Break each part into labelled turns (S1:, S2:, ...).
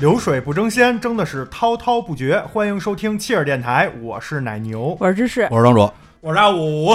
S1: 流水不争先，争的是滔滔不绝。欢迎收听切尔电台，我是奶牛。
S2: 我是芝士，
S3: 我是庄主，
S1: 我是阿五。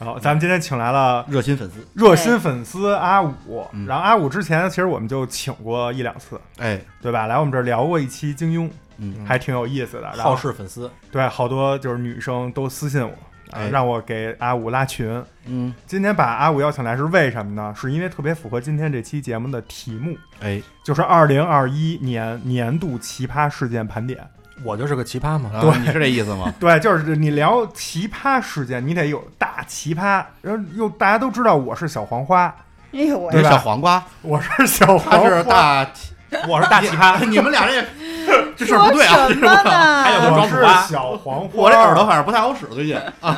S1: 好，咱们今天请来了
S3: 热心粉丝。
S1: 热心粉丝阿五
S3: 嗯。
S1: 然后阿五之前其实我们就请过一两次，
S3: 哎，
S1: 对吧？来我们这儿聊过一期金庸，
S3: 嗯，
S1: 还挺有意思的。然啊后
S4: 好事粉丝，
S1: 对，好多就是女生都私信我，啊
S3: 哎
S1: 让我给阿五拉群。
S3: 嗯，
S1: 今天把阿五邀请来是为什么呢？是因为特别符合今天这期节目的题目，
S3: 哎，
S1: 就是二零二一年年度奇葩事件盘点。
S4: 我就是个奇葩嘛。
S3: 对，你是这意思吗？
S1: 对，就是你聊奇葩事件，你得有大奇葩，然后又大家都知道我是小黄花，
S2: 哎呦我
S3: 你
S1: 对
S3: 是
S1: 吧
S3: 小黄瓜，
S1: 我是小黄
S3: 他
S1: 花，
S3: 是大，
S4: 我是大奇葩，
S3: 你们俩这 这事
S2: 说
S3: 儿不对啊！
S2: 什么呢？
S4: 还有个
S1: 我
S4: 庄主
S1: 是
S4: 啊
S1: 小黄花，
S3: 我这耳朵反正不太好使，最近啊，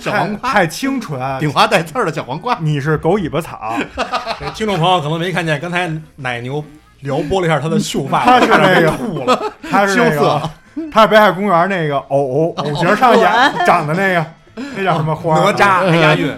S3: 小黄
S1: 太
S3: 瓜，
S1: 太清纯，
S3: 顶花带刺儿的小黄 瓜。
S1: 你是狗尾巴草，
S4: 听众朋友可能没看见，刚才奶牛撩拨了一下他的秀发，
S1: 他是
S4: 差点
S1: 那个
S4: 吐了。
S1: 他是那
S3: 羞
S1: 个
S3: 涩，
S1: 他是北海公园那个偶偶角上
S3: 哦
S1: 演长的那个，那叫什么花？
S4: 哪吒
S3: 哎
S4: 还押韵，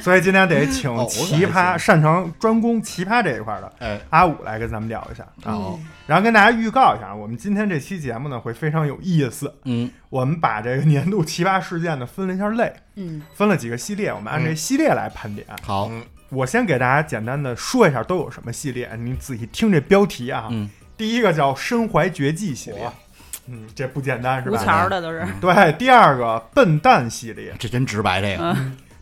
S1: 所以今天得请
S3: 偶
S1: 奇
S3: 还
S1: 葩
S3: 行
S1: 擅长专攻奇葩这一块的
S3: 哎，
S1: 阿五来跟咱们聊一下，啊
S3: 好，
S1: 然后跟大家预告一下，我们今天这期节目呢会非常有意思。
S3: 嗯，
S1: 我们把这个年度奇葩事件呢分了一下类，
S2: 嗯，
S1: 分了几个系列，我们按这系列来盘点。
S3: 好，
S1: 我先给大家简单的说一下都有什么系列，你仔细听这标题啊。
S3: 嗯
S1: 第一个叫身怀绝技系列，嗯，这不简单是
S2: 无
S1: 吧？
S2: 桥的都是，
S1: 对，第二个笨蛋系列，
S3: 这真直白，这个，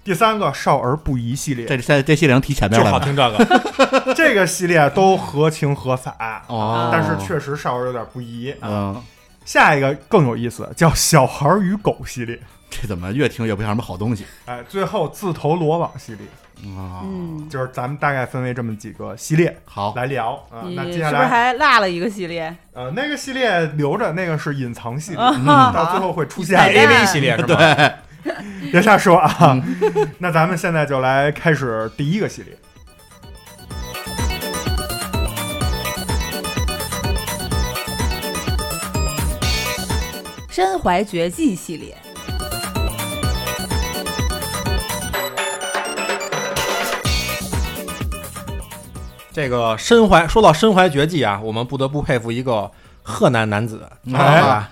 S1: 第三个少儿不宜系列，
S3: 这这这系列能提前面
S4: 就
S3: 来
S4: 好
S3: 吗？
S4: 听这 个。
S1: 这个系列都合情合法，
S3: 哦，
S1: 啊但是，确实少儿有点不宜。
S3: 嗯，
S1: 下一个更有意思，叫小孩儿与狗系列，
S3: 这怎么越听越不像什么好东西
S1: 哎，最后自投罗网系列，
S3: 啊？
S2: 嗯，
S1: 就是咱们大概分为这么几个系列
S3: 好，
S1: 来聊啊、
S2: 嗯你
S1: 那
S2: 是
S1: 接
S2: 不
S1: 下
S2: 是
S1: 来
S2: 还落了一个系列？
S1: 呃，那个系列留着，那个是隐藏系列，嗯
S2: 啊
S1: 到最后会出 现
S2: 彩蛋
S1: 的。
S4: AV 系列 是吧？
S1: 别瞎说啊！ 那咱们现在就来开始第一个系列。
S2: 身怀绝技系列，
S4: 这个身怀说到身怀绝技啊，我们不得不佩服一个河南男子，
S3: 嗯
S4: 好吧？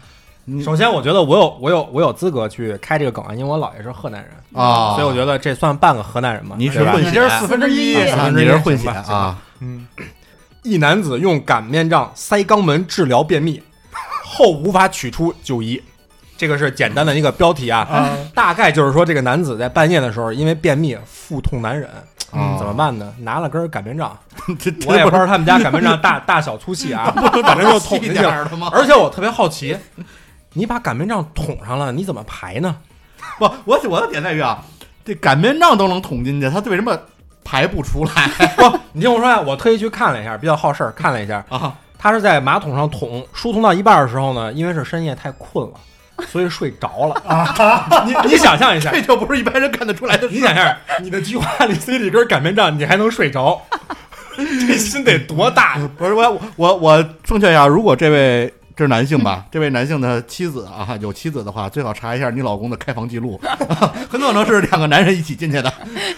S3: 嗯
S4: 首先，我觉得我有我有我有资格去开这个梗啊，因为我姥爷是河南人，
S3: 啊，
S4: 所以我觉得这算半个河南人嘛。
S3: 你是
S4: 对吧
S3: 混
S1: 你
S3: 血啊
S1: 这是四分之一
S2: 四分，
S3: 啊你这是混血啊？
S1: 嗯，
S4: 一男子用擀面杖塞肛门治疗便秘，后无法取出就医。这个是简单的一个标题啊，大概就是说这个男子在半夜的时候因为便秘腹痛难忍，
S3: 嗯
S4: 怎么办呢？拿了根擀面杖，
S3: 哦这这
S4: 我也不知道他们家擀面杖大大小粗细啊，反正就捅
S3: 一
S4: 进去
S3: 点
S4: 了。
S3: 儿的吗？
S4: 而且我特别好奇，你把擀面杖捅上了，你怎么排呢？
S3: 不，我我的点在于啊，这擀面杖都能捅进去，它为什么排不出来
S4: 不，你听我说呀，啊我特意去看了一下，比较好事儿，看了一下，
S3: 啊？
S4: 他是在马桶上捅，疏通到一半的时候呢，因为是深夜太困了，所以睡着了。你你想象一下
S3: 这，就不是一般人干得出来的
S4: 你
S3: 事。
S4: 想象你的菊花里塞了一根擀面杖，你还能睡着，这心得多大？
S3: 不是我我我奉劝一下，如果这位这是男性吧，这位男性的妻子啊，有妻子的话，最好查一下你老公的开房记录， 很有可能是两个男人一起进去的，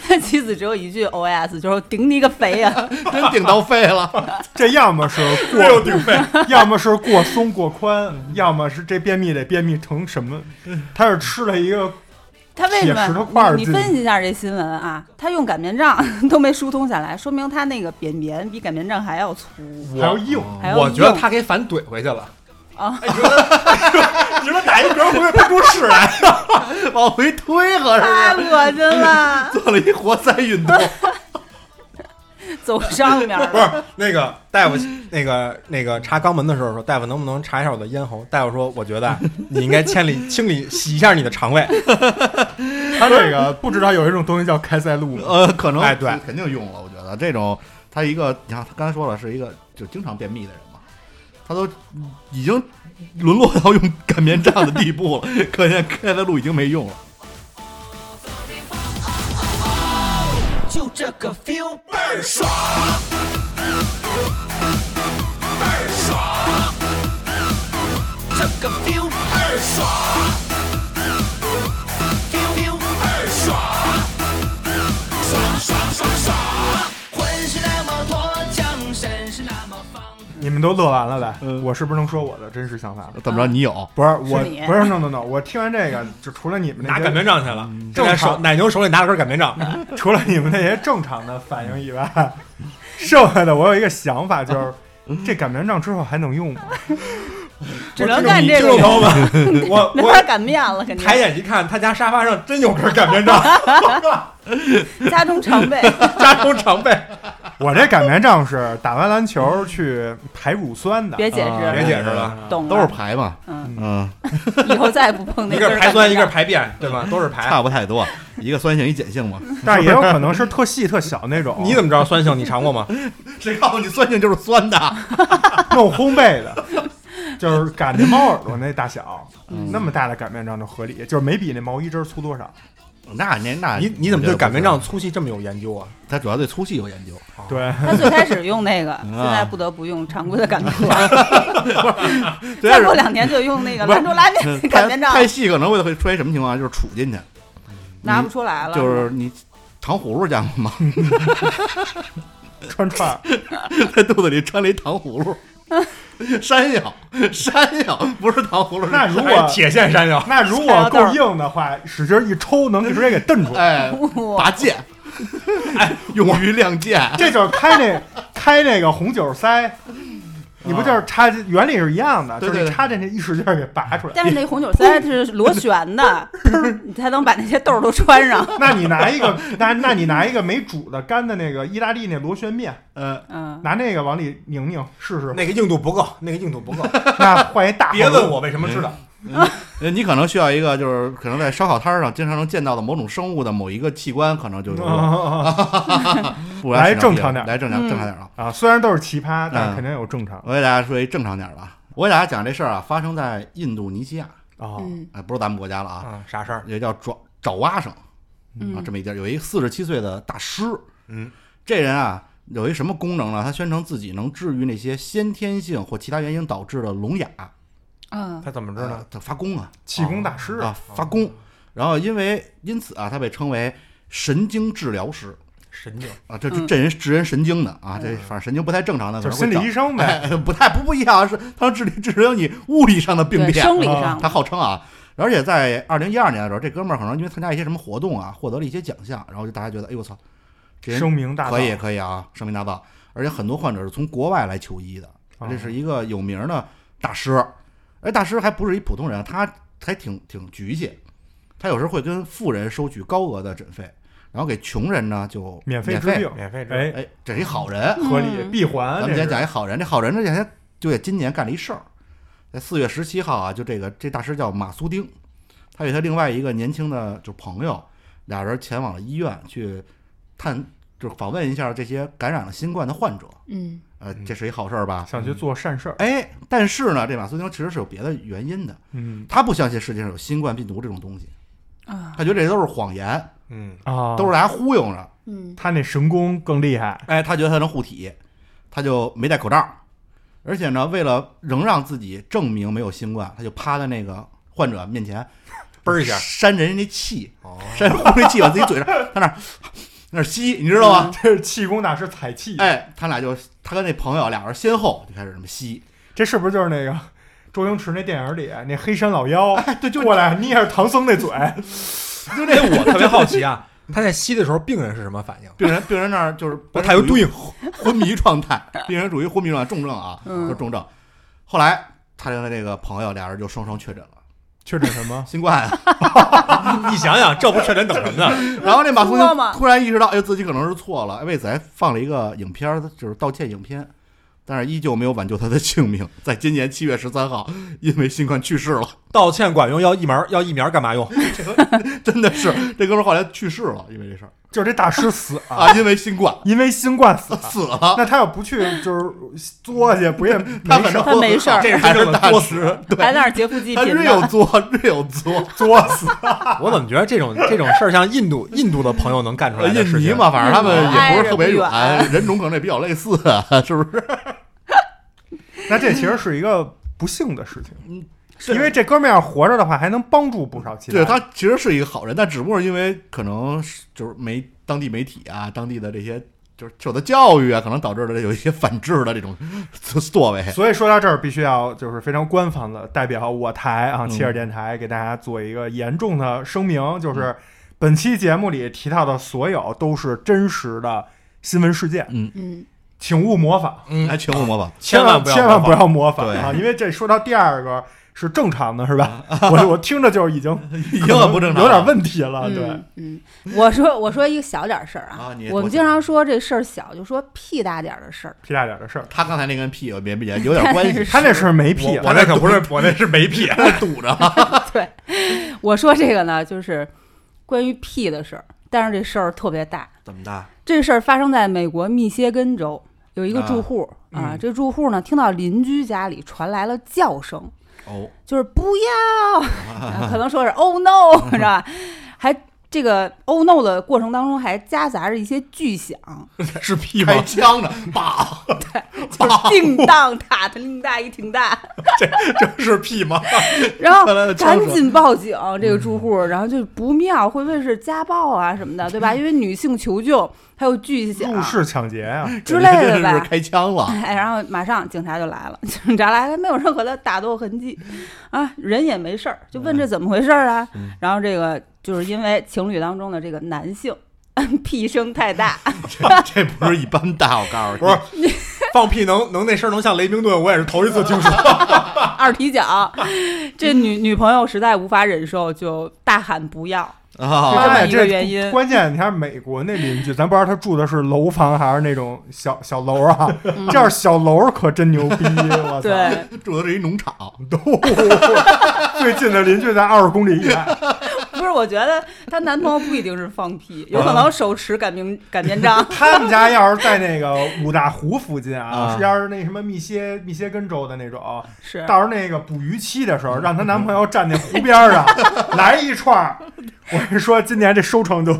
S2: 他 妻子只有一句 OS，就是顶你个肥啊呀、
S3: 真顶到肺了。
S1: 这要么是过顶肺， 要么是过松过宽，要么是这便秘得便秘成什么？他是吃了一个
S2: 他为什
S1: 铁石头块儿
S2: 么？你
S1: 进
S2: 你
S1: 去
S2: 分析一下这新闻啊，他用擀面杖都没疏通下来，说明他那个便便比擀面杖还要粗，
S1: 还要硬，
S2: 还要
S4: 我觉得
S2: 硬
S4: 他给反怼回去了。哎
S1: 你说打一嗝不会喷出屎
S4: 啊
S1: 来？
S3: 往回推合
S2: 太
S3: 适，
S2: 恶心了，
S3: 做了一活塞运动，
S2: 走上面
S4: 不
S2: 了。
S4: 是那个大夫，那个那个查肛门的时候说，大夫能不能查一下我的咽喉？大夫说，我觉 得啊你应该清理清理洗一下你的肠胃。
S1: 他这个不知道有一种东西叫开塞露 吗？
S3: 呃，可能
S4: 哎对
S3: 肯定用了。我觉得这种他一个，你看他刚才说了，是一个就经常便秘的人嘛，他都已经沦落到用擀面杖的地步了，可见开塞露已经没用了。
S5: 就这个 feel 倍儿爽，倍儿爽，这个 feel 倍儿爽，
S1: 你们都乐完了呗，
S3: 嗯
S1: 我是不是能说我的真实想法？
S3: 怎
S2: 嗯
S3: 么着？你有？
S1: 不是我，
S2: 你
S1: 不是 no no no，我听完这个，就除了你们
S4: 拿
S1: 那
S4: 擀
S1: 些，
S4: 面杖去了，
S2: 嗯
S1: 正常
S4: 正在手奶牛手里拿了根擀面杖，
S1: 除了你们那些正常的反应以 外，剩下的我有一个想法，就是这擀面杖之后还能用吗？
S2: 只能干这个
S4: 听众朋
S2: 用，
S4: 友们，我
S2: 没
S4: 我
S2: 法擀面了，肯定
S4: 抬眼一看，他家沙发上真有根擀 面杖，
S2: 家中常备。
S4: 家中常备。
S1: 我这擀面杖是打完篮球去排乳酸的，
S2: 别解
S3: 啊
S4: 别
S2: 释，
S4: 解释了，
S2: 懂了
S3: 都是排嘛。
S2: 嗯，
S3: 嗯，
S2: 以后再也不碰那
S4: 一
S2: 根儿
S4: 个是排酸，
S2: 擀
S4: 一个
S2: 面嗯
S4: 是排便，对吧？都是排。，
S3: 差不太多，一个酸性，一碱性嘛。
S1: 但是也有可能是特细特小那种
S4: 你怎么知道酸性？你尝过吗？
S3: 谁告诉你酸性就是酸的？
S1: 弄烘焙的， 就是擀那猫耳朵那大小，那么大的擀面杖就合理，就是没比那毛衣针粗多少。
S3: 那那
S2: 哎
S3: 那，
S4: 你你怎么对擀面杖？哦粗细这么有研究啊？
S3: 他主要对粗细有研究。
S1: 对，
S2: 他最开始用那个，
S3: 啊
S2: 现在不得不用常规的 擀面杖，
S3: 对嗯
S2: 再过两年就用那个兰州拉面 擀
S3: 太
S2: 面杖，
S3: 太细可能会会出现什么情况啊？就是杵进去，
S2: 拿不出来了。
S3: 就是你糖葫芦见过吗？
S1: 穿串儿，
S3: 在肚子里穿了一糖葫芦，山药，山药不是糖葫芦。是
S1: 那如
S4: 还有
S1: 果
S4: 铁线 山药，
S1: 那如果够硬的话，使劲一抽能给直接给蹬出来。
S3: 哎，拔
S2: 哇，
S3: 剑，哎，勇于亮剑。
S1: 这就是开那开那个红酒塞，你不就是插进原理是一样的，
S3: 对
S1: 就
S3: 对
S1: 是你
S3: 对
S1: 插进去一使劲儿给拔出来。
S2: 但是那红酒塞是螺旋的，你才能把那些豆儿都穿上。
S1: 那你拿一个， 那那你拿一个没煮的干的那个意大利那螺旋面，
S3: 呃，
S2: 嗯，
S1: 拿那个往里拧拧试 试。
S4: 那个硬度不够，那个硬度不够。
S1: 那换一大，
S4: 别问，我为
S2: 嗯
S4: 什么知道，
S3: 呃你可能需要一个，就是可能在烧烤摊儿上经常能见到的某种生物的某一个器官，可能就有用。
S1: 啊
S3: 不然
S1: 来
S3: 谁能
S1: 正
S3: 比
S1: 常点儿
S3: 来正
S2: 嗯
S3: 常正常点儿啊！
S1: 啊，虽然都是奇葩，但
S3: 嗯
S1: 是肯定有正常
S3: 我给大家说一正常点儿的啊。我给大家讲这事儿啊，发生在印度尼西亚，
S1: 啊
S2: 嗯
S3: 哎，不是咱们国家了啊，
S4: 啊，啥事
S1: 嗯
S4: 儿？
S3: 也叫爪爪哇省啊，
S2: 嗯
S3: 这么一地儿，有一个四十七岁的大师，
S4: 嗯，
S3: 这人啊有一什么功能呢？他宣称自己能治愈那些先天性或其他原因导致的聋哑，
S2: 嗯
S4: 他怎么知
S3: 呃
S4: 道？
S3: 他发功啊
S1: 气功大师
S3: 啊发
S1: 嗯
S3: 功，然后因为因此啊，他被称为神经治疗师
S4: 神经，
S3: 啊，这
S2: 嗯
S3: 这人治人神经的啊，这反正神经不太正常的，
S1: 嗯就
S3: 可
S1: 是
S3: 能会
S1: 心理医生 呗，
S3: 哎，不太不不一样，是他治理治疗你物理上的病
S2: 对，
S3: 变，
S2: 生理
S1: 啊
S2: 上
S3: 他号称啊。而且在二零一二年的时候，这哥们儿可能因为参加一些什么活动啊，获得了一些奖项，然后就大家觉得，哎呦我操，这人
S1: 声名大噪
S3: 可以可以啊，声名大噪。而且很多患者是从国外来求医的，
S1: 啊
S3: 这是一个有名的大师。而大师还不是一普通人，他还挺挺局气，他有时候会跟富人收取高额的诊费，然后给穷人呢就
S1: 免费
S3: 费
S1: 治病，
S4: 免费治
S1: 哎，
S3: 哎，这是一好人，
S1: 合理
S2: 嗯
S1: 闭环。啊
S3: 咱
S1: 这
S3: 们先
S1: 是
S3: 讲一好人，这好人这两天就也今年干了一事儿，在四月十七号啊，就这个这大师叫马苏丁，他与他另外一个年轻的就朋友，俩人前往了医院去探，就是访问一下这些感染了新冠的患者。
S2: 嗯
S3: 呃，这是一好事儿吧？
S1: 想去做善事儿，
S3: 哎，但是呢，这马苏丁其实是有别的原因的，
S1: 嗯
S3: 他不相信世界上有新冠病毒这种东西，
S2: 啊
S3: 他觉得这都是谎言，
S4: 嗯，
S1: 啊，
S3: 都是大家忽悠着。
S2: 嗯
S1: 他那神功更厉害，
S3: 哎，他觉得他能护体，他就没戴口罩，而且呢，为了仍让自己证明没有新冠，他就趴在那个患者面前
S4: 嘣儿一下
S3: 扇人家那气，
S4: 哦，
S3: 扇人呼那气往自己嘴上，他那儿那儿吸，你知道吗？
S1: 这是气功大师采气，
S4: 嗯
S3: 哎，他俩就他跟那朋友俩人先后就开始这么吸，
S1: 这是不是就是那个周星驰那电影里那黑山老妖
S3: 哎，对，就
S1: 过来捏着唐僧那嘴？
S3: 就
S4: 哎，
S3: 这
S4: 我特别好奇啊，他在吸的时候，病人是什么反应？
S3: 病人病人那儿就是
S4: 我 他有对应，
S3: 昏迷状态，病人处于昏迷状态，重症啊，
S2: 嗯
S3: 就重症。后来他跟他这个朋友俩人就双双确诊了
S1: 确诊什么？
S3: 新冠啊。
S4: 你想想，这不确诊等什么呢？
S3: 然后那马苏
S2: 说嘛
S3: 丁突然意识到，哎呦，自己可能是错了，哎为此还放了一个影片儿，就是道歉影片，但是依旧没有挽救他的性命， 在今年七月十三号，因为新冠去世了，
S4: 道歉管用，要疫苗，要疫苗干嘛用？
S3: 真的是这哥们儿后来去世了，因为这事儿
S1: 就是这大师死了，
S3: 啊，因为新冠
S1: 因为新冠死了。
S3: 死了，
S1: 那他要不去，就是作去，不也
S3: 啊他
S1: 没
S3: 反
S1: 事
S3: 正
S1: 儿
S2: 他没事儿
S3: 这
S4: 还
S3: 还
S4: 是
S3: 是
S4: 大
S3: 大
S4: 师
S3: 师，对，
S2: 还在那儿劫富济
S3: 他
S2: 贫
S3: 日有
S2: 呢，
S3: 作，日有作。
S1: 作死？
S4: 我怎么觉得这种这种事儿像印度印度的朋友能干出来的
S3: 印
S4: 事
S3: 尼
S4: 情？
S3: 嘛，反正他们也不是特别
S2: 嗯挨着
S3: 远，人种可能也比较类似，啊是不是？
S1: 那这其实是一个不幸的事情，
S3: 是
S1: 因为这哥们儿要活着的话，还能帮助不少其他
S3: 对
S1: 人。
S3: 他其实是一个好人，但只不过是因为可能是就是媒当地媒体啊，当地的这些就是受的教育啊，可能导致了有一些反制的这种作为。
S1: 所以说到这儿，必须要就是非常官方的代表我台啊，
S3: 嗯
S1: 切尔电台给大家做一个严重的声明，
S4: 嗯
S1: 就是本期节目里提到的所有都是真实的新闻事件，
S2: 嗯，
S1: 请勿模仿，
S4: 嗯
S3: 来，全国模 仿，
S1: 千
S4: 万
S1: 千万不
S4: 要模仿。
S1: 要模仿
S3: 对
S1: 啊！因为这说到第二个是正常的，是吧？
S4: 嗯
S1: 我我听着就是 已经
S3: 已经很不正常了，啊
S1: 有点问题了，对
S2: 嗯，嗯，我说我说一个小点儿事儿
S3: 啊
S2: 啊
S3: 你，
S2: 我们经常说这事儿小，就说屁大点儿的事儿。
S1: 屁大点的事儿，
S3: 他刚才那跟屁有别也有点关系，
S1: 他那 是没屁
S4: 我，我那 可不是，我那是没屁。
S3: 他堵着啊了。
S2: 对， 我说这个呢，就是关于屁的事儿，但是这事儿特别大。
S3: 怎么的？
S2: 这事儿发生在美国密歇根州，有一个住户
S1: 啊
S2: 啊
S1: 嗯
S2: 这住户呢听到邻居家里传来了叫声，
S3: 哦，
S2: 就是不要，啊可能说是 “oh no”，是 吧？还这个 “oh no” 的过程当中还夹杂着一些巨响，
S4: 是屁
S3: 开
S4: 吗？
S3: 枪呢，叭，
S2: 就是叮当塔的铃大一挺大，
S4: 这是屁吗？
S2: 然后
S3: 看来枪
S2: 赶
S3: 手
S2: 紧报警，这
S1: 嗯
S2: 个住户，然后就不妙，会不会是家暴啊什么的，对吧？因为女性求救，还有巨响
S1: 嗯入室抢劫啊！
S2: 之类的
S3: 这是
S2: 呗。
S3: 开 枪了，
S2: 哎，然后马上警察就来了，警察来了没有任何的打斗痕迹，啊，人也没事儿，就问这
S1: 嗯
S2: 怎么回事儿啊？然后这个就是因为情侣当中的这个男性 屁声太大，
S3: 这这不是一般大，我告诉你，
S4: 不是，放屁能能那声儿能像雷鸣顿，我也是头一次听说。
S2: 二踢 脚，这女女朋友实在无法忍受，就大喊不要。
S3: 啊，
S1: 妈呀
S2: 这么一个
S1: 这
S2: 原因
S1: 关键你看美国那邻居，咱不知道他住的是楼房还是那种小小楼啊。这要是小楼可真牛逼，我操！
S2: 嗯对，
S3: 住的是一农场，
S1: 最近的邻居在二十公里以 外，。
S2: 不是，我觉得她男朋友不一定是放屁，有可能手持擀面擀面杖
S1: 他们家要是在那个五大湖附近啊
S3: 啊，
S1: 是要是那什么密歇密歇根州的那种，
S2: 是，
S1: 到时候那个捕鱼期的时候，让她男朋友站那湖边 儿上来一串儿，我跟你说，今年这收成就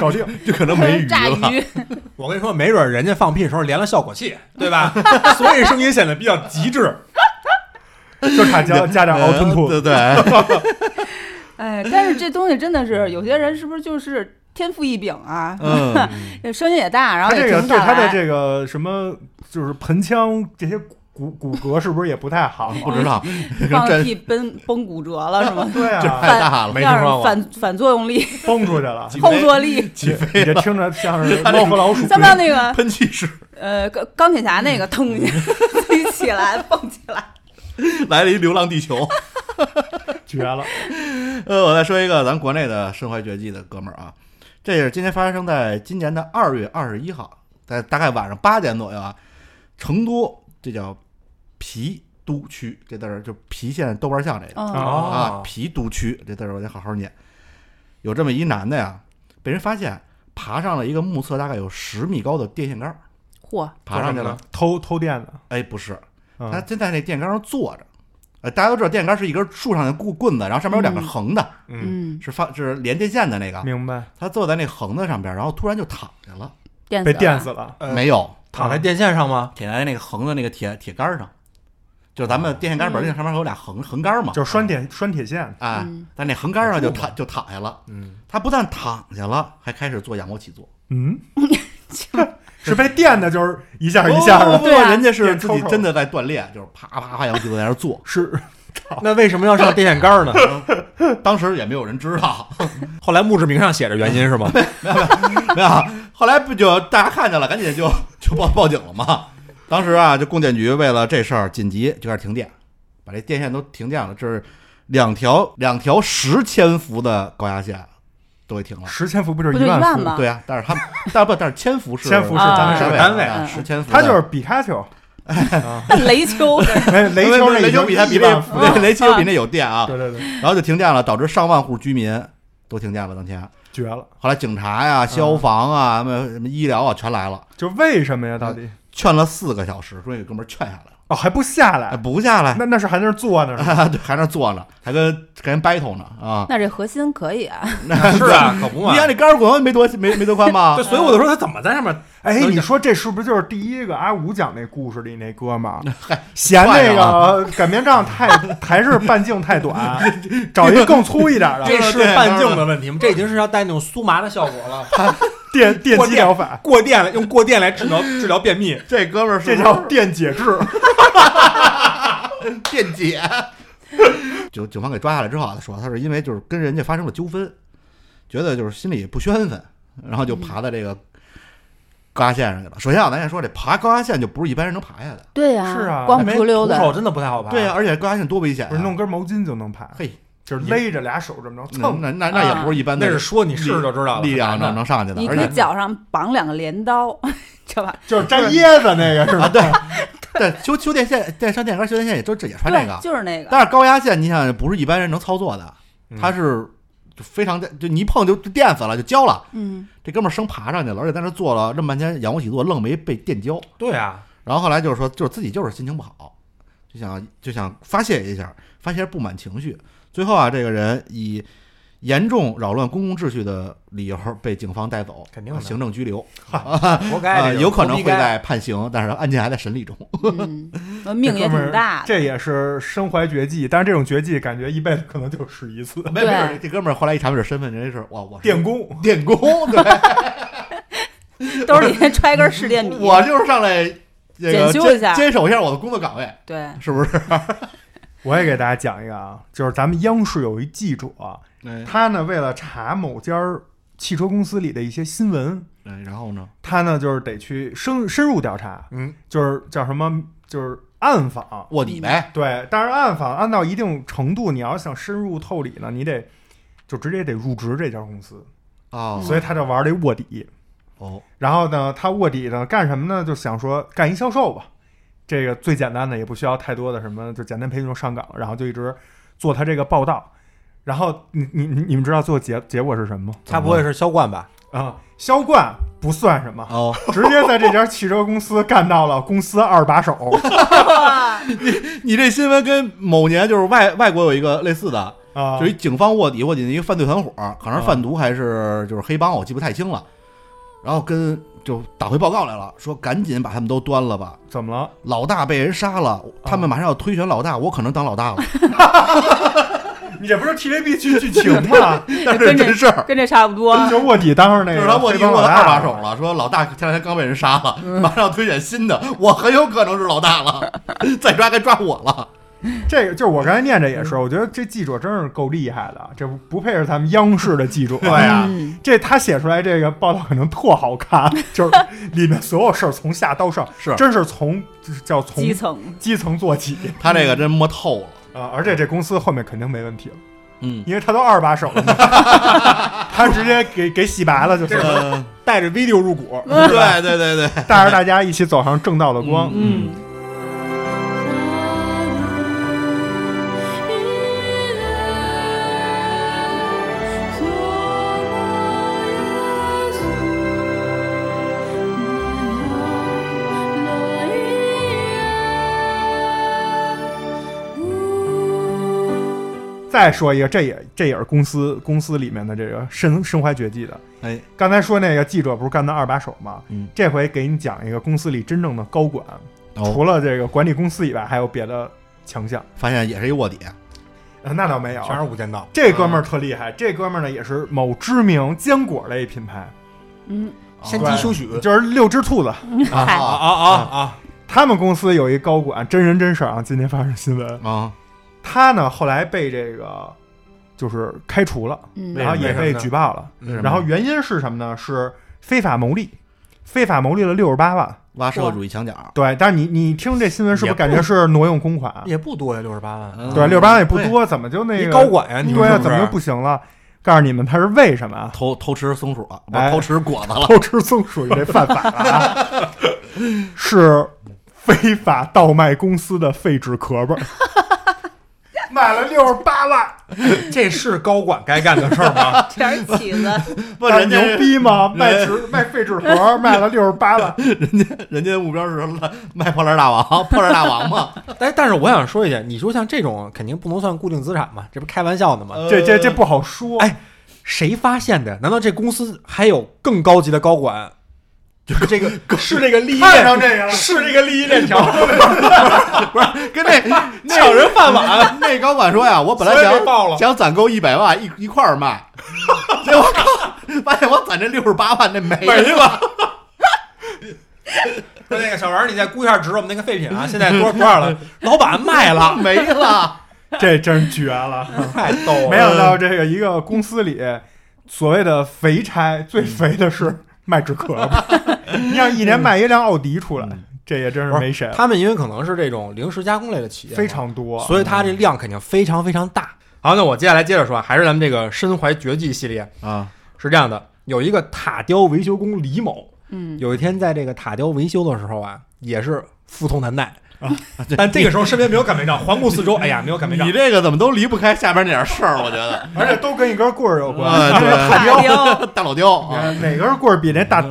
S1: 搞定。
S3: 就可能没鱼
S2: 炸
S3: 了。
S2: 鱼，
S4: 我跟你说，没准儿人家放屁的时候连了效果器，对吧？所以声音显得比较极致。
S1: 就差家家长熬吞吐
S3: 呃对对，
S2: 哎，但是这东西真的是，有些人是不是就是天赋异禀啊？
S3: 嗯，
S2: 声音也大，然
S1: 他
S2: 后
S1: 这
S2: 也停
S1: 个
S2: 不
S1: 对
S2: 下
S1: 他的
S2: 来。
S1: 这个什么，就是盆腔这些骨骨骼是不是也不太好？
S3: 不知
S1: 嗯
S3: 道，
S2: 放
S3: 真
S2: 屁崩崩骨折了是吗？
S1: 对
S3: 这
S1: 啊，
S3: 太大了，
S4: 没
S2: 要
S4: 听说
S2: 是
S4: 过
S2: 反反作用力、
S1: 崩出去了。
S3: 几
S2: 后
S3: 杯
S2: 坐力，
S1: 你你这听着像 是
S3: 那
S1: 猫和老鼠，
S2: 像不像那个
S3: 喷气式
S2: 呃钢钢铁侠那个腾一下 自己起来蹦起来？
S3: 来了一《流浪地球》。
S1: 绝了！
S3: 呃，我再说一个咱国内的身怀绝技的哥们儿啊，这是今天发生在今年的二月二十一号，在大概晚上八点左右啊，成都这叫郫都区，这字儿就郫县豆瓣巷这个、
S2: 嗯
S4: 哦
S1: 啊
S3: 啊，郫都区这字儿我得好好念。有这么一男的呀，被人发现爬上了一个目测大概有十米高的电线杆儿，
S2: 嚯，
S3: 爬上去
S4: 做什么
S3: 了
S4: 呢。
S1: 偷偷电的，
S3: 哎，不是，
S1: 嗯
S3: 他真在那电杆上坐着。呃，大家都知道电杆是一根树上的棍棍子，然后上面有两个
S2: 嗯
S3: 横的，
S1: 嗯，
S2: 嗯，
S3: 是发是连电线的那个。
S1: 明白，
S3: 他坐在那横的上边，然后突然就躺下了，
S2: 电
S1: 被电
S2: 死
S1: 死
S2: 了，
S1: 了。
S4: 呃
S3: 没有
S4: 躺在电线上吗？
S3: 铁在那个横的那个铁铁杆上，就是咱们电线杆本身上面有俩横横杆嘛，
S1: 哦就是拴铁拴铁线，
S3: 哎
S2: 嗯，
S3: 在那横杆上就躺就躺下了。
S4: 嗯，
S3: 他不但躺下了，还开始做仰卧起坐，
S1: 嗯，是被电的， 就是哦一下一下
S3: 不
S1: 的，
S3: 不不，
S2: 对啊
S3: 哦人家是
S1: 电
S3: 自
S1: 抽
S3: 己
S1: 抽，
S3: 真的在锻炼，就是啪啪啪仰卧起坐在那儿做
S1: 是
S4: 那为什么要上电线杆儿呢？
S3: 当时也没有人知道，
S4: 后来墓志铭上写着原因是吗？
S3: 没有，后来不就大家看见了，赶紧就 就报报警了嘛。当时啊，就供电局为了这事儿紧急就开始停电，把这电线都停电了。这是两条两条十千伏的高压线都给停了。
S1: 十千伏不就是
S2: 不
S1: 一
S2: 就一
S1: 万
S2: 万
S1: 伏？
S2: 吗？
S3: 对啊，但是他们，但不，但是千伏是
S1: 千伏是
S2: 啊
S1: 咱们
S4: 是
S1: 单位，
S4: 单位
S3: 啊，
S2: 嗯
S3: 十千伏的。
S1: 他就是比卡丘，
S2: 雷丘，
S1: 没雷
S3: 雷
S1: 丘
S3: 雷球比他比
S1: 那已经
S3: 那
S1: 一万伏
S3: 对雷球比那有电啊，
S1: 对对对，
S3: 然后就停电了，导致上万户居民都停电了。当天，
S1: 绝了！
S3: 后来警察呀、消防啊、什么什么医疗啊全来了，
S1: 就为什么呀？到底
S3: 劝了四个小时，终于给哥们儿劝下来了，
S1: 哦还不下
S3: 哎，
S1: 来，
S3: 不下啊来，
S1: 那那是还在那儿坐呢，是吧
S3: 对，还那坐着，还跟跟人 battle 呢啊！
S2: 那这核心可以啊，
S4: 是啊，可不嘛
S3: 你。看这杆儿滚没多没没多宽吧
S4: 对，？所以我就说他怎么在上面
S1: 哎，
S4: 能
S1: 你
S4: 讲
S1: 说这是不是就是第一个阿五讲那故事里那哥们 儿，嫌那
S3: 坏了
S1: 个擀面杖太还是半径太短， 找一个更粗一点的？
S4: 这是半径的问题吗？这已经是要带那种酥麻的效果了。
S1: 电电击疗法，
S4: 过电了，用过电来治疗 治疗便秘。
S3: 这哥们儿
S1: 这 叫电解质。
S3: 电解。 就警方给抓下来之后啊，他说他是因为就是跟人家发生了纠纷，觉得就是心里不宣愤，然后就爬到这个高压线上去了。首先啊，咱先说这爬高压线就不是一般人能爬下来的，
S2: 对呀、
S1: 是啊
S2: 光秃溜
S4: 徒
S2: 的，
S4: 手真的不太好爬。
S3: 对呀、，而且高压线多危险、啊！
S1: 不是弄根毛巾就能爬，
S3: 嘿，
S1: 就是勒着俩手这么着
S3: 那
S1: 蹭。
S3: 那那那也不是一般的
S4: 啊那
S3: 力，
S4: 是说你试试就知道了。
S3: 力量能
S4: 呢？
S3: 能上去的，
S2: 你
S3: 而
S2: 可以
S3: 且
S2: 脚上绑两个镰刀， 知道吧？
S1: 就是摘椰子那个是吧？
S3: 啊，对对，修修电线、电上电杆、修电线也都这也穿这
S2: 对
S3: 个，，
S2: 就是那个。
S3: 但是高压线你想想不是一般人能操作的，
S4: 嗯
S3: 它是就非常的就你一碰就就电死了，就焦了。
S2: 嗯，
S3: 这哥们儿生爬上去了，而且在那坐了这么半天，仰卧起坐愣没被电焦。
S4: 对啊，
S3: 然后后来就是说，就是自己就是心情不好，就想就想发泄一下，发泄不满情绪。最后啊，这个人以严重扰乱公共秩序的理由被警方带走，啊
S4: 肯定的
S3: 行政拘留
S4: 活
S3: 啊、
S4: 该这个。
S3: 有可能会
S4: 活该
S3: 在判刑，但是案件还在审理中。
S2: 嗯，命也挺大的。
S1: 这也是身怀绝技，但是这种绝技感觉一辈子可能就使一次。
S3: 没有没有，这哥们儿后来一查明这身份，人家是哇，我是
S1: 电工，
S3: 电工，对，
S2: 兜里揣根试电笔，
S3: 我就是上来这个
S2: 检修一下
S3: 坚坚守一下我的工作岗位，
S2: 对，
S3: 是不是？
S1: 我也给大家讲一个啊，就是咱们央视有一记者，
S3: 哎，
S1: 他呢为了查某家儿汽车公司里的一些新闻，
S3: 哎然后呢？
S1: 他呢就是得去深深入调查，
S4: 嗯，
S1: 就是叫什么，就是暗访。
S3: 卧底呗，
S1: 对，但是暗访按到一定程度，你要想深入透里呢，你得就直接得入职这家公司，
S3: 哦，
S1: 所以他就玩这卧底。
S3: 哦，
S1: 然后呢，他卧底呢干什么呢？就想说干一销售吧，这个最简单的，也不需要太多的什么，就简单培训就上岗，然后就一直做他这个报道。然后你你你你们知道最后结结果是什么吗？
S4: 他不会是销冠吧？
S1: 啊，销冠不算什么，
S3: 哦，
S1: 直接在这家汽车公司干到了公司二把手。
S3: 你这新闻跟某年就是外外国有一个类似的，
S1: 啊，
S3: 就是一警方卧底卧底的一个犯罪团伙，可能是贩毒还是就是黑帮，我记不太清了。然后跟就打回报告来了，说赶紧把他们都端了吧，
S1: 怎么了？
S3: 老大被人杀了，他们马上要推选老大，我可能当老大了，
S1: 你这不是 TVB 剧剧 情吗？
S3: 但是真事儿。
S2: 跟这差不多。
S1: 就卧底当上那
S3: 啊就
S1: 个
S3: 是他卧底
S1: 哎黑帮
S3: 过
S1: 老
S3: 了二
S1: 大嗯
S3: 把手了，说老大前两天刚被人杀了，马上要推选新的，我很有可能是老大了，再抓该抓我了。
S1: 这个就是我刚才念着也是，我觉得这记者真是够厉害的，这不不配是咱们央视的 记者
S3: 啊
S1: 呀。
S2: 嗯
S1: 这他写出来这个报道可能特好看， 就是里面所有事儿从下到上，
S3: 是
S1: 真是从就是叫从
S2: 基层
S1: 基层做起
S3: 他这个真摸透了，
S1: 啊、而且这公司后面肯定没问题了，
S3: 嗯，
S1: 因为他都二把手了嘛，他直接给给洗白了就是，
S3: 呃，
S4: 带着 video 入股，
S3: 对对对对，
S1: 带着大家一起走上正道的光。
S2: 嗯，
S1: 再说一个，这也这也是公司公司里面的这个身身怀绝技的。
S3: 哎，
S1: 刚才说那个记者不是干到二把手吗？
S3: 嗯
S1: 这回给你讲一个公司里真正的高管，
S3: 哦，
S1: 除了这个管理公司以外，还有别的强项。
S3: 发现也是一卧底，啊
S1: 呃那倒没有，
S4: 全是无间道。
S1: 这哥们儿特厉害。这哥们儿呢也是某知名坚果类品牌，
S2: 嗯，
S4: 山
S1: 鸡
S4: 修许
S1: 就是六只兔子。
S2: 嗨，
S4: 啊啊啊！
S1: 他们公司有一高管，真人真事儿啊，今天发生新闻。
S3: 啊，
S1: 他呢后来被这个就是开除了，
S2: 嗯
S1: 然后也
S4: 为
S1: 被
S4: 什么呢
S1: 举报了。
S4: 为什么
S1: 然后原因是什么呢？是非法牟利，非法牟利了六十八万。
S3: 挖社会主义墙角，
S1: 对，但是你你听这新闻是不
S4: 也
S1: 是
S4: 不
S1: 感觉是挪用公款？
S4: 也不多呀，六十八万。啊
S3: 嗯
S1: 对，六十八万也不多，怎么就那
S4: 一
S1: 个
S4: 高管呀，你
S1: 对
S4: 说
S1: 呀、
S4: 是
S1: 怎么
S4: 是
S1: 就 不行了？告诉你们，他是为什么啊？
S3: 偷偷吃松鼠，不
S1: 哎
S3: 偷吃果子了，
S1: 偷吃松属于这犯法了、啊， 是非法倒卖公司的废纸壳儿，买了六十八万，
S4: 这是高管该干的事儿吗？
S2: 全是起子，
S3: 不
S1: 但
S3: 人
S1: 牛
S3: 家
S1: 逼吗？
S4: 嗯
S1: 卖
S3: 人
S1: 纸卖废纸盒儿卖了六十八万，
S3: 人家目标是卖破烂大王，破烂大王嘛，
S4: 但但是我想说一下，你说像这种肯定不能算固定资产嘛，这不开玩笑呢吗？
S1: 这这这不好说。
S4: 呃哎谁发现的？难道这公司还有更高级的高管？就是 这个是这个利益
S1: 看
S4: 链，
S1: 上这个了，
S4: 是这个利益链条。
S3: 跟那
S4: 抢人饭碗，
S3: 那高管说呀，我本来
S4: 所以被爆
S3: 想
S4: 了
S3: 想攒够一百万一一块儿卖，结果靠发现我攒这六十八万那没
S4: 没了。说 那个小王，你再估一下值，我们那个废品啊，现在多多少了？老板卖了，
S3: 没了，
S1: 这真绝了！
S4: 太逗了。
S1: 没想到这个一个公司里所谓的肥差，最肥的是卖纸壳子， 你想
S4: 嗯
S1: 一年卖一辆奥迪出来，这也真是没谁了，
S4: 他们因为可能是这种零食加工类的企业嘛，
S1: 非常多。
S4: 所以它这量肯定非常非常大。好，那我接下来接着说，还是咱们这个身怀绝技系列
S3: 啊！
S4: 是这样的，有一个塔雕维修工李某，
S2: 嗯，
S4: 有一天在这个塔雕维修的时候啊，也是腹痛难耐
S1: 啊，
S4: 但这个时候身边没有擀面杖，环顾四周，哎呀，没有擀面杖
S3: 你，这个怎么都离不开下边那点事儿？我觉得
S1: 嗯而且都跟一根棍儿有关。
S3: 啊，对，
S2: 大雕，
S3: 大老雕
S4: 嗯
S3: 啊，
S1: 哪根棍儿比那大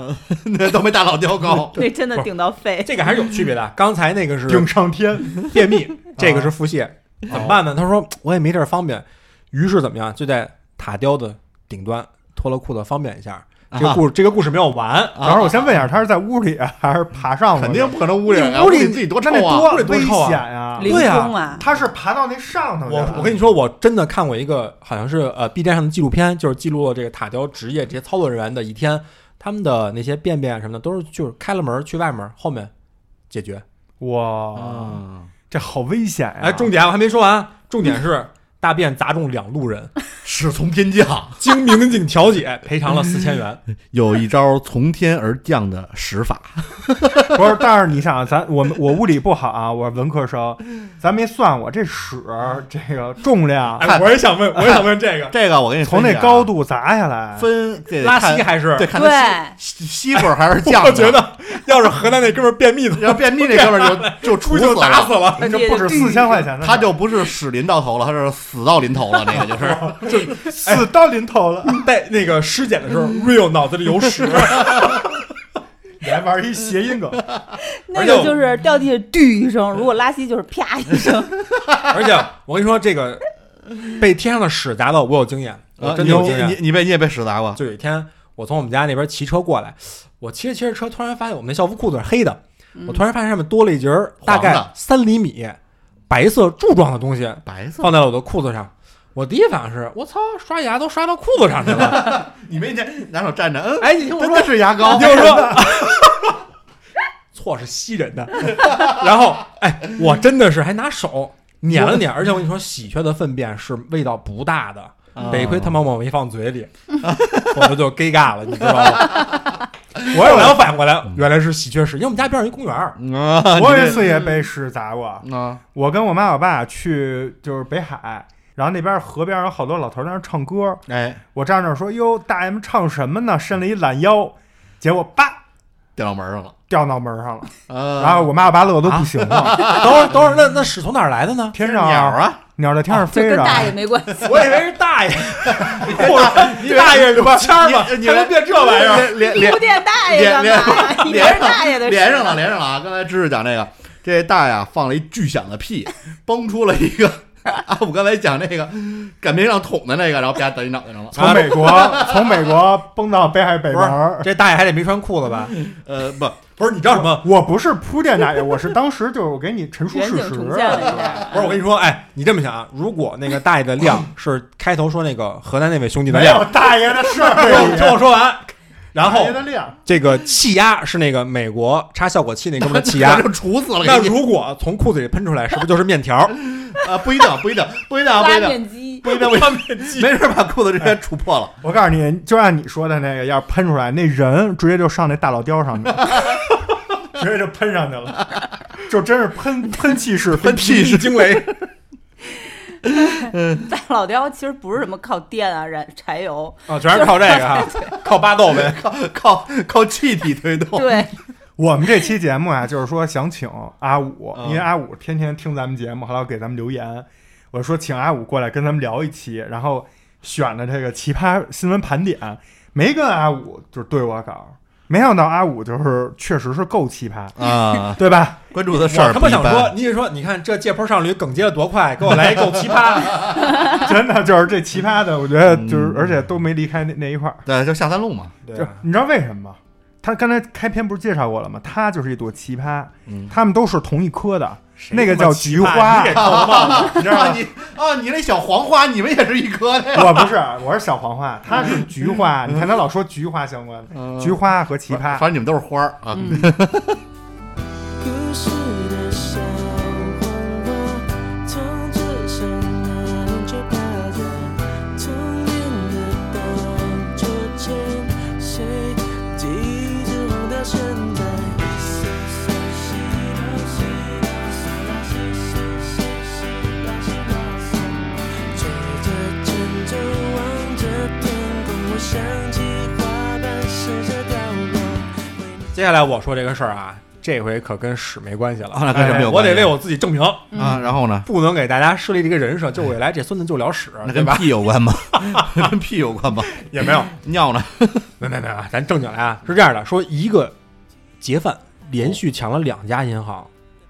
S3: 那都没大老 雕高。
S2: 那真的顶到肺。
S4: 这个还是有区别的。刚才那 个是
S1: 顶上天？
S4: 便秘，这个是腹
S3: 啊
S4: 泻，怎么办呢？他说我也没地儿方便，于是怎么样，就在塔雕的顶端脱了裤子方便一下。这个故这个故事没有完，
S3: 啊
S1: 等会儿我先问一下，他是在屋里啊还是爬上了？
S3: 肯定不可能屋里人啊，
S4: 屋
S3: 屋
S4: 里
S3: 里自己多臭
S1: 那得
S3: 啊！
S1: 多
S4: 屋里多
S1: 危
S4: 臭啊
S1: 险呀！
S2: 凌
S4: 对啊
S2: 空啊，
S1: 他是爬到那上头去
S4: 我
S1: 了。
S4: 我跟你说，我真的看过一个好像是呃 B 站上的纪录片，就是记录了这个塔雕职业这些操作人员的一天，他们的那些便便什么的都是就是开了门去外面后面解决。
S1: 哇，
S3: 啊，
S1: 这好危险呀！
S4: 哎，重点我还没说完，重点 是大便砸中两路 人，
S3: 是从天 降，
S4: 经民警调解赔偿了四千元。
S3: 有一招从天而降的使法。
S1: 不是，但是你想，啊咱我们我物理不好啊，我是文科生，咱没算我这屎这个重量
S4: 哎， 我也想问，我也想问这个，
S3: 这个我给你
S1: 从
S3: 分析
S1: 那
S3: 啊
S1: 高度砸下来，
S3: 分这得
S4: 拉
S3: 看
S4: 稀还是
S3: 对，？看他
S2: 对，
S3: 西西瓜还是酱。
S4: 我觉得要是河南那哥们儿便秘的，
S3: 要便秘这哥们儿就就
S4: 出
S3: 处
S4: 去就
S3: 死
S4: 打
S3: 了
S4: 死。了。
S1: 哎这不止四千块钱的事儿，
S3: 他就不是屎淋到头了，他是死到临头了，那个就是。
S1: 哎死到临头了。
S4: 在那个尸检的时候，Real
S2: 嗯
S4: 脑子里 有屎，
S1: 你还玩一谐音梗，
S2: 那个就是掉地下“滴”一声，如果拉稀就是啪一声。
S4: 而且我跟你说，这个被天上的屎砸到，我有经验，我
S3: 啊
S4: 真
S3: 你
S4: 的有经
S3: 你
S4: 验。
S3: 你你被你也被屎砸过？
S4: 就有一天，我从我们家那边骑车过来，我骑着骑着车，突然发现我们那校服裤子是黑的，
S2: 嗯
S4: 我突然发现上面多了一节儿大
S3: 黄的
S4: 概三厘米白色柱状的东西，
S2: 嗯
S3: 白色，
S4: 放在了我的裤子上。我第一反应是，我操，刷牙都刷到裤子上去了。
S3: 你没见拿手蘸着，嗯，
S4: 哎，你听我
S3: 真
S4: 说
S3: 的，是牙膏
S4: 你。听我说，错是吸人的。然后，哎，我真的是还拿手捻了捻，而且我跟你说，喜鹊的粪便是味道不大的，得亏他妈我没放嘴里， 否则就尴尬了，你知道吗？我后来我反应过来，原来是喜鹊屎，因为我们家边上有一公园儿，
S3: 嗯啊，
S1: 我有一
S3: 也
S1: 次也被屎砸过。
S3: 啊，
S1: 我跟我妈我爸去就是北海，然后那边河边有好多老头儿在那儿唱歌，
S3: 哎，
S1: 我站那儿说：“哟，大爷们唱什么呢？”伸了一懒腰，结果叭
S3: 掉脑门上了。
S1: 掉脑门上了，
S3: 啊，
S1: 然后我妈我爸乐得都不行了。
S4: 等会儿等会儿，那那屎从哪儿来的呢？
S1: 天上
S3: 鸟啊，
S1: 鸟在天上
S2: 哦就
S1: 飞
S2: 跟
S1: 着，
S2: 大爷没关系。
S4: 我以为是大爷， 大爷有签儿吧？
S3: 你
S4: 啊还能变这玩意儿？
S3: 儿，连连
S2: 铺垫大爷干嘛呀？你这
S3: 连
S2: 是大爷的事
S3: 连上了，连上了啊！刚才知识讲这个，这大爷啊放了一巨响的屁，崩出了一个阿五刚才讲那个擀面杖捅的那个，然后啪打你脑袋上了。
S1: 从美国从美国蹦到北海北
S4: 啊不
S1: 门
S4: 是，
S1: 儿。
S4: 这大爷还得没穿裤子吧？
S3: 呃，不，
S4: 不是，你知道什么？
S1: 我不是铺垫大爷，我是当时就是我给你陈述
S2: 远
S1: 事
S2: 景
S1: 实。
S2: 重现了一下。
S4: 不是，我跟你说，哎，你这么想啊，如果那个大爷的 量是开头说那个河南那位兄弟的
S1: 没有
S4: 量，
S1: 大爷的事儿，
S4: 听我听我说完， 然
S1: 大
S4: 后
S1: 爷的量，
S4: 这个气压是那个美国插效果器那哥们儿的气
S3: 那
S4: 压
S3: 就，处死了。
S4: 那
S3: 给你
S4: 如果从裤子里喷出来，是不是就是面条儿？
S3: 啊，不一定，不一定，不一定，啊不一
S2: 拉
S3: 定，
S2: 面机，
S3: 不一定，不一定，没准儿把裤子直接杵破了。
S1: 我告诉你，就按你说的那个，要是喷出来，那人直接就上那大老雕上面， 直接就喷上去了，就真是喷喷气式
S4: 喷屁是惊雷，
S2: 大 老雕其实不是什么靠电啊、燃柴油，
S4: 啊，全是靠这 个哈，靠巴豆呗。
S3: 靠靠气体推
S4: 哦
S3: 动。
S2: 对，
S1: 我们这期节目啊，就是说想请阿五，
S3: 嗯
S1: 因为阿五天天听咱们节目，还要给咱们留言。我说请阿五过来跟咱们聊一期，然后选的这个奇葩新闻盘点，没跟阿五就是对我稿，没想到阿五就是确实是够奇葩，
S3: 啊，
S1: 对吧？
S3: 关注的事
S4: 我
S3: 儿
S4: 他
S3: 不
S4: 妈
S3: 一
S4: 想说
S3: 般。，
S4: 你一说，你看这借坡上驴梗接的多快，给我来一够奇葩。
S1: 真的就是这奇葩的，我觉得就是
S3: 嗯
S1: 而且都没离开那那一块儿。
S3: 对，就下三路嘛，啊
S4: 对
S1: 就你知道为什么吗？他刚才开篇不是介绍过了吗？他就是一朵奇葩，
S3: 嗯，
S1: 他们都是同一科的，
S4: 谁
S1: 那个
S4: 他妈
S1: 叫
S4: 奇
S1: 菊
S4: 葩
S1: 花
S4: 你给扣帽子，你知道
S3: 啊
S4: 吗？
S3: 你啊你那小黄花，你们也是一颗的 呀，
S1: 我不是，我是小黄花，他是菊 花。你看他老说菊花相关的，菊花和奇葩
S3: 嗯反。正你们都是花儿啊。
S2: 嗯，
S5: 故事的小黄瓜，从桌上拿两卷巴掌，聪明的荡秋千，谁记住红到现在？谁谁谁到谁到谁到谁谁谁谁到谁到谁？吹着卷轴，望着天空，我想起花瓣试着掉落。
S4: 接下来我说这个事儿啊，这回可跟屎没关系了，
S3: 啊那跟什么有
S4: 哎我
S3: 关系
S4: 得为我自己证明，
S2: 嗯
S3: 啊，然后呢？
S4: 不能给大家设立这个人设，就未来这孙子就聊屎，
S3: 那
S4: 对
S3: 跟
S4: 吧？
S3: 屁有关 吗？跟屁有关吗？
S4: 也没有，
S3: 尿呢？
S4: 没没没有，咱正经来啊，是这样的，说一个劫犯连续抢了两家银行，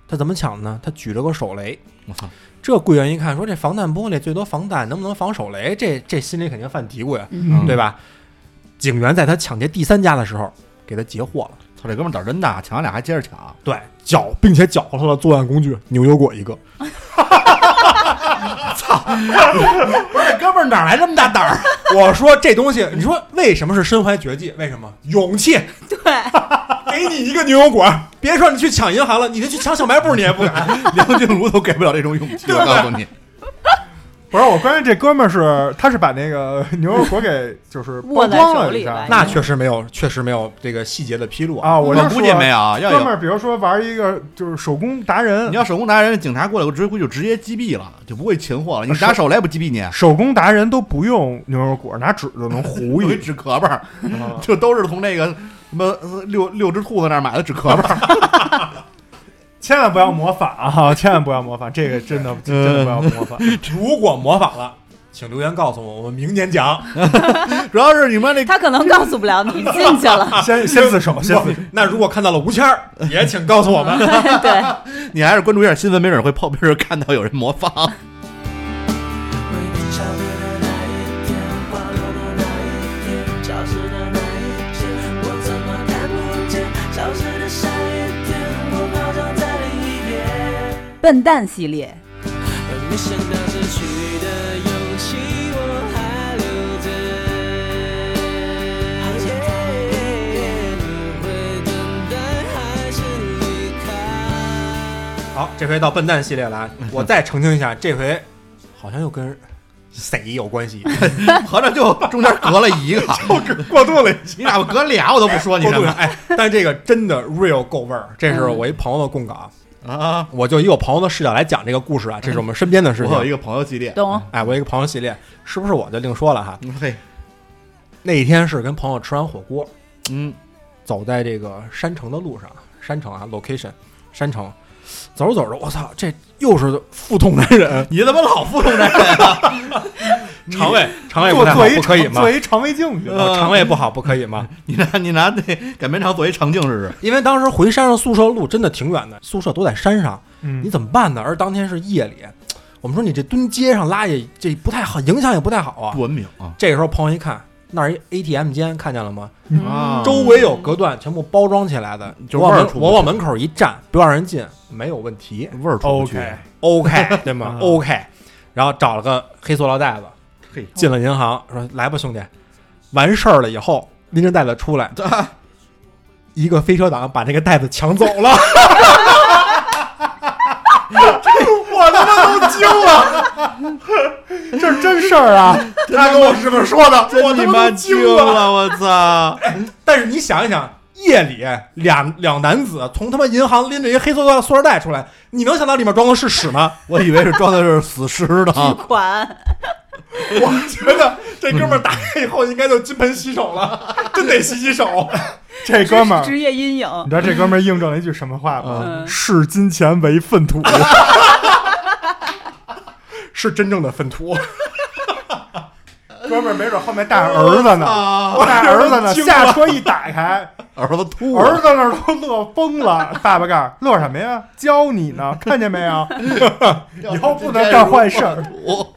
S4: 他怎么抢的呢？他举了个手雷。
S3: 我操！
S4: 这柜员一看说这防弹玻璃最多防弹，能不能防手雷？这这心里肯定犯嘀咕呀，
S2: 嗯
S4: 对吧？警员在他抢劫第三家的时候给他截获了，
S3: 操，这哥们儿胆儿真大，抢俩还接着抢，
S4: 对，缴并且缴获他的作案工具牛油果一 个。
S3: 这哥们儿哪来这么大胆儿？
S4: 我说这东西，你说为什么是身怀绝技？为什么勇气？
S2: 对，
S4: 给你一个牛油果， 别说你去抢银行了，你就去抢小卖部你也不敢。
S3: 梁静茹都给不了这种勇 气，我告诉你，
S1: 不是，我关键这哥们儿是，他是把那个 牛油果给就是
S2: 握
S1: 曝
S2: 在
S1: 光
S2: 手
S1: 了
S2: 里
S1: 一下
S2: 吧
S4: 那确实没有，确实没有这个细节的披露啊。
S1: 啊，我就
S3: 我
S1: 说
S3: 估计没有，啊，要
S1: 哥们
S3: 有
S1: 儿，比如说玩一个就是手工达人
S3: 你，要手工达人，警察过来，我直接估计就直接击毙了，就不会擒获了。你拿手来不击毙你？
S1: 手工达人都不用牛油果，拿纸就能糊
S3: 有一
S1: 一。
S3: 纸壳儿，
S1: 啊
S4: 哦
S3: 就都是从那个什么呃六六只兔子那儿买的纸壳儿。
S1: 千万不要模仿啊！千万不要模仿，这个真
S4: 嗯
S1: 的真的不要模仿。
S4: 如果模仿了，请留言告诉我，我们明年 讲。
S3: 主要是你们那
S2: 他可能告诉不了你进去了，
S1: 先先自首，先自首。
S4: 那如果看到了吴谦儿，也请告诉我们。
S2: 对，
S3: 你还是关注一下新闻，没准会碰，没准看到有人模仿。
S5: 为你吵的那一天，花落的那一天，消失的那一天，我怎么看不见？消失的下一天，我好想再另一遍。
S2: 笨蛋系列，
S5: 而没想到失去的勇气我还留着，好想再问你会等待还是离开？
S4: 好，这回到笨蛋系列了，啊！我再澄清一下，这回好像又跟谁有关 系？
S3: 合着就中间隔了一 个，
S4: 过度了，
S3: 你俩隔俩我都不说你
S4: 过
S3: 什
S4: 度了。
S3: 么
S4: 哎，但这个真的 real 够味儿，这是我一朋友的供稿，
S3: 啊？
S4: 嗯我就以我朋友的视角来讲这个故事啊，这是我们身边的事
S3: 我有一
S4: 情。
S3: 个朋友系列，
S2: 懂？
S4: 哎，我一个朋友系列，是不是我就另说了哈？
S3: 嗯嘿，
S4: 那一天是跟朋友吃完火锅，
S3: 嗯，
S4: 走在这个山城的路上，山城啊，location，山城，走着走着，我操，这又是腹痛难 忍，
S3: 你怎么老附送这个呀？
S4: 肠胃 肠胃不
S1: 做
S4: 太好
S1: 做，一
S4: 不可以
S1: 肠
S4: 吗
S1: 做？一嗯肠胃镜去。
S4: 哦肠胃不好，不可 以吗？
S3: 你拿你拿那擀面杖作为长镜试试。
S4: 因为当时回山上宿舍路真的挺远的，宿舍都在山上，
S1: 嗯
S4: 你，怎么办呢？而当天是夜里，我们说你这蹲街上拉也这不太好，影响也不太好啊
S3: 不。文明啊！
S4: 这个时候朋友一看，那儿一 ATM 间，看见了吗？
S3: 啊
S4: 周围有隔断，全部包装起来的，
S3: 就
S4: 我往
S3: 味儿
S4: 门
S3: 出不去
S4: 我往门口一站，不让人进，没有问题。
S3: 味儿出不去
S1: OK，
S4: OK 对吗
S1: 啊
S4: ？OK，然后找了个黑塑料袋子，
S3: 嘿，
S4: 进了银行，说来吧兄弟，完事儿了以后拎着袋子出来，一个飞车党把这个袋子抢走 了，
S1: 我他妈都惊了， 这是真事儿啊！
S3: 他跟我师傅说的，
S4: 我
S3: 真
S4: 他
S3: 你
S4: 妈
S3: 妈
S4: 都
S3: 惊
S4: 惊了
S3: 了！我操！
S4: 但是你想一想。夜里，两两男子从他妈银行拎着一黑塑料塑料袋出来，你能想到里面装的是屎 吗？
S3: 我以为是装的是死尸呢。
S2: 巨款，
S4: 我觉得这哥们儿打开以后应该就金盆洗手了，真得洗洗 手。
S1: 这哥们儿，
S2: 职业阴影，
S1: 你 知道这哥们儿印证了一句什么话吗？
S2: 嗯
S1: 视金钱为粪土。
S4: 是真正的粪土，
S2: 啊
S1: 哥们儿没准后面带着儿子呢，
S3: 啊！
S1: 带着儿子呢，
S4: 嗯 惊了
S1: 下车一打开，
S3: 儿子 吐
S1: 儿
S3: 了，
S1: 子那儿都乐疯了。爸爸告诉乐什么呀？
S3: 哦
S1: 教你呢，看见没有？以后不能干坏事儿。
S3: 吐，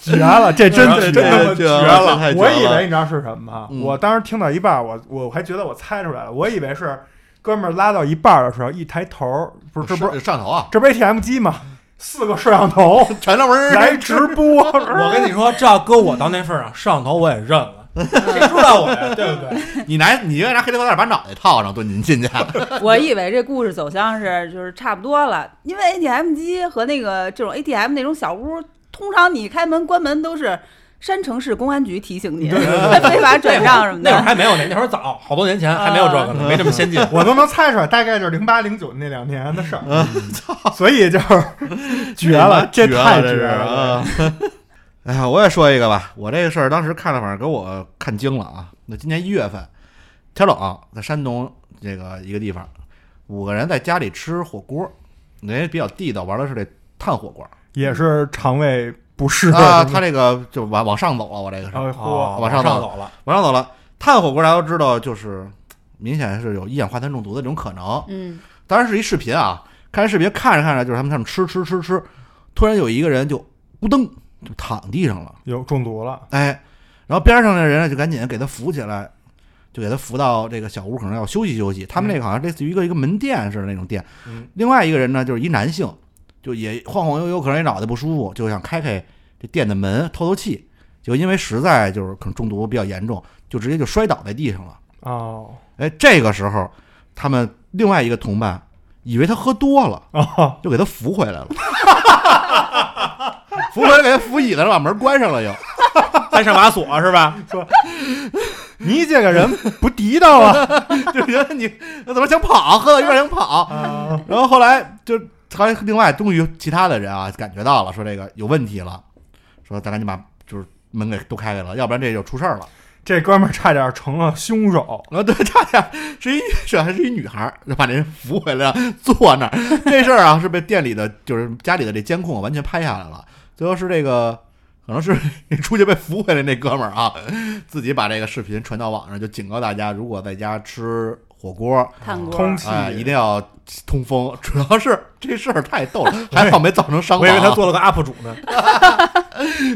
S1: 绝了，这真的
S3: 绝
S1: 真的
S3: 绝了
S1: 了
S3: 太！绝
S1: 我以
S3: 了
S1: 为你知道是什么吗？
S3: 嗯
S1: 我当时听到一半儿，我我还觉得我猜出来了，我以为是哥们儿拉到一半儿的时候一抬头儿，不是这不是
S3: 摄摄像 头啊，
S1: 这不是 ATM 机吗？四个摄像头
S3: 全都是
S1: 来直播，
S4: 我跟你说，这要搁我到那份儿上，摄像头我也认 了，谁知道 我呀？对不对？
S3: 你拿你应该拿黑头带把脑袋套上，蹲进进去。
S2: 我以为这故事走向是就是差不多了，因为 ATM 机和那个这种 ATM 那种小屋，通常你开门关门都是山城市公安局提醒您非法转账什么
S4: 那会
S2: 的。
S4: 儿
S2: 啊
S4: 还没有那，那会儿早，好多年前还没有这个呢，没这么 先进。
S1: 我都能猜出来，大概就是零八零九那两年的事儿。
S3: 嗯
S1: 所以就是绝了，
S3: 哎这
S1: 太
S3: 绝
S1: 绝
S3: 了
S1: 了！
S3: 这是。啊 哎呀，我也说一个吧，我这个事儿当时看了，反正给我看惊了啊。那今年一月份，天冷、在山东这个一个地方，五个人在家里吃火锅，人家比较地道，玩的是这炭火锅
S1: 也是肠胃不适
S3: 啊。他这个就往往上走了，我这个是
S1: 啊
S4: 哦
S1: 嚯，
S3: 往上走
S4: 走了，
S3: 往上走了。炭火锅大家都知道，就是明显是有一氧化碳中毒的这种可能。
S2: 嗯，
S3: 当然是一视频啊，看视频看着看着，就是他们他们吃吃吃吃，突然有一个人就咕噔就躺地上了，
S1: 有中毒了，
S3: 哎，然后边上的人呢就赶紧给他扶起来，就给他扶到这个小屋，可能要休息休息。他们那个好像类似于一个一个门店似的那种店。
S4: 嗯
S3: 另外一个人呢就是一男性，就也晃晃悠悠，可能也脑袋不舒服，就想开开这店的门透透气，就因为实在就是可能中毒比较严重，就直接就摔倒在地上了。
S1: 哦
S3: 哎，这个时候，他们另外一个同伴以为他喝多了，
S1: 哦，
S3: 就给他扶回来了， 扶回来给他扶椅子上，把门关上了又。
S4: 带上把锁是吧？
S1: 你这个人不地道啊！
S3: 就觉得你我怎么想跑，喝到一半想跑，
S1: 啊
S3: 然后后来就后来另外终于其他的人啊感觉到了，说这个有问题了，说咱赶紧把就是门给都开开了，要不然这就出事儿了。
S1: 这哥们儿差点成了凶手，
S3: 然后对， 差点是一是还是一女孩儿，就把那人扶回来了，坐那儿。这事儿啊是被店里的就是家里的这监控完全拍下来了，最后是这个。可能是 你出去被扶回来那哥们儿啊，自己把这个视频传到网上，就警告大家，如果在家吃火锅，
S2: 看过。
S1: 通气
S3: 哎，一定要通风。主要是这事儿太 逗了，还好没造成伤
S4: 我
S3: 亡啊。
S4: 以为他做了个 UP 主呢。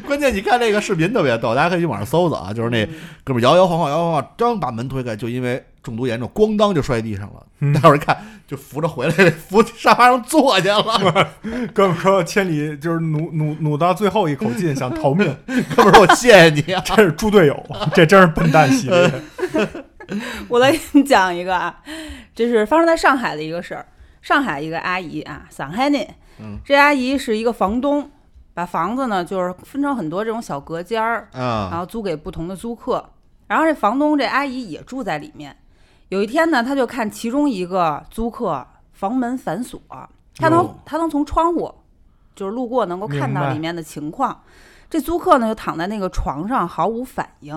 S3: 关键你看这个视频特别逗，大家可以去网上搜搜啊，就是那哥们儿摇摇晃晃，摇摇晃晃，刚把门推开，就因为中毒严重，咣当就摔地上了。
S1: 嗯
S3: 待会儿一看，就扶着回来，扶沙发上坐下了。
S1: 哥们儿说千里就是努努努到最后一口劲，想逃命。
S3: 哥们儿说：“我谢谢你啊。
S1: 这是猪队友，这真是笨蛋系列。
S3: 嗯
S2: 我来给 你讲一个啊，这是发生在上海的一个事儿。上海一个阿姨啊，上海呢，
S3: 嗯
S2: 这阿姨是一个房东，把房子呢就是分成很多这种小隔间儿，”然
S3: 啊，
S2: 后租给不同的租客。然后这房东这阿姨也住在里面。有一天呢，她就看其中一个租客房门反锁，她能
S3: 哟
S2: 她能从窗户就是路过能够看
S1: 明
S2: 到
S1: 白
S2: 里面的情况。这租客呢就躺在那个床上毫无反应，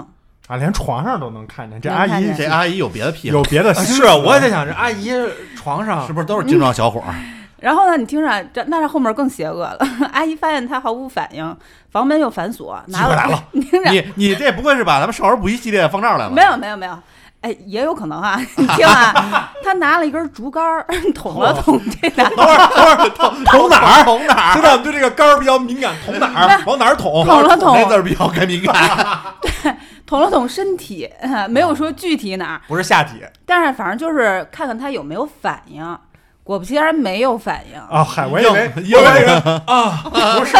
S1: 啊，连床上都能看见，这
S2: 能
S1: 阿
S2: 看
S1: 姨
S2: 见
S3: 这阿姨有别的癖好
S1: 有，别的心
S4: 是，
S1: 思
S4: 我也在想，这阿姨床上
S3: 是不是都是精壮小伙儿？
S2: 然后呢，你听着，这那这后面更邪恶了。 阿姨发现他毫无反应，房门又反锁，拿
S3: 机会 来了。
S2: 你听着，
S3: 你你这不会是把咱们少儿不宜系列放这儿来了？
S2: 没有没有没有，哎，也有可能啊。 你听啊，他拿了一根竹竿儿 捅了捅这男的，
S3: 捅哪儿？捅哪儿？
S4: 现在我们对这个杆儿比较敏感，捅哪儿往哪儿捅。
S2: 捅了
S3: 那字
S2: 捅，
S3: 儿比较该敏感。
S2: 捅了捅身体， 没有说具体哪儿，
S4: 不是下体，
S2: 但是反正就是看看他有没有反应。果不其然，没有反应。
S1: 啊，嗨，我以为
S3: 硬
S1: 我以为啊，不是，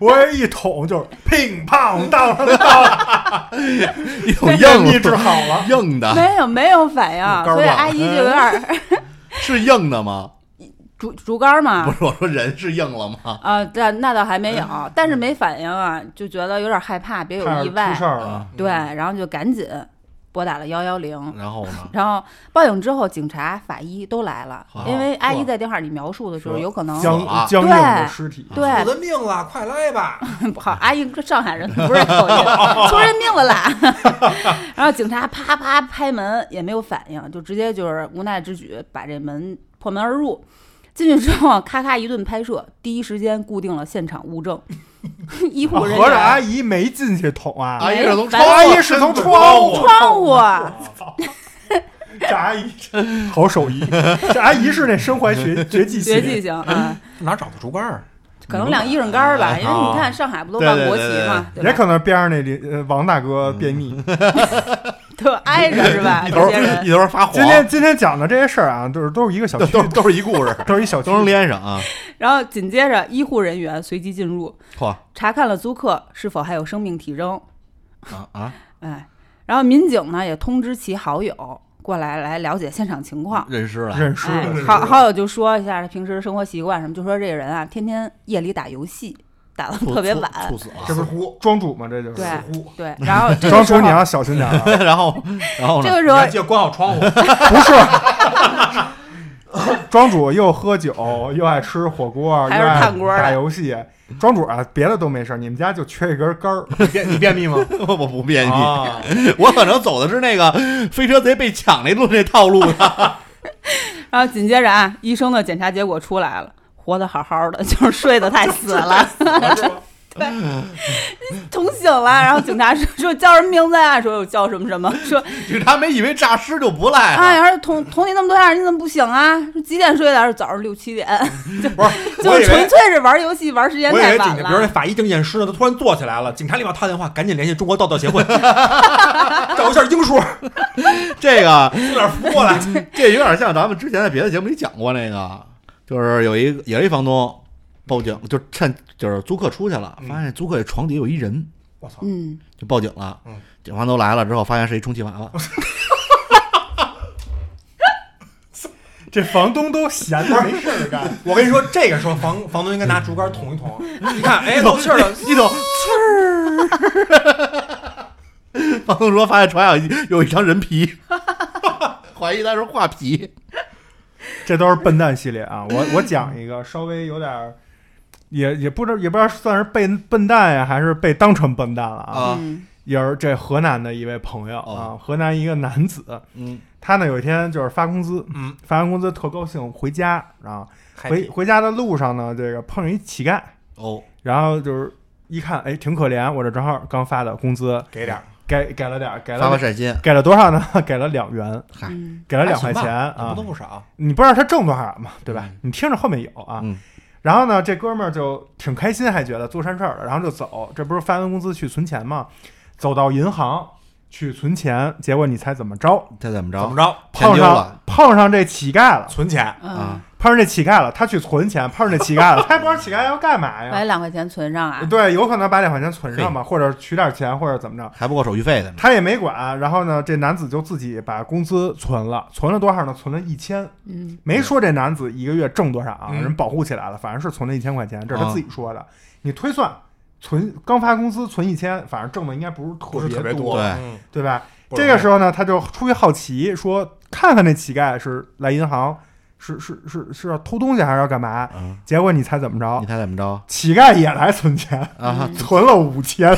S1: 我以为一捅就是乒乓当当当，
S3: 有
S1: 便
S3: 硬
S1: 秘治好了。
S3: 硬的，
S2: 没有没有反
S3: 嗯
S2: 应，
S3: 杆儿
S2: 所以
S3: 忘了
S2: 阿姨就有点 儿
S3: 是硬的吗？
S2: 竹竹竿儿嘛，
S3: 不是，我嗯说人是硬了吗？
S2: 啊，但那倒还没有，但是没反应啊，就觉得有点害怕， 别有
S1: 差
S2: 意
S1: 点出
S2: 外
S1: 事，儿
S3: 啊
S1: 了，
S2: 对，然后就赶紧拨打了幺幺零。
S3: 然后呢？
S2: 然后报警之后，警察、法医都来了
S3: 好，
S2: 因为阿姨
S3: 嚯
S2: 在电话里描述的时候，
S3: 说
S2: 有可能
S3: 行死
S1: 僵僵
S3: 了
S1: 硬的尸体，
S2: 嗯对
S4: 我的命了，快来 吧！
S2: 好，阿姨跟上海人不是口音，出人命了啦。 然后警察啪啪拍门也没有反应，就直接就是无奈之举，把这门破门而入。进去之后，咔咔一顿拍摄，第一时间固定了现场物证，医护人员。
S1: 啊合着阿姨没进去捅啊，
S3: 阿姨是从
S2: 没有
S3: 窗
S1: 阿
S3: 户
S1: 姨是从窗户，
S2: 窗户，
S1: 这阿姨真 好手艺，这阿姨是那身怀绝绝技系
S2: 绝技
S1: 列，
S2: 型啊！
S4: 哪儿找的竹竿儿？
S2: 可能晾衣裳杆儿吧，因为
S3: 哦
S2: 你看上海不都放
S3: 对对
S2: 国旗
S3: 对对
S2: 嘛，
S1: 也
S2: 对吧？嗯
S1: 可能边上那里呃王大哥便秘。
S2: 都挨着是 吧？
S3: 一
S2: 这
S3: 嗯头
S2: 些人
S3: 一头发黄，
S1: 今
S2: 哦
S1: 天今天讲的这些事儿啊，都是都是一个小
S3: 都
S1: 区
S3: 都，都是一故事，
S1: 都是一小区
S3: 都。能连上啊！
S2: 然后紧接着，医护人员随即进入，
S3: 嚯
S2: 查看了租客是否还有生命体征。
S3: 啊啊！
S2: 哎，然后民警呢也通知其好友过来来了解现场情况。
S3: 认尸了，
S1: 认识
S2: 哎，好好友就说一下他平时的生活习惯什么，就说这个人啊，天天夜里打游戏，打到
S3: 猝
S2: 特别
S3: 猝
S2: 晚。
S3: 猝死了。
S1: 这不是庄主吗？这就是
S2: 对
S4: 呼，
S2: 对，然后这
S1: 庄
S2: 个时
S1: 主
S2: 候
S1: 你，要小心点儿啊！
S3: 然后，然后
S2: 这
S3: 呢？
S2: 个时
S4: 你
S2: 候
S4: 还记得关好窗户，
S1: 不是， 庄主又喝酒，又爱吃火锅，又
S2: 还是
S1: 爱
S2: 烫锅的
S1: 打游戏。庄主啊，别的都没事儿，你们家就缺一根杆 儿。
S4: 你便你便秘吗？
S3: 我我不便秘，
S4: 啊，
S3: 我可能走的是那个飞车贼被抢那路那套路的。
S2: 然后紧接着啊，医生的检查结果出来了，活得好好的， 就是睡得太死 了， 捅醒了。然后警察说说叫什么名字呀、说又叫什么什么？ 说
S3: 警察没以为诈尸就不赖
S2: 哎
S3: 了，
S2: 呀，说捅捅你那么多下，你怎么不醒啊？说几点睡的？说早上六 七点，
S4: 不是，
S2: 就
S4: 我
S2: 是
S4: 以
S2: 纯
S4: 为
S2: 粹是玩游戏玩时间
S4: 我以
S2: 太
S4: 为警
S2: 晚
S4: 察，比如
S2: 了
S4: 那。法医正验尸呢，他突然坐起来了，警察立马打电话，赶紧联系中国道教协会， 找一下英叔，
S3: 这个
S4: 有点 扶过来。
S3: 这有点像咱们之前在别的节目里讲过那个，就是有一个也是一房东报警，就趁就是租客出去了，
S4: 嗯
S3: 发现租客床底有一人，
S4: 我操，
S2: 嗯，
S3: 就报警了
S4: 嗯。
S3: 警方都来了之后，发现是一充气娃 娃，
S1: 这房东都闲着没事儿干，
S4: 我跟你说，这个时候房房东应该拿竹竿捅一捅，你看，哎，漏气儿 了，
S3: 一种刺儿。 房东说发现床上有一有一张人皮， 怀疑他是画皮。
S1: 这都是笨蛋系列啊！我我讲一个稍微有点儿，也也不知道也不知道算是被笨蛋呀，还是被当成笨蛋了啊！
S3: 啊
S2: 嗯
S1: 也是这河南的一位朋友啊
S3: 哦，
S1: 河南一个男子，
S3: 嗯，
S1: 他呢有一天就是发工资，
S4: 嗯，
S1: 发完工资特高兴回家啊，
S4: 海
S1: 回
S4: 底
S1: 回家的路上呢，这个碰上一乞丐，
S3: 哦，
S1: 然后就是一看，哎，挺可怜，我这正好刚发的工资，
S4: 给点儿，
S1: 给给了点儿，给
S3: 发
S1: 了
S3: 发善心，
S1: 给了多少呢？ 给了两元，
S2: 嗯
S1: 给了两块钱
S4: 还行吧
S1: 啊
S4: 不，都不少，
S1: 你不知道他挣多少嘛，对吧？你听着后面有啊。
S3: 嗯
S1: 然后呢，这哥们儿就挺开心，还觉得做善事儿了，然后就走。这不是发完工资去存钱吗？走到银行去存钱，结果你猜怎么着？
S3: 他怎么
S4: 怎么
S3: 着？
S4: 着，
S3: 钱
S1: 碰
S3: 丢
S1: 上
S3: 了
S1: 碰上这乞丐了，
S4: 存钱，
S2: 嗯
S3: 啊，
S1: 碰上这乞丐了，他去存钱，碰上这乞 丐了，他也不知道乞丐要干嘛
S2: 把
S1: 呀？
S2: 两块钱存上啊。
S1: 对，有可能把两块钱存上嘛，或者取点钱，或者怎么着，
S3: 还不够手续费的呢。
S1: 他也没管。然后呢，这男子就自己把工资存了，存了多少呢？存了一千，
S2: 嗯
S1: 没说这男子一个月挣多少啊，
S4: 嗯
S1: 人保护起来了，反正是存了一千块钱，这是他自己说的。你推算，存刚发工资存一千，反正挣的应该不是
S4: 不是特
S1: 别
S4: 别多，
S3: 对
S4: 嗯
S1: 对吧？
S4: 不
S1: 这
S4: 容易
S1: 个时候呢，他就出于好奇，说看看那乞丐是来银行，是是是是要偷东西还是要干嘛？
S3: 嗯，
S1: 结果你猜怎么着
S3: 你？猜怎么着
S1: 乞丐也来存钱，
S3: 啊？
S1: 存了五千。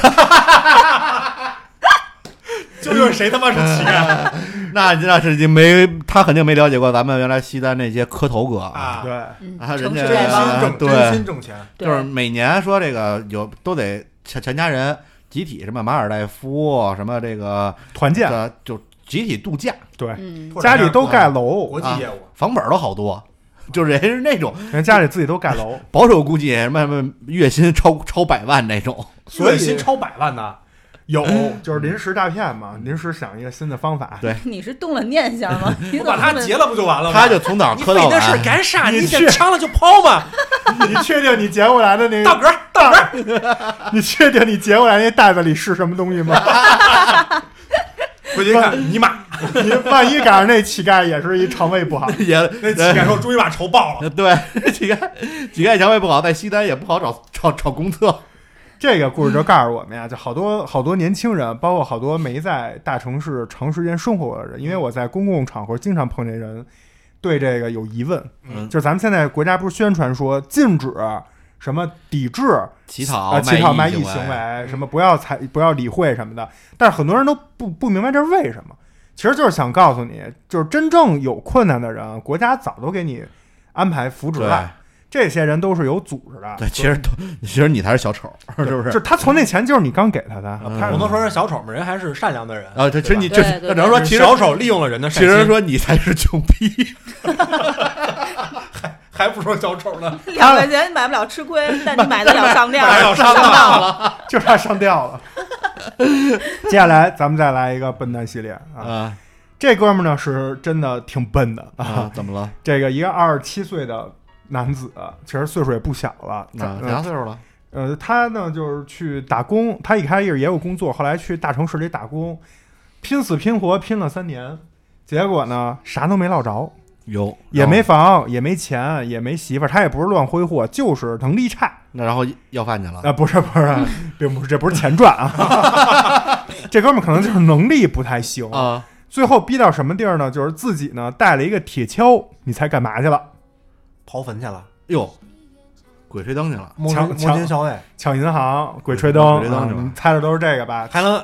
S4: 究竟谁他妈是乞丐
S3: 那那是你没，他肯定没了解过咱们原来西单那些磕头哥啊，
S4: 啊？
S1: 对，
S2: 嗯
S3: 啊，人
S2: 诚
S3: 家
S2: 实
S4: 真
S2: 待
S4: 心
S2: 望
S3: 啊
S4: 挣，真
S3: 对
S4: 心，挣钱，
S2: 对
S3: 就是每年说这个有都得全全家人集体什么马尔代夫什么这个
S1: 团建，
S3: 呃就集体度假，
S1: 对，
S2: 嗯，
S1: 家里都盖楼，
S4: 啊国际业务，
S3: 房本儿都好多， 就是人是那种
S1: 人家里自己都盖楼，
S3: 保守估计什么什么月薪超超百万那种，
S1: 所以
S4: 月薪超百万呢，
S1: 有就是临时诈骗嘛，临时想一个新的方法。
S3: 对
S2: 你是动了念想吗？你怎
S4: 我把
S2: 么
S4: 他
S2: 这么
S4: 劫了不就完了吗？
S3: 他就从早上
S4: 哦你
S3: 磕
S4: 费
S3: 到
S4: 那事儿
S3: 晚，
S4: 干啥？
S1: 你
S4: 你
S1: 去
S4: 想枪了就抛 嘛，
S1: 你确定你捡回来的那
S4: 大
S1: 个？
S4: 哥，大哥，
S1: 你确定你捡回来那袋子里是什么东西吗？
S4: 回去一看，尼玛，
S1: 你万一赶上那乞丐也是一肠胃不好，
S3: 也
S4: 那乞丐说终于把仇报了，
S3: 呃 对乞丐乞丐行为不好，在西单也不好找找找公厕，
S1: 这个故事就告诉我们呀，就好多好多年轻人，包括好多没在大城市长时间生活过的人，因为我在公共场合经常碰见人对这个有疑问。
S3: 嗯
S1: 就是咱们现在国家不是宣传说禁止什么抵制
S3: 乞讨
S1: 啊乞讨卖
S3: 艺
S1: 艺行为，嗯什么不要采不要理会什么的，但是很多人都不不明白这是为什么。其实就是想告诉你，就是真正有困难的人，国家早都给你安排扶植
S3: 对
S1: 了，这些人都是有组织的。
S3: 对，其实都其实你才是小丑，是不
S1: 就是
S3: 是？
S1: 他存那钱就是你刚给他的，
S3: 嗯
S1: 他
S4: 我能说是小丑吗？人还是善良的人
S3: 啊，这其实你
S4: 对
S2: 对
S3: 这
S2: 对
S3: 那只能说
S4: 吧
S3: 其实
S4: 小丑利用了人的
S3: 其
S4: 善心，
S3: 实说你才是穷逼，
S4: 才不说小丑呢，
S2: 两块钱你买不了吃亏，但你买得了上吊。
S1: 买得了上当
S3: 当了。
S1: 就差上吊了。接下来咱们再来一个笨蛋系列啊，
S3: 啊
S1: 这哥们儿呢是真的挺笨的
S3: 啊！怎么了？
S1: 这个一个二十七岁的男子，其实岁数也不小了。
S3: 啊，
S1: 呃
S3: 多大岁数了？
S1: 呃，他呢就是去打工，他一开始也有工作，后来去大城市里打工，拼死拼活拼了三年，结果呢啥都没落着，
S3: 有
S1: 也没房，也没钱，也没媳妇儿，他也不是乱挥霍，就是能力差。
S3: 那然后要饭去了
S1: 啊，不是不是，并不是，这不是钱赚啊， 这哥们儿可能就是能力不太行。
S3: 啊？
S1: 最后逼到什么地儿呢？就是自己呢带了一个铁锹，你猜干嘛去了？
S4: 刨坟去了，
S3: 哟，鬼吹灯去了，
S4: 摸
S1: 抢
S4: 金摸
S1: 抢
S4: 金校 尉，
S1: 抢银行、鬼吹
S3: 鬼
S1: 灯，
S3: 吹灯
S1: 啊
S3: 是吧
S1: 你猜的都是这个吧？
S4: 还能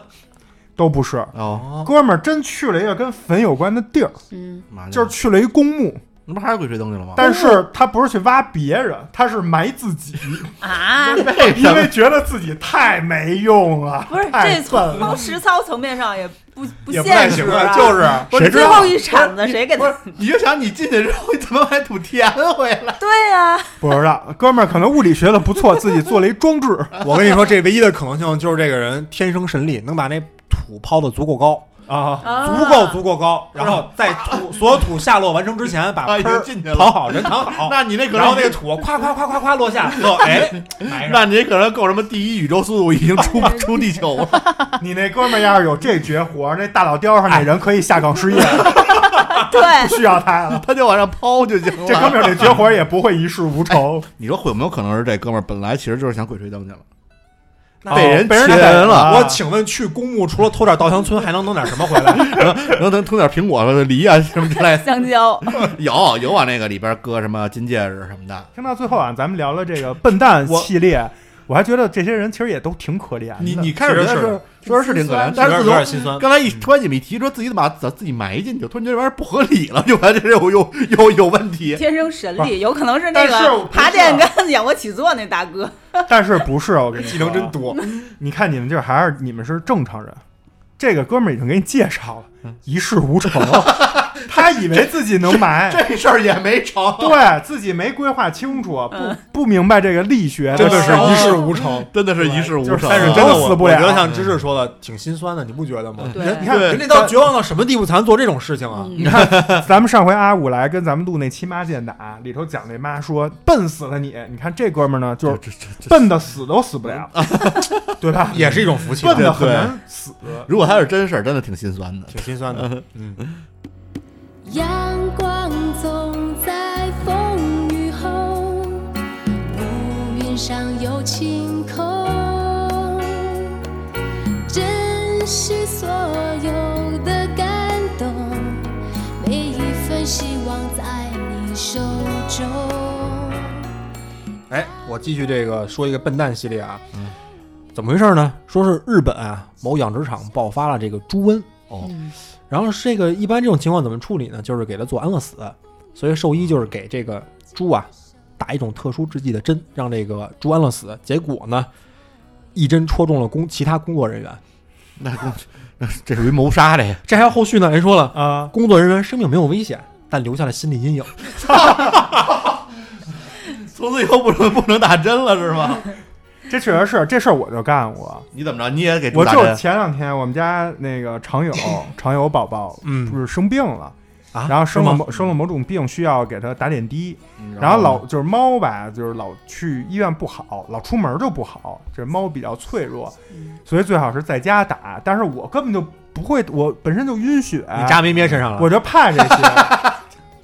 S1: 都不是，
S3: 哦，
S1: 哥们儿真去了一个跟坟有关的地儿，
S2: 嗯，
S3: 妈
S1: 就是去了一公墓，
S3: 那不还是鬼吹灯去了吗？
S1: 但是他不是去挖别人，他是埋自己，
S2: 啊，
S3: 为
S1: 因为觉得自己太没用了，
S2: 不是
S1: 太
S2: 这
S1: 笨了
S2: 从实操层面上也不不
S4: 也不太
S2: 现
S4: 行
S2: 实
S4: 了，
S2: 啊，
S4: 就是
S2: 不
S1: 谁
S2: 是
S1: 知
S2: 最
S1: 道
S2: 后一铲子谁给
S3: 不
S2: 他
S3: 是？，你就想你进去之后怎么还吐田回 来？
S2: 对呀、
S1: 不知道，哥们儿可能物理学的不错，自己做了一装置，
S4: 我跟你说，这唯一的可能性就是这个人天生神力，能把那土抛的足够高，
S1: 啊，
S2: 啊
S4: 足够足够高，然后在土所有土下落完成之前，把
S3: 啊已
S4: 坑
S3: 经
S4: 儿
S3: 进去了
S4: 刨好，人躺好，
S3: 那你那可能
S4: 然后 那个土夸夸夸夸夸落下，呵，哎，埋上
S3: 那你可能够什么第一宇宙速度已经出出地球了，
S1: 你那哥们儿要是有这绝活，那大老雕上那人可以下岗失业了，
S2: 对哎
S1: 不，需要他了。
S3: 他就往上抛就行了。
S1: 这哥们儿这绝活也不会一事无成，
S3: 你说会有没有可能是这哥们儿本来其实就是想鬼吹灯去了，
S4: 那
S3: 被人
S1: 哦被人
S3: 气
S1: 逮
S3: 人
S1: 了
S3: 了，
S4: 我请问，去公墓除了偷点稻香村，还能弄点什么回 来？
S3: 能能吞点苹果、梨啊什么之类的，
S2: 香蕉，
S3: 有有往那个里边搁什么金戒指什么的。
S1: 听到最后啊，咱们聊了这个笨蛋系列，我还觉得这些人其实也都挺可怜的。
S3: 你你开始觉得
S4: 是
S3: 是说是挺可怜，但
S4: 有
S3: 是自
S4: 点有
S3: 从
S4: 点心酸。
S3: 刚才一突然你们一提说自己怎么把自己埋进去，突然觉得这玩意儿不合理了，就完全有有有有问题。
S2: 天生神力，有可能是那
S1: 但是我
S2: 个
S1: 不
S2: 爬
S1: 是
S2: 电跟仰卧起坐那大哥。
S1: 但是不是啊我跟你说
S4: 技能真多，
S1: 你看你们这还是你们是正常人，这个哥们儿已经给你介绍了，一事无成， 他以为自己能埋。
S3: 这事儿也没成，
S1: 对自己没规划清楚，不不明白嗯这个力学，
S4: 真的是
S1: 哦
S4: 一事无成。
S3: 真的是一事无
S1: 就
S3: 成啊
S1: 是。
S4: 嗯但是真的，
S1: 都
S4: 我
S1: 死不
S4: 我
S1: 了
S4: 觉得像芝芝说的，挺心酸的，你不觉得吗？
S2: 对
S4: 人
S1: 你看
S3: 对
S4: 人家到绝望到什么地步才能做这种事情啊？
S2: 嗯
S1: 你看，咱们上回阿五来跟咱们录那期妈见打里头讲那妈说笨死了你，你看这哥们儿呢就
S3: 这
S1: 是
S3: 这这这，
S1: 笨的死都死不了，对吧？
S4: 也是一种福气吧，啊
S1: 笨的很难死。
S3: 如果他是真事儿，真的挺心酸的。
S4: 挺心酸的。嗯，
S6: 阳光总在风雨后，乌云上有晴空，珍惜所有的感动，每一份希望在你手中。
S4: 哎，我继续这个说一个笨蛋系列啊。怎么回事呢？说是日本啊某养殖场爆发了这个猪瘟
S3: 哦，
S4: 然后这个一般这种情况怎么处理呢？就是给它做安乐死，所以兽医就是给这个猪啊打一种特殊制剂的针，让这个猪安乐死。结果呢，一针戳中了工其他工作人员，
S3: 那那那这属于谋 杀的呀！
S4: 这还有后续呢。人说了，
S1: 啊，
S4: 工作人员生命没有危险，但留下了心理阴影。
S3: 从此以后不能不能打针了是吗？
S1: 这确实是这事儿我就干过，
S3: 你怎么着？你也给猪
S1: 我
S3: 打
S1: 就
S3: 针？
S1: 前两天我们家那个常 友常友宝宝
S4: 嗯
S1: 不是生病了，
S4: 啊，
S1: 然后生了
S4: 是吗
S1: 某生了某种病，需要给他打点滴，
S3: 嗯
S1: 然后老
S3: 呢
S1: 就是猫吧，就是老去医院不好，老出门就不好，这猫比较脆弱，
S4: 嗯
S1: 所以最好是在家打。但是我根本就不会，我本身就晕血，
S4: 你扎咩咩身上了，
S1: 我就怕这 些，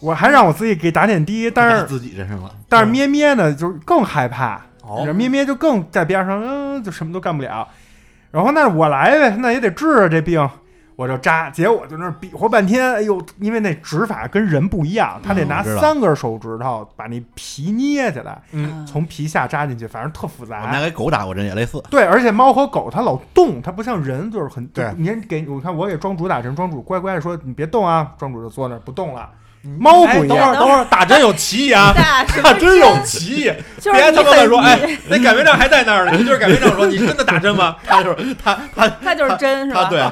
S1: 我还让我自己给打点滴，但
S3: 打
S1: 是
S3: 自己身上了，
S1: 但是咩咩呢，就是更害怕，
S4: 嗯哦
S1: 咩咩就更在边上，嗯，就什么都干不了。然后那我来呗，那也得治啊这病，我就扎。结果就那儿比划半天，哎呦，因为那指法跟人不一样，他得
S3: 嗯
S1: 拿
S3: 我知道
S1: 三根手指头把那皮捏起来，
S4: 嗯，哦
S1: 从皮下扎进去，反正特复
S3: 我们家
S1: 杂。
S3: 给狗打过针也 类似。
S1: 对，而且猫和狗它老动，它不像人，就是很
S4: 对
S1: 你给我看我给庄主打针，庄主乖乖的说你别动啊，庄主就坐那儿不动了。猫
S4: 哎
S1: 不一
S4: 等会
S1: 样，
S4: 儿等会儿，打针有歧 义啊，
S2: 大什么
S4: 打针有歧义。
S2: 就是
S4: 别
S2: 你
S4: 他妈的
S2: 很
S4: 说，
S2: 你
S4: 哎，那擀面杖还在那儿呢，你就是擀面杖说，你真的打 针吗？
S3: 他就是他他
S2: 他就是真是
S3: 他
S2: 吧？
S3: 对，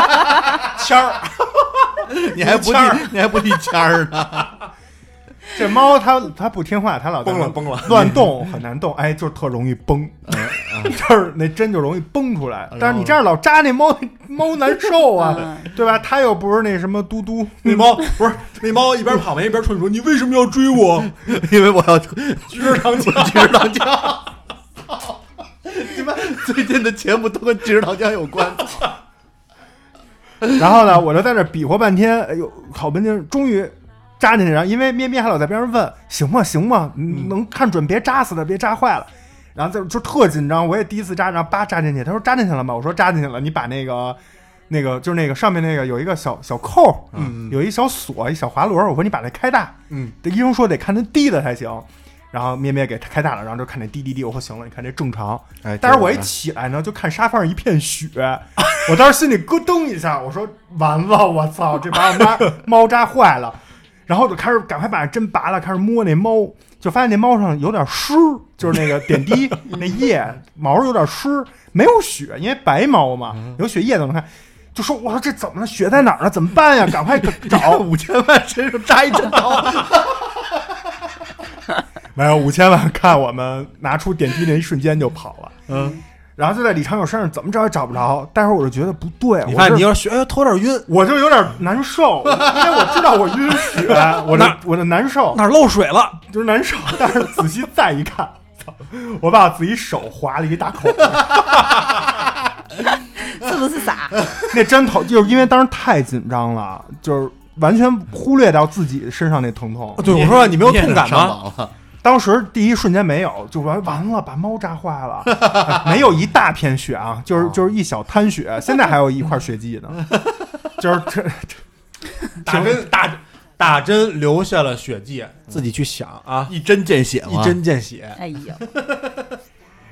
S4: 签儿，
S3: 你还不
S4: 签儿
S3: 递你还不递签儿呢？
S1: 这猫它它不听话，它老在那
S4: 崩了崩了嗯
S1: 乱动很难动，哎，就是特容易崩， 就是那针就容易崩出来。
S4: 哎
S1: 但是你这样老扎那猫，猫难受啊， 对吧？它又不是那什么嘟嘟，
S4: 那猫不是那猫一边跑完一边冲你说：“你为什么要追我
S3: 因为我要 举着 糖浆，举着糖浆。你们最近的节目都跟举着糖浆有关，
S1: 然后呢，我就在这比划半天，哎呦，好半天，终于扎进去。然后因为咩咩还老在边上问：“行吗？行吗？
S4: 嗯
S1: 能看准，别扎死它，别扎坏了。”然后就就特紧张，我也第一次扎，然后叭扎进去。他说：“扎进去了吗？”我说：“扎进去了。”你把那个。那个就是那个上面那个有一个小小扣，嗯，有一小锁，一小滑轮。我说你把那开大，
S4: 嗯，
S1: 这医生说得看那低的才行。然后咩咩给它开大了，然后就看那滴滴滴。我说行了，你看这正常。
S3: 哎
S1: 但是我一起来呢，就看沙发上一片血，我当时心里咯噔一下，我说完了，我操，这把我妈猫扎坏了。然后就开始赶快把针拔了，开始摸那猫，就发现那猫上有点湿，就是那个点滴 那液毛有点湿，没有血，因为白猫嘛，有血液怎么看？就说我说这怎么了？血在哪儿呢？怎么办 呀？赶快找五千万身上扎一针刀。 没有五千万，看我们拿出点滴那一瞬间就跑了。嗯，然后就在李长友身上怎么找也找不着。待会儿我就觉得不对，？”
S4: 你
S1: 我
S4: 看
S1: 这
S4: 你要学，哎呦头有点晕，
S1: 我就有点难受，因为我知道我晕 血，我
S4: 哪
S1: 的我的难受
S4: 哪儿漏水了？
S1: 就是难受，但是仔细再一看，操，我把我自己手划了一大口，
S2: 是不是傻？
S1: 那针头就是因为当时太紧张了，就是完全忽略掉自己身上那疼痛。
S4: 对，我说你没有痛感吗？
S3: 吗？
S1: 当时第一瞬间没有，就完完了，把猫扎坏了， 哎没有一大片血啊，就是就是一小滩血，现在还有一块血迹呢，就是这
S4: 打针打打针留下了血迹，自己去想啊，
S3: 一针见血
S4: 一
S3: 吗？
S4: 针见血。
S2: 哎呦，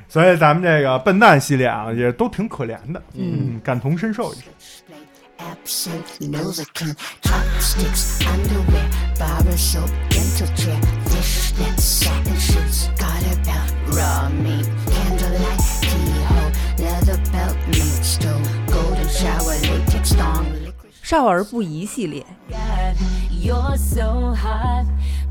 S1: 所以咱们这个笨蛋系列啊，也都挺可怜的，嗯，感同身受一下。
S7: Absent Novocaine, chopsticks, underwear, barber soap, dental chair, fishnet, satin shoes, garter belt, raw meat, candlelight, keyhole, leather belt, meat stove, golden shower, latex thong, liquid
S2: 少儿不宜系列，
S7: God, you're so hot.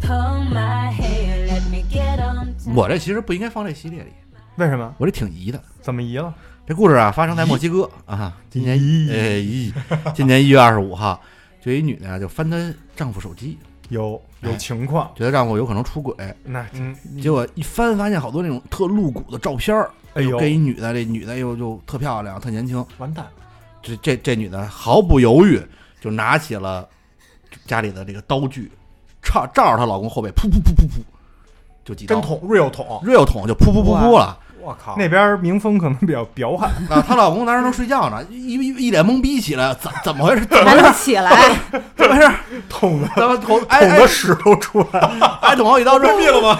S7: Pull my hair, let me get on.
S3: 我这其实不应该放这系列里，
S1: 为什么？
S3: 我这挺疑的。
S1: 怎么移了？
S3: 这故事啊，发生在墨西哥啊，今年
S1: 咦
S3: 哎咦，今年一月二十五号，就一女的啊就翻她丈夫手机，
S1: 有有情况，
S3: 觉得丈夫有可能出轨，
S1: 那嗯，
S3: 结果一翻发现好多那种特露骨的照片儿，
S1: 哎呦，
S3: 这一女的，这女的又又特漂亮，特年轻，
S4: 完蛋，
S3: 这这这女的毫不犹豫就拿起了家里的这个刀具，照照着她老公后背，噗噗噗噗噗，就几刀
S4: 针，筒 real 筒，
S3: 热油桶就噗噗噗噗了。
S4: 我靠，
S1: 那边民风可能比较彪悍，
S3: 啊，她老公当时正睡觉呢，一一一脸懵逼起来，怎怎么回事？怎 么
S2: 还
S3: 回
S2: 没
S3: 事？
S2: 起来，
S3: 怎么回事？
S1: 捅 的
S3: 怎么捅？哎
S1: 捅
S3: 哎
S1: 的屎都出来了，
S3: 哎，捅好几刀之后
S4: 灭 了吗？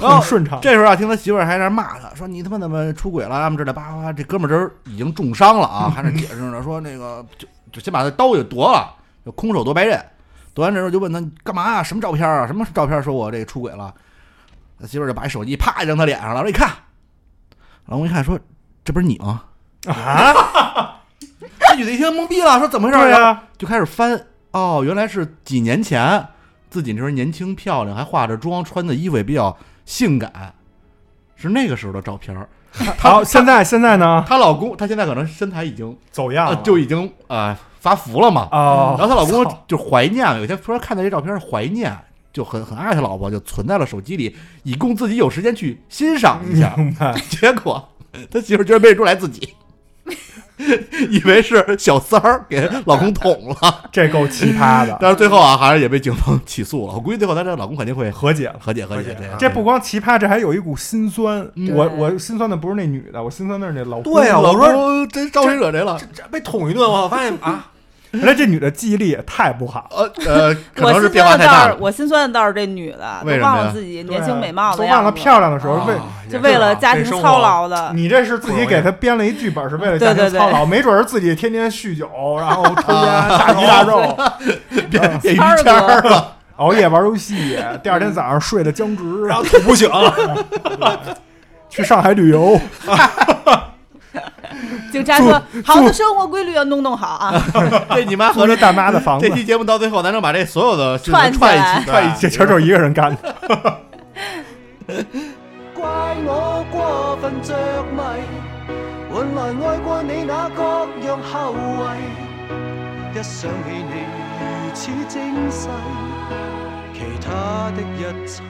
S3: 然后
S1: 挺顺畅
S3: 这时候啊，听他媳妇儿还在那骂他，说你他妈怎么出轨了？他们这里叭叭叭，这哥们儿这儿已经重伤了啊，还在解释呢，说那个就就先把他刀给夺了，就空手夺白刃。夺完之后就问他你干嘛啊？什么照片啊？什么照片说我这个出轨了？他媳妇儿就把手机啪扔他脸上了，说你看，老公一看说这不是你吗？
S1: 啊，
S3: 那女的一听懵逼了，说怎么回事
S1: 对
S3: 啊？
S1: 呀，
S3: 就开始翻，哦，原来是几年前自己那时候年轻漂亮，还化着妆，穿的衣服也比较性感，是那个时候的照片儿。
S1: 好，现在现在呢，啊
S3: 她老公，她现在可能身材已经
S1: 走样
S3: 呃
S1: 了
S3: 就已经呃发福了嘛，
S1: 哦
S3: 然，后她老公
S1: 操
S3: 就怀念，有一天突然看到这照片儿怀念，就很很爱他老婆，就存在了手机里，以供自己有时间去欣赏一下。
S1: 明白，
S3: 结果他媳妇儿居然没认出来自己。以为是小三儿给老公捅了，
S1: 这够奇葩 的，
S3: 但是最后啊，还是也被警方起诉了。我估计最后她这老公肯定会
S1: 和解啊了。
S3: 和解啊嗯和解
S4: 和解
S3: 样
S1: 这不光奇葩，这还有一股心酸。
S3: 嗯啊
S1: 我
S2: 对
S1: 我心酸的不是那女的，我心酸的是那老公。
S4: 对呀我
S3: 老
S4: 说
S3: 公真招谁惹谁了？
S4: 这被捅一顿，我发现 啊，
S1: 原来这女的记忆力也太不好了。
S3: 呃呃，可
S2: 我
S3: 能是
S2: 心
S3: 变化
S2: 酸
S3: 太
S2: 的
S3: 大
S2: 倒是
S3: 了。
S2: 我心酸的倒是这女的，都
S3: 为什么
S2: 忘
S3: 呀
S2: 了自己年
S1: 对啊
S2: 轻美貌
S1: 都
S2: 的
S1: 忘
S2: 样
S1: 了
S2: 子，
S1: 漂亮的时候，为
S4: 啊
S2: 就为了家庭操，劳的，
S1: 你这是自己给他编了一剧本，是为了家庭操劳，没准儿自己天天酗酒，然后抽烟、大鱼大肉，
S3: 变变于
S2: 谦儿
S3: 谦儿了，
S1: 熬夜玩游戏，第二天早上睡得僵直，然
S4: 然后
S1: 后
S4: 捅不醒，
S1: 去上海旅游。
S2: 警察说：“好的生活规律要弄弄好啊
S3: 这你妈
S1: 合
S3: 合
S1: 着
S3: 着
S1: 大妈的房子
S3: 这，期节目到最后，咱能把这所有的事情
S2: 串起
S3: 串
S2: 来
S3: 一起，串一
S1: 这
S3: 起，
S1: 全就是一个人干的。
S5: 怪我過分着迷，換來愛過你那各樣後遺。一想起你如此精細，其他的一切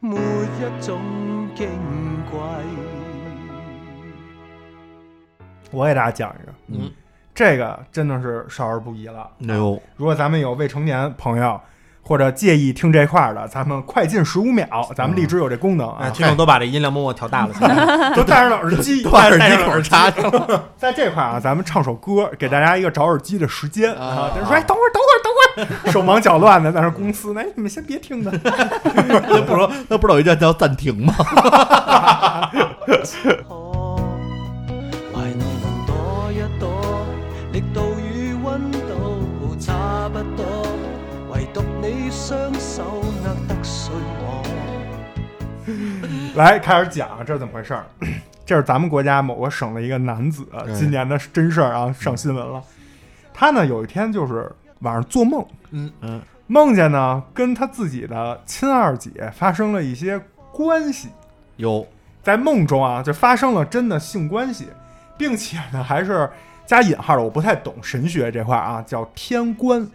S5: 沒一種矜貴。
S1: 我给大家讲一个，
S4: 嗯，
S1: 这个真的是少儿不宜了。
S3: 哎呦，
S1: 如果咱们有未成年朋友或者介意听这块儿的，咱们快进十五秒，咱们荔枝有这功能
S4: 哎，
S1: 啊，
S4: 听众都把这音量默默 调大了现在。
S1: 都戴上了耳机，戴
S3: 戴上
S1: 上了
S3: 口茶，
S1: 在这块儿啊，咱们唱首歌，给大家一个找耳机的时间啊
S3: 啊。
S1: 就是说，哎，等会儿，等会儿，等会儿，手忙脚乱的在那公司，哎，你们先别听的。
S3: 那不说，那不是有一站叫暂停吗？
S5: 可懷內能躲一躲，力度與温度差不多，唯獨你雙手握得碎我。
S1: 来，开始讲啊这是怎么回事儿。 这是咱们国家某个省的一个男子，啊今年的真事儿啊，上新闻了。他呢有一天就是晚上做梦，
S4: 嗯
S3: 嗯，
S1: 梦见呢跟他自己的亲二姐发生了一些关系，
S3: 有，
S1: 在梦中啊就发生了真的性关系，并且呢还是加引号的，我不太懂神学这块儿啊，叫天官，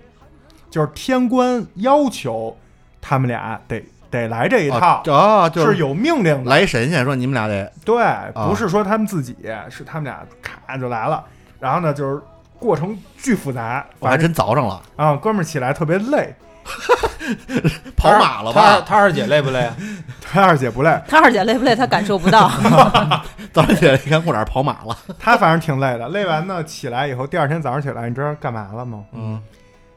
S1: 就是天官要求他们俩得得来这一套，
S3: 啊，就是
S1: 有命令的。
S3: 来啊神仙说你们俩得
S1: 对，不是说他们自己，是他们俩咔就来了。然后呢，就是过程巨复杂，
S3: 我还
S1: 反正
S3: 真凿上了，
S1: 啊，哥们儿起来特别累，
S3: 跑马了
S4: 他
S3: 吧？
S4: 他二姐累不 累啊？
S1: 他二姐不累，！”
S2: 他二姐累不累？他感受不 到。
S3: 早上起来一看裤衩跑马了，
S1: 他反正挺累的。累完呢，起来以后，第二天早上起来，你知道干嘛了吗？
S3: 嗯，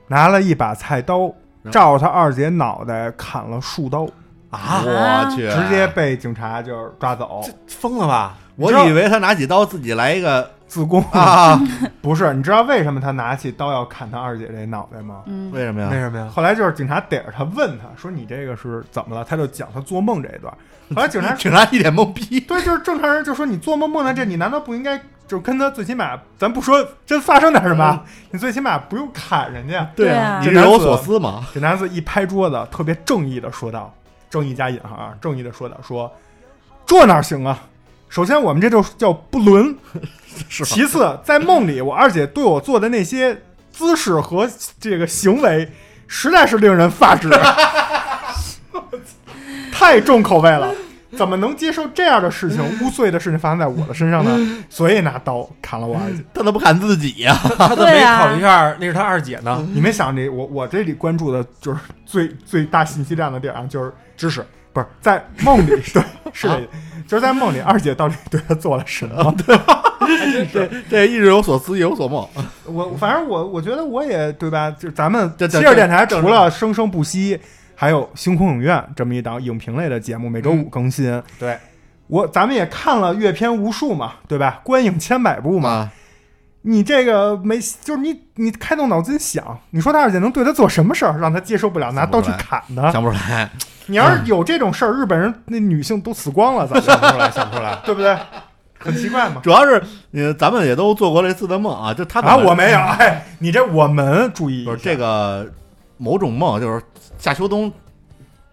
S1: 拿了一把菜刀，照他二姐脑袋砍了数刀，
S4: 啊，
S3: 我去，
S1: 直接被警察就是抓走
S4: 疯了吧？
S3: 我以为他拿起刀自己来一个
S1: 自宫。
S3: 啊，
S1: 不是，你知道为什么他拿起刀要砍他二姐这脑袋吗？
S3: 为什么
S4: 为
S3: 呀？
S4: 什么呀？
S1: 后来就是警察逮着他，问他说：“你这个是怎么了？”他就讲他做梦这 一段。后来警察
S3: 警察一脸懵逼，
S1: 对，就是正常人就说你做梦梦到这，你难道不应该就跟他最起码，咱不说真发生点什么，
S3: 嗯
S1: 你最起码不用砍人家。
S2: 对啊
S3: 你日有所思嘛？
S1: 这男子一拍桌子，特别正义的说道：“正义加引号啊，正义的说道，说这哪行啊？首先我们这就叫不伦，
S3: 是吧？
S1: 其次在梦里我二姐对我做的那些姿势和这个行为，实在是令人发 指，太重口味了。”怎么能接受这样的事 情、污秽的事情发生在我的身上呢？所以拿刀砍了我二姐。
S3: 他怎么砍自己呀？
S4: 他怎么没
S2: 对啊
S4: 考虑一下那是他二姐呢？
S1: 你们想这我我这里关注的就是最最大信息量的地儿啊，就是
S4: 知识
S1: 不是在梦里对 啊是的，就是在梦里二姐到底对他做了什么？对，
S3: 这这一日有所思，夜有所梦，
S1: 我反正我我觉得我也对吧？就咱们
S3: 这这
S1: 七二电台除了生生不息，还有星空影院这么一档影评类的节目，每周五更新。
S4: 对，
S1: 我咱们也看了阅片无数嘛，对吧？观影千百部嘛。
S3: 嘛？
S1: 你这个没，就是你你开动脑筋想，你说他二姐能对他做什么事儿，让他接受不了，拿刀去砍他？
S3: 想不出来，
S1: 你要是
S3: 嗯
S1: 有这种事儿，日本人那女性都死光了，咋想不出来？想不出来，对不对？很奇怪嘛。
S3: 主要是呃，咱们也都做过类似的梦啊，就 他怎么
S1: 啊，我没有，哎，你这我们注意一下
S3: 不是这个某种梦，就是夏秋冬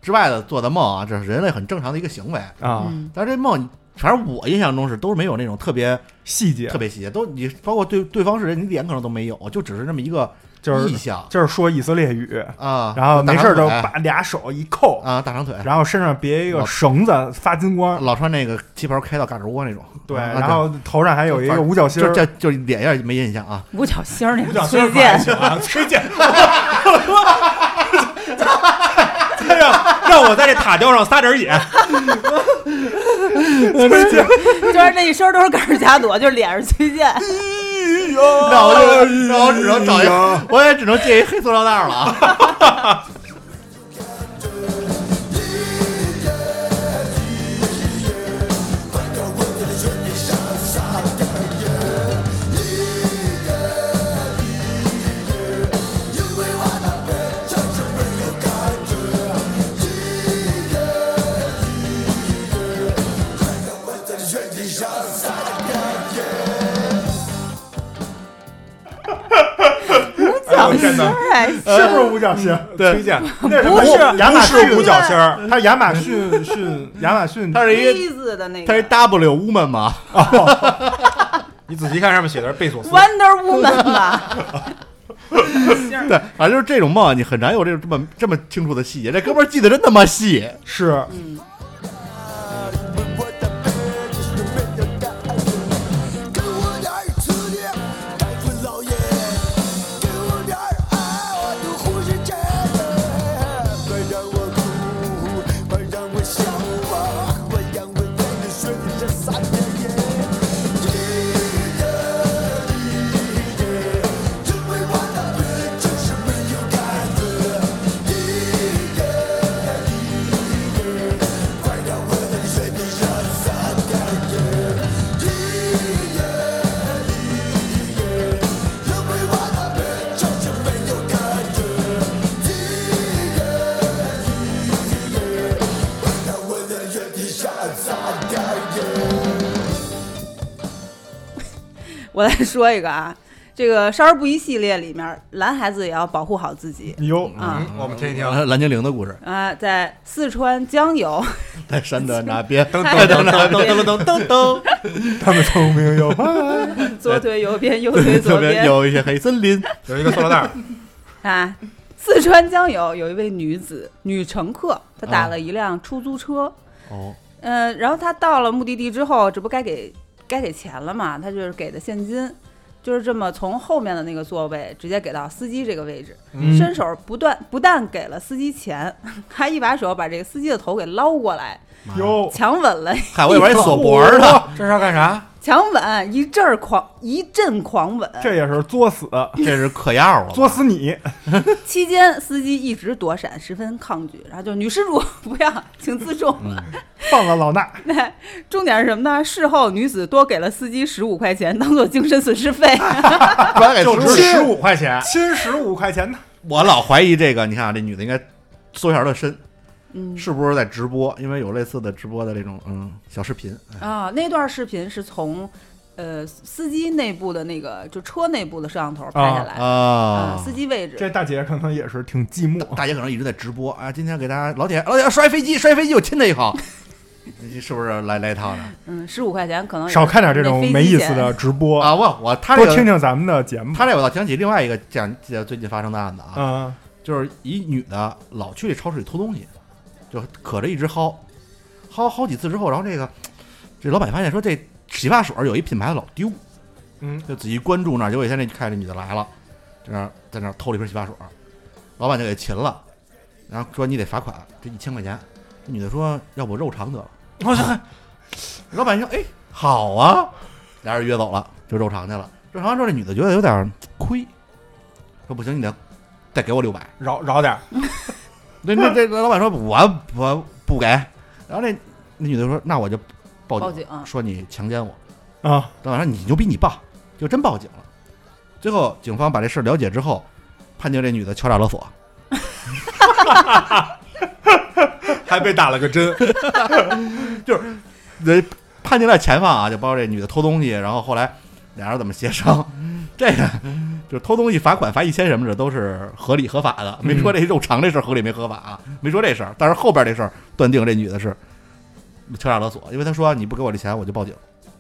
S3: 之外的做的梦啊，这是人类很正常的一个行为。
S1: 啊
S2: 嗯
S3: 但是这梦，反正我印象中是都是没有那种特别
S1: 细节
S3: 特，别细节，都你包括对对方是人，你脸可能都没有，就只是那么一个
S1: 就是
S3: 意象
S1: 就是说以色列语，
S3: 啊。
S1: 然后没事儿就
S3: 大长
S1: 把俩手一扣
S3: 腿，啊大长腿，
S1: 然后身上别一个
S3: 老
S1: 绳子发金光，
S3: 老穿那个旗袍开到胳肢窝那种。
S1: 对，
S3: 啊
S1: 然后头上还有一个
S3: 反
S1: 五角星
S3: 就
S1: 儿，
S3: 就就脸有点没印象啊，
S2: 五角星儿那
S4: 五角
S2: 个
S4: 星
S2: 崔
S4: 儿可还
S2: 健，
S4: 行啊，崔健。
S1: 让让我在这塔吊上撒点野，
S2: 就是那一身都是盖儿加朵，就是脸是崔
S3: 哎
S2: 健。
S3: 那我就那我只能找一，我也只能借一黑塑料袋儿了啊。
S1: 小仙呢？
S2: 哎，
S3: 呃
S1: 是不是五角星？
S3: 对
S4: 推荐
S1: 那什
S2: 不
S1: 么
S2: 是
S1: 亚马
S2: 不是
S1: 逊
S4: 五角星儿，
S1: 他亚马逊逊亚马逊，
S3: 它是一个
S2: 梯子的那
S3: 它是
S2: 个
S3: W woman 嘛，
S4: 你仔细看上面写的是贝索斯，
S2: Wonder Woman 吧？
S3: 对，反正就是这种梦啊，你很难有这种这么这么清楚的细节。这哥们儿记得真他妈细，
S1: 是
S8: 给我点儿刺激，该困老爷，给我点儿爱，我的呼吸间，快让我哭，快让我笑啊，快让我在你睡的这三天夜。因为我的病就是没有杆子，快让我在你睡的这三天夜。因为我的病就是没有感觉，我在我的月底下撒点盐。
S2: 我再说一个啊，这个少儿不宜系列里面，男孩子也要保护好自己
S1: 哟，
S2: 啊。
S4: 嗯我们听一听。
S3: 呃蓝精灵的故事，
S2: 啊，在四川江油，
S3: 在山的那边，
S4: 噔
S2: 噔噔
S4: 噔
S2: 噔
S4: 噔噔噔，
S1: 他们聪明又
S2: 左腿右边，右腿左
S3: 特别
S2: 边。
S3: 有一些黑森林，
S4: 有一个塑料袋 儿，
S2: 啊，四川江油有一位女子女乘客，她打了一辆出租车，
S3: 哦，
S2: 嗯、然后她到了目的地之后，这不该给该给钱了嘛？她就是给的现金，就是这么从后面的那个座位直接给到司机这个位置，伸手不断不但给了司机钱，还一把手把这个司机的头给捞过来，
S1: 哟，
S2: 强吻了，
S3: 嗨，我以为是锁脖儿呢，
S4: 这是要干啥？
S2: 强吻一阵儿狂一阵狂吻，
S1: 这也是作死，
S3: 这是嗑药啊了，
S1: 作死你，
S2: 期间司机一直躲闪，十分抗拒，然后就女施主不要，请自重。
S1: 放了老衲，
S2: 重点是什么呢？事后女子多给了司机十五块钱，当做精神损失费。
S3: 转给
S1: 就
S3: 叔叔
S1: 是
S4: 十五块钱，
S1: 亲十五块钱呢，
S3: 我老怀疑这个，你看啊，这女的应该缩小了身，
S2: 嗯
S3: 是不是在直播？因为有类似的直播的这种嗯小视频，
S2: 啊，那段视频是从呃司机内部的那个就车内部的摄像头拍下来
S3: 啊
S2: 司机位置。
S1: 这大姐可能也是挺寂寞，
S3: 大姐可能一直在直播啊，今天给大家老铁老铁摔飞机摔飞机，我亲他一口， 你是不是来来一套呢？
S2: 嗯，十五块钱可能也
S1: 少看点这种
S2: 那飞机
S1: 没意思
S2: 钱
S1: 的直播，
S3: 啊，我我他这
S1: 多听
S3: 个
S1: 听咱们的节目。
S3: 他这我倒想起另外一个讲最近发生的案子啊，
S1: 嗯，
S3: 就是一女的老去这超市里偷东西，就可着一直薅，薅好几次之后，然后这个这老板发现说这洗发水有一品牌老丢，
S1: 嗯，
S3: 就仔细关注那儿，结果现在看这女的来了，在那儿在那儿偷了一瓶洗发水，老板就给擒了，然后说你得罚款这一千块钱，这女的说要不肉偿得了，我说老板说哎好啊，俩人约走了就肉偿去了，肉偿完之后这女的觉得有点亏，说不行你得再给我六百。
S4: 饶饶点儿，
S3: 那那这老板说我我不给，然后那那女的说那我就报警，
S2: 报警啊
S3: 说你强奸我。
S1: 啊，
S3: 老板说你牛逼，你报，就真报警了。最后警方把这事儿了解之后，判定这女的敲诈勒索。
S4: 还被打了个针。
S3: 呃，判定在前方啊，就包括这女的偷东西，然后后来俩人怎么协商，
S1: 嗯
S3: 这个就是偷东西罚款罚一千什么的都是合理合法的，
S1: 嗯
S3: 没说这肉偿这事儿合理没合法啊，没说这事儿，但是后边这事儿断定这女的是敲诈勒索，因为她说啊你不给我这钱我就报警，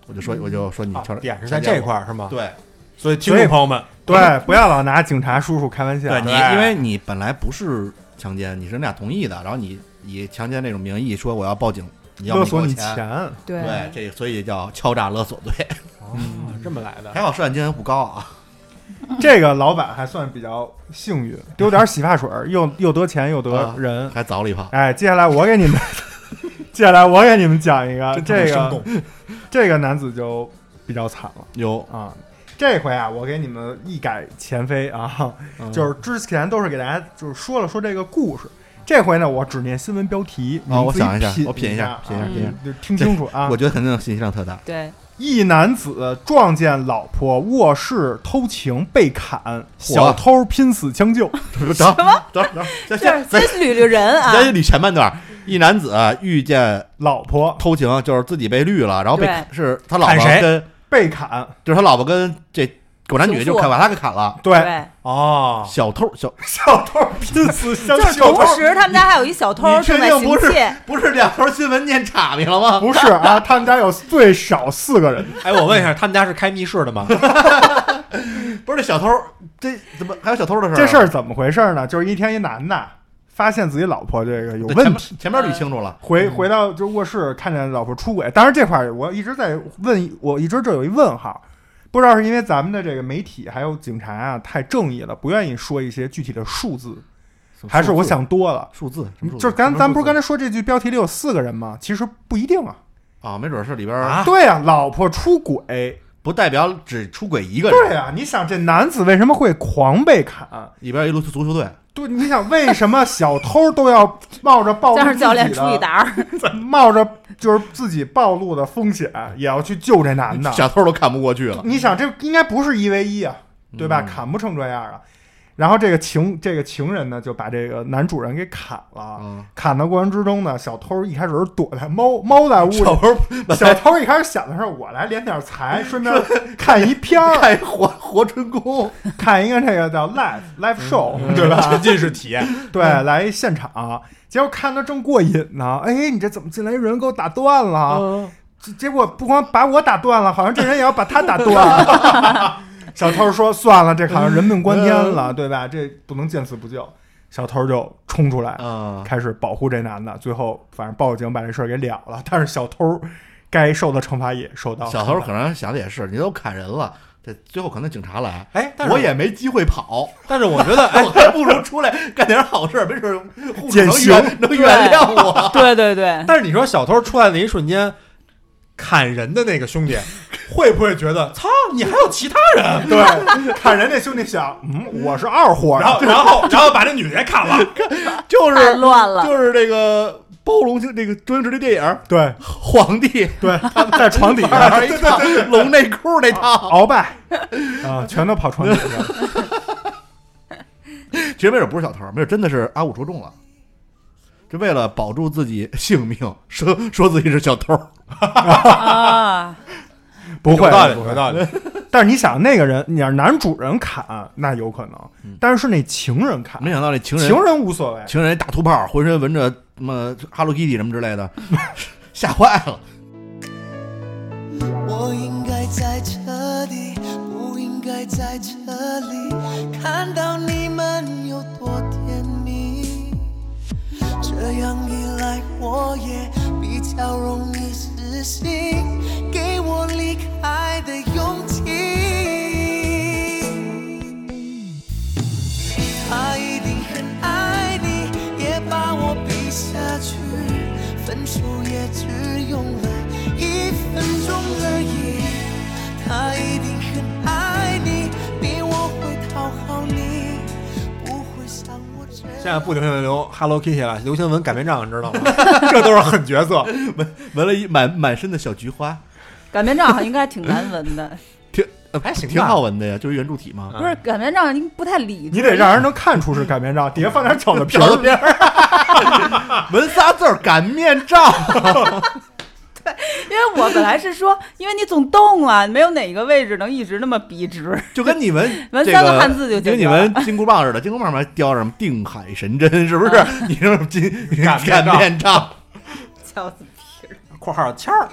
S3: 我就
S1: 嗯
S3: 说我就说你敲诈、
S4: 点是在这块儿是吗？，
S3: 对
S4: 所以听众朋友们，
S1: 对，不要老拿警察叔叔开玩笑。
S3: 你因为你本来不是强奸，你是你俩同意的，然后你以强奸这种名义说我要报警，你要
S1: 勒
S3: 没给
S1: 索
S3: 我
S1: 你
S3: 钱。嗯
S1: 钱，嗯
S2: 对
S3: 对，这所以叫敲诈勒索罪，
S4: 哦，这么来的
S3: 还，好涉案金额不高啊。
S1: 这个老板还算比较幸运，丢点洗发水儿又又得钱又
S3: 啊
S1: 得人。
S3: 还凿了一炮。
S1: 哎，接下来我给你们， 接下来我给你们讲一个，这个这个男子就比较惨了
S3: 有，
S1: 啊。这回啊，我给你们一改前非啊，
S3: 嗯
S1: 就是之前都是给大家就是说了说这个故事，这回呢，我只念新闻标题，你
S3: 啊
S1: 们
S3: 我
S1: 自己
S3: 想一下
S1: 品
S3: 我品一下品
S2: 一下
S1: 啊
S2: 品一下
S1: 就听清楚啊。
S3: 我觉得肯定信息量特大。
S2: 对，
S1: 一男子撞见老婆卧室偷情被砍，小偷拼死将救。
S3: 等什么？等等，先
S2: 这
S3: 先
S2: 先
S3: 咱
S2: 捋捋人啊，
S3: 咱捋前半段。一男子啊遇见
S1: 老婆
S3: 偷情，就是自己被绿了，然后被
S2: 对
S3: 是他老婆
S4: 砍谁
S3: 跟
S1: 被砍，
S3: 就是他老婆跟这狗男女就砍把他给砍了。
S1: 对，
S2: 对，
S4: 哦，
S3: 小偷小
S1: 小偷拼死相
S2: 就是
S1: 小偷
S2: 同，时他们家还有一小偷
S3: 你
S2: 正
S3: 确
S2: 在
S3: 定
S2: 行
S3: 不是
S2: 窃，
S3: 不是两头新闻念岔劈了吗？
S1: 不是啊，他们家有最少四个人，
S4: 哎，我问一下，他们家是开密室的吗？
S3: 不是这小偷，这怎么还有小偷的事儿啊？
S1: 这事儿怎么回事呢？就是一天一男的发现自己老婆这个有
S3: 对
S1: 问题，
S3: 前面前嗯面捋清楚了，
S1: 回回到就卧室看见老婆出轨，当然这块儿我一直在问，我一直这有一问号，不知道是因为咱们的这个媒体还有警察啊太正义了，不愿意说一些具体的数字，还是我想多了。
S3: 数字，什么数字
S1: 嗯就是咱咱不是刚
S3: 才
S1: 才说这句标题里有四个人吗？其实不一定啊。
S3: 啊，没准是里边儿
S4: 啊
S1: 对呀、老婆出轨，
S3: 不代表只出轨一个人，
S1: 对啊呀、你想这男子为什么会狂被砍？
S3: 里边有一路足球队，
S1: 对，你想为什么小偷都要冒着暴露
S2: 加
S1: 自
S2: 上
S1: 己
S2: 教练
S1: 的
S2: 出一沓儿，
S1: 冒着就是自己暴露的风险，也要去救这男的？
S3: 小偷都看不过去了，
S1: 你想，这应该不是一 v 一啊，对吧？
S3: 嗯
S1: 砍不成这样啊。然后这个情这个情人呢，就把这个男主人给砍了。
S3: 嗯，
S1: 砍的过程之中呢，小偷一开始是躲在猫猫在屋
S3: 小
S1: 里，
S3: 偷 本
S1: 小
S3: 来
S1: 偷一开始想的是我来敛点财，顺便看一片儿，
S3: 看活活春宫，
S1: 看一个这个叫 live live show，对吧？
S4: 沉浸式体验，
S1: 对，来一现场，结果看的正过瘾呢，哎，你这怎么进来一人给我打断了？ 结结果不光把我打断了，好像这人也要把他打断了。小偷说：“算了，这好像人命关天了，对吧？这不能见死不救。”小偷就冲出来，
S3: 嗯，
S1: 开始保护这男的。最后，反正报警把这事儿给了了。但是小偷该受的惩罚也受到了。
S3: 小偷可能想的也是，你都砍人了，这最后可能警察来，
S4: 哎，但是
S3: 我也没机会跑，
S4: 但是我觉 得，哎
S3: 我，还不如出来干点好事儿，没准儿护士
S1: 减
S3: 能
S1: 刑
S3: 原能原谅我。
S2: 对对 对，
S4: 但是你说小偷出来的一瞬间，砍人的那个兄弟会不会觉得，操，你还有其 他人？
S1: 对砍人那兄弟想，嗯，我是二货，
S4: 然后，然后，然后把这女的也砍了，
S3: 就是
S2: 太乱了
S3: 就是这个包龙星这个周星驰的电影《
S1: 对
S3: 皇帝》
S1: 对，他在床底
S3: 里
S1: 下
S3: 边一套龙内裤那套，
S1: 鳌拜啊，全都跑床底下了。
S3: 其实没准不是小偷，没准真的是阿武说中了。就为了保住自己性命，说 说自己是小偷，
S2: 啊，
S1: 不会
S4: 有道理，
S1: 不
S4: 有
S1: 会。
S4: 道理。
S1: 但是你想，那个人，你要是男主人砍，那有可能，但是那情人砍
S3: 没，想到那情人
S1: 情人无所谓。
S3: 情人大秃炮，浑身纹着什么 Hello Kitty 什么之类的， 吓坏了。
S5: 我应该在这里，不应该在这里，看到你们有多甜蜜。这样一来，我也比较容易死心，给我离开的勇气。他一定很爱你，也把我比下去，分数也只用了一分钟而已。他一定很爱你，比我会讨好你，不会像我这
S4: 现在
S5: 样。
S4: 不停的流 Hello Kitty 了，流行文擀面杖，你知道吗？ 这都是狠角 色。
S3: 纹纹了一满满身的小菊花，
S2: 擀面杖应该挺难闻的，
S3: 挺呃
S4: 还行吧
S3: 挺好纹的呀，就是圆柱体嘛。
S2: 不是擀面杖您不太理
S1: 你
S2: 智，
S1: 得让人能看出是擀面杖，底下放点饺子皮
S3: 饺子
S1: 儿。
S3: 皮儿，纹仨字儿 擀面杖，
S2: 因为我本来是说，因为你总动啊，没有哪个位置能一直那么笔直，
S3: 就跟你 纹
S2: 纹
S3: 这
S2: 三个汉字就
S3: 就
S2: 解
S3: 跟
S2: 决
S3: 你
S2: 了
S3: 纹金箍棒似的，金箍棒上面雕着什么定海神针，是不 是？你说什么金
S4: 擀面杖
S3: 擀面杖？
S2: 饺子皮儿。
S4: （括号签儿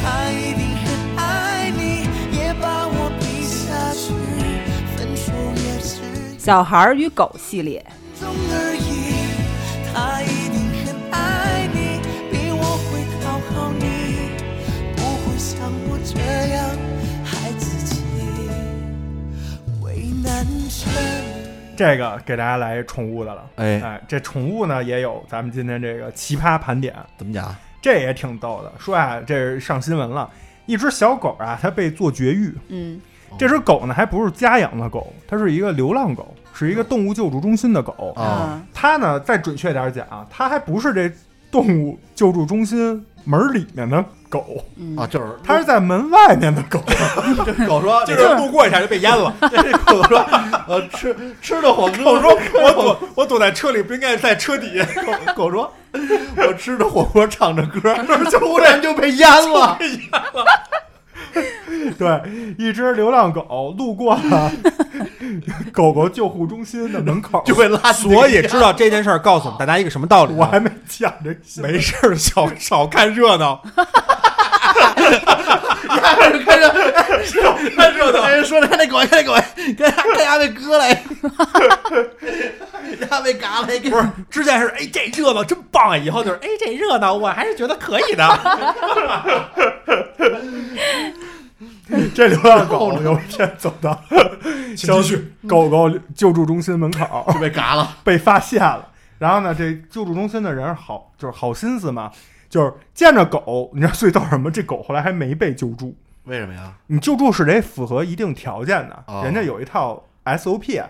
S5: 他一定很爱你，也把我比下去，分数也只
S2: 小孩儿与狗系列，
S5: 有中而已。他一定很爱你，比我会讨好你，不会像我这样害自己为难着。
S1: 这个给大家来宠物的了。
S3: 哎
S1: 哎，这宠物呢也有咱们今天这个奇葩盘点，
S3: 怎么讲？
S1: 这也挺逗的。说啊，这是上新闻了，一只小狗啊，它被做绝育。
S4: 哦
S2: 嗯，
S1: 这只狗呢还不是家养的狗，它是一个流浪
S4: 哦
S1: 狗，是一个动物救助中心的狗。
S3: 啊，
S1: 啊它呢，再准确点讲，它还不是这动物救助中心门儿里面的狗，
S4: 哦
S2: 嗯
S3: 啊，就是
S1: 它是在门外面的狗。
S3: 狗说，
S4: 就是路过一下就被 淹了。
S3: 这狗说，呃，吃吃的火锅，
S4: 我说我躲 我躲在车里，不应该在车底下。
S3: 狗 狗说，我吃着火锅唱着 歌， 突然就被淹了。
S1: 对，一只流浪狗路过了 狗狗救护中心的门口，
S3: 就被拉进去
S4: 所 以知道这件事儿告诉我们大家一个什么道理
S1: 我
S4: 啊？
S1: 还没讲这新闻
S4: 没事儿，少少看热闹。
S3: 看着看着的，哎，说他那狗，那狗，给他给他被割了，给他被嘎了，
S4: 不是，之前是哎这热闹真棒啊，以后就是哎这热闹我还是觉得可以的。
S1: 这流浪狗有一天走到消狗狗救助中心门口，
S3: 就被嘎了。
S1: 被发现了。然后呢，这救助中心的人好就是好心思嘛，就是见着狗，你知道最逗什么？这狗后来还没被救助，
S3: 为什么呀？
S1: 你救助是得符合一定条件的，
S3: 哦嗯
S1: 人家有一套 SOP，、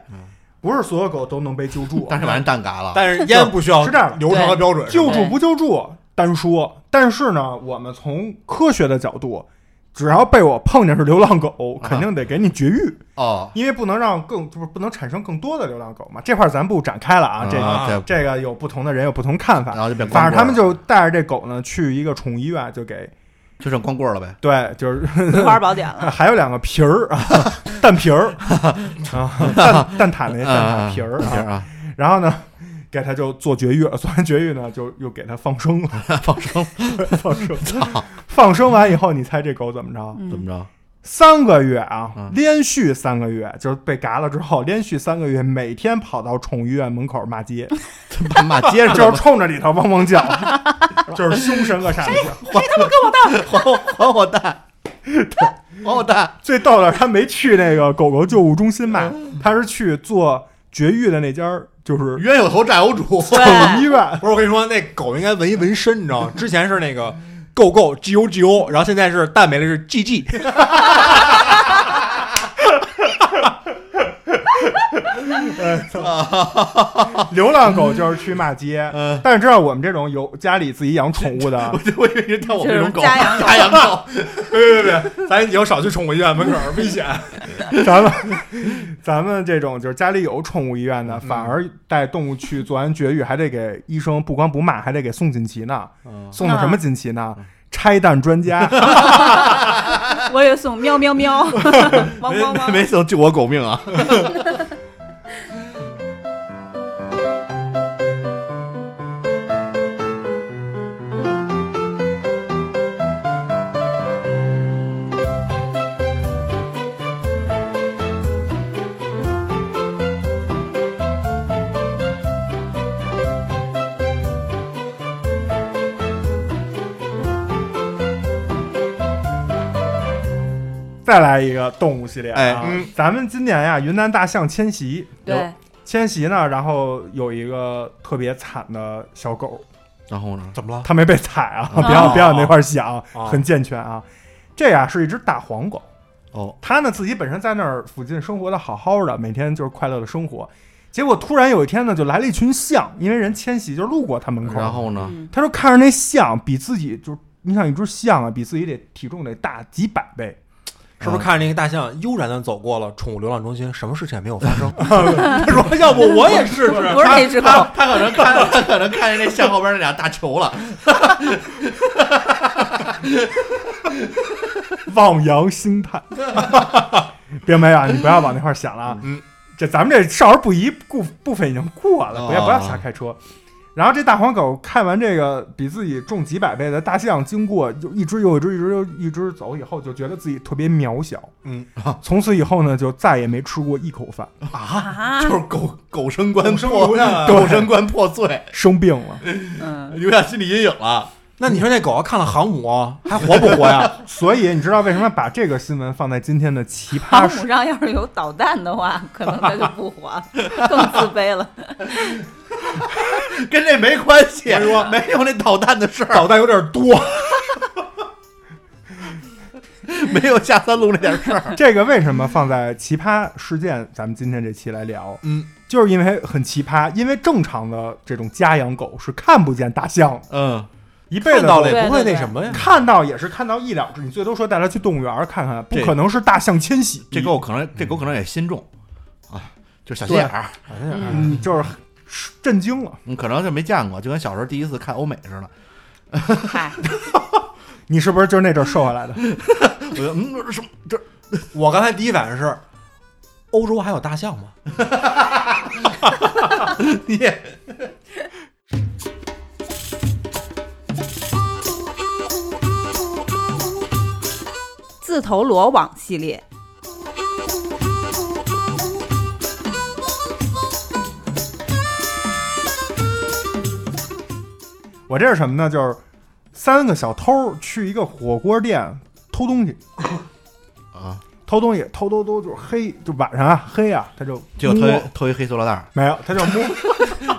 S1: 不啊是所有狗都能被救助。
S3: 但是把人蛋嘎了。
S4: 但是烟不需
S3: 哦
S4: 要
S1: 是这样的
S4: 流程和标准，
S1: 救助不救助单说，但是呢，我们从科学的角度，只要被我碰见是流浪狗，
S3: 啊
S1: 肯定得给你绝育，
S3: 哦，
S1: 因为不能让更就是不能产生更多的流浪狗嘛。这块儿咱不展开了啊，这个、
S3: 啊对
S1: 这个有不同的人有不同看
S3: 然
S1: 法，
S3: 后就变光棍
S1: 反
S3: 了，
S1: 正他们就带着这狗呢去一个宠物医院，就给
S3: 就剩光棍了 呗。
S1: 对，就是
S2: 葵嗯花宝典了。
S1: 还有两个皮儿 啊，蛋皮儿 啊，蛋蛋挞那蛋挞皮儿
S3: 啊
S1: 啊，
S3: 啊，
S1: 然后呢， 给它就做绝育，做完绝育呢，就又给它放生了，
S3: 放生
S1: 放 生，放生完以后，你猜这狗怎么着？
S4: 嗯
S3: 怎么着？
S1: 三个月啊
S3: 嗯，
S1: 连续三个月，就是被嘎了之后，连续三个月，每天跑到宠物医院门口骂 街，
S3: 他妈街上
S1: 就是冲着里头汪汪叫，就是凶神恶煞的叫。
S3: 还我还我蛋，还我蛋！
S1: 最逗的是，他没去那个狗狗救护中心骂，
S3: 嗯
S1: 他是去做绝育的那家儿，就是
S3: 冤有头债有主，
S1: 宠物医院。
S4: 不是我跟你说，那狗应该纹一纹身，你知道吗？之前是那个 go go g o g o，然后现在是蛋没了是 g g。
S1: 流浪狗就是去骂街，但是知道我们这种有家里自己养宠物的
S3: 我，就我 以为你跳我
S2: 这
S3: 这种
S2: 种
S3: 狗，
S2: 家养狗
S3: 家养狗，
S4: 别别别，咱以后少去宠物医院门口，危险。
S1: 咱们 咱们这种就是家里有宠物医院的，反而带动物去做完绝育，还得给医生不光不骂，还得给送锦旗呢。送的什么锦旗呢？拆弹专家，
S2: 我也送喵喵喵，汪
S3: 没
S2: 汪
S3: 没
S2: 汪。
S3: 没能救我狗命啊！
S1: 再来一个动物系列啊。
S3: 哎嗯
S1: 咱们今年呀，云南大象迁徙，
S2: 对，
S1: 迁徙呢，然后有一个特别惨的小狗，
S3: 然后呢？
S4: 怎 么了？
S1: 它没被踩啊，
S2: 哦
S1: 别往别往那块儿想，
S4: 哦
S1: 很健全啊。这呀是一只大黄狗，
S3: 哦，
S1: 它呢自己本身在那儿附近生活的好好的，每天就是快乐的生活。结果突然有一天呢，就来了一群象，因为人迁徙就路过它门口，
S3: 然后呢？
S1: 他就看着那象比自己就是，你想一只象啊，比自己得体重得大几百 倍，
S4: 是不是看着那个大象悠然的走过了宠物流浪中心，什么事情也没有发生？ 他说：“要不我也 试试。
S2: 不是那只狗，
S3: 他可能看， 他可能看见那象后边那俩 大球了，
S1: 望洋兴叹。 别没有，你不要往那块儿想了啊。
S4: 嗯，
S1: 这咱们这少儿不宜故部分已经过了，不要
S3: 哦
S1: 不要瞎开车。然后这大黄狗看完这个比自己重几百倍的大象经过，就一只又一只，一只又一只走以后，就觉得自己特别渺小。
S4: 嗯，
S1: 从此以后呢，就再也没吃过一口饭，
S2: 啊
S3: 就，是狗狗啊生观
S4: 狗生
S3: 破
S4: 流浪，
S3: 狗生观破碎，
S1: 生病了。
S2: 嗯，
S3: 留下心理阴影了。
S4: 那你说那狗要看了航母，啊还活不活呀？
S1: 所以你知道为什么把这个新闻放在今天的奇葩
S2: 航
S1: 说
S2: 母上要是有导弹的话，可能它就不活了，更自卑了。
S3: 跟这没关系，没有那导弹的事儿。
S4: 导弹有点多。
S3: 没有下三路那点事 儿。
S1: 这个为什么放在奇葩事件？咱们今天这期来聊，
S4: 嗯，
S1: 就是因为很奇葩，因为正常的这种家养狗是看不见大象，
S3: 嗯，
S1: 一辈
S4: 看
S1: 子
S4: 到
S1: 都
S4: 了也不会
S2: 对对
S4: 那什么呀。
S1: 看到也是看到一两只，你最多说带它去动物园看看，不
S3: 这
S1: 可能是大象迁徙。
S3: 这狗可能这狗可能也心重啊，就是小心眼儿，嗯
S1: 嗯，就是震惊了。
S3: 你可能就没见过，就跟小时候第一次看欧美似的。
S2: 嗨，
S1: 你是不是就是那阵儿瘦下来 的？
S3: 我就嗯，这是什么这
S4: 我刚才第一反应是，欧洲还有大象吗？
S3: 你也
S2: 自投罗网系列，
S1: 我这是什么呢？就是三个小偷去一个火锅店偷东西，
S3: 啊，
S1: 偷东西，偷偷偷就是黑，就晚上啊黑啊，他就
S3: 就
S1: 摸
S3: 偷一偷一黑塑料袋儿，
S1: 没有，他就摸，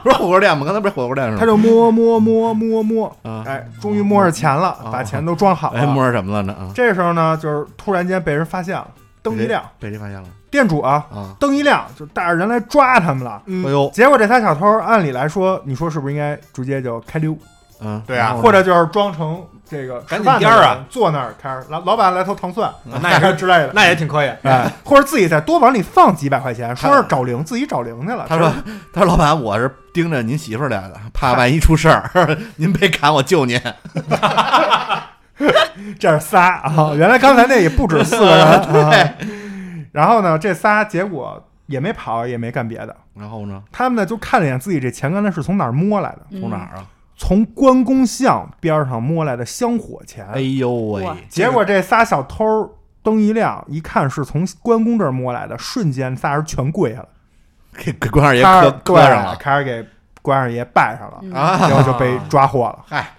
S3: 不是火锅店吗？刚才不是火锅
S4: 嗯
S3: 店是吗？
S1: 他就摸摸摸摸摸，
S3: 啊
S1: 哎，终于摸着钱了，
S4: 啊
S3: 哦
S1: 把钱都装好
S3: 哎摸
S1: 了。
S3: 着什么了呢？啊，
S1: 这时候呢，就是突然间被人发现了，
S4: 哎
S1: 灯一亮，
S3: 被谁发现了
S1: 店主啊，
S3: 啊？
S1: 灯一亮就带着人来抓他们了。
S4: 嗯
S3: 哎呦，
S1: 结果这仨小偷，按理来说，你说是不是应该直接就开溜？
S3: 嗯，
S4: 对啊
S3: 然后呢
S1: 或者就是装成这个
S4: 赶
S1: 吃
S4: 紧
S1: 饭的
S4: 颠儿啊
S1: 人，坐那儿开始，老老板来头糖蒜，
S4: 那也是
S1: 之类的，
S4: 那也挺可以。
S1: 哎，或者自己再多往里放几百块钱，
S3: 他
S1: 说是找零，自己找零去了。
S3: 他说：“他说老板，我是盯着您媳妇儿来的，怕万一出事儿， 您别砍我救您。
S1: 这是仨 啊，原来刚才那也不止四个人。啊然后呢，这仨结果也没跑，也没干别的。”
S3: 然后呢？
S1: 他们呢就看了一眼自己这钱，刚才是从哪儿摸来的？
S3: 从哪儿啊？
S1: 从关公像边上摸来的香火钱。
S3: 哎呦喂！
S2: 哇
S1: 结果这仨小偷灯一亮，一看是从关公这儿摸来的，瞬间仨人全跪下了，
S3: 给给关二爷
S1: 开
S3: 磕
S1: 始
S3: 磕上
S1: 了，
S3: 了
S1: 开始给关二爷拜上了，
S3: 啊！
S1: 然后就被抓获了。
S3: 嗨，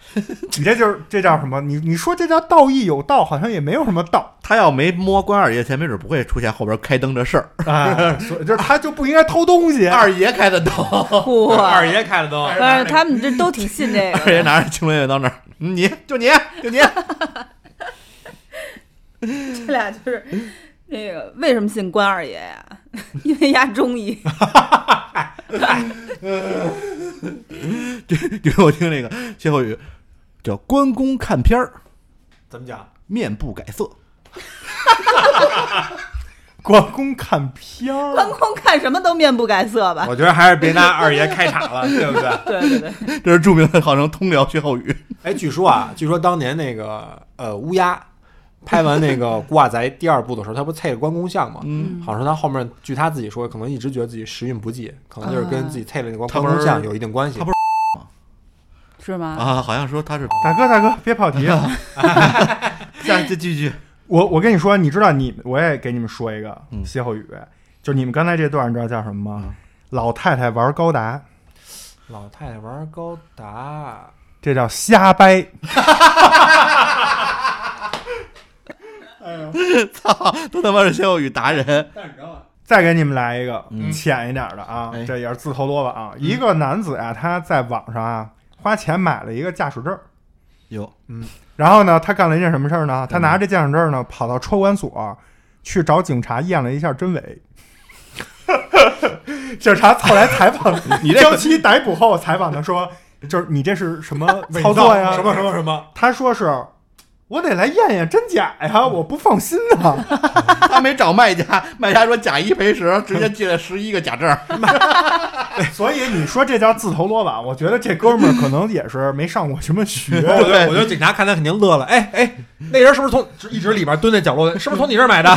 S1: 你这就是这叫什么？你你说这叫道义有道，好像也没有什么道
S3: 他要没摸关二爷钱，没准不会出现后边开灯这事 儿。
S1: 啊，所以就是他就不应该偷东西。
S3: 二爷开的 灯，
S2: 嚯！
S4: 二爷开了灯，
S2: 但是他们这都挺信这
S3: 二
S2: 个。
S3: 爷拿着青龙偃月刀那儿，嗯你就你就你，
S2: 这俩就是那个为什么信关二爷呀、 因为压中医。
S3: 就就给我听那个歇后语，叫关公看片儿，
S4: 怎么讲？
S3: 面不改色。
S1: 关公看片
S2: 关
S1: 儿，
S2: 公看什么都面不改色吧？
S4: 我觉得还是别拿二爷开场 了，对不对？
S2: 对对对，
S3: 这是著名的号称通辽歇后语。
S4: 哎，据说啊，据说当年那个呃乌鸦拍完那个《古惑仔》第二部的时候，他不配了关公像吗？
S3: 嗯，
S4: 好像他后面据他自己说，可能一直觉得自己时运不济，可能就是跟自己配了那关
S3: 他
S4: 关
S3: 不是
S4: 公像有一定关系
S3: 他。不
S2: 是吗？
S3: 啊，好像说他是
S1: 大哥大哥，别跑 题啊！
S3: 下这继续
S1: 我我跟你说，你知道你，我也给你们说一个
S3: 嗯
S1: 歇后语，就是你们刚才这段，你知道叫什么吗
S3: 嗯？
S1: 老太太玩高达，
S4: 老太太玩高达，
S1: 这叫瞎掰。
S3: 都他妈是歇后语达人。
S1: 再给你们来一个
S3: 嗯
S1: 浅一点的啊
S3: 哎，嗯
S1: 这也是自投罗网。一个男子啊，他在网上啊花钱买了一个驾驶证，
S3: 哟，
S1: 然后呢，他干了一件什么事儿呢？他拿着驾驶证呢，跑到车管所去找警察验了一下真伪。 警察后来采访
S3: 你这
S1: 将其逮捕后采访他说，就是你这是 什么操作呀？
S4: 什么什么什么？
S1: 他说是。我得来验验真假呀，我不放心呐、
S3: 他没找卖家，卖家说假一赔十，直接寄了十一个假证儿。
S1: 所以你说这叫自投罗网，我觉得这哥们儿可能也是没上过什么学，
S4: 我觉得，我觉得警察看他肯定乐了。哎哎，那人是不是从一直里边蹲在角落，是不是从你这儿买的？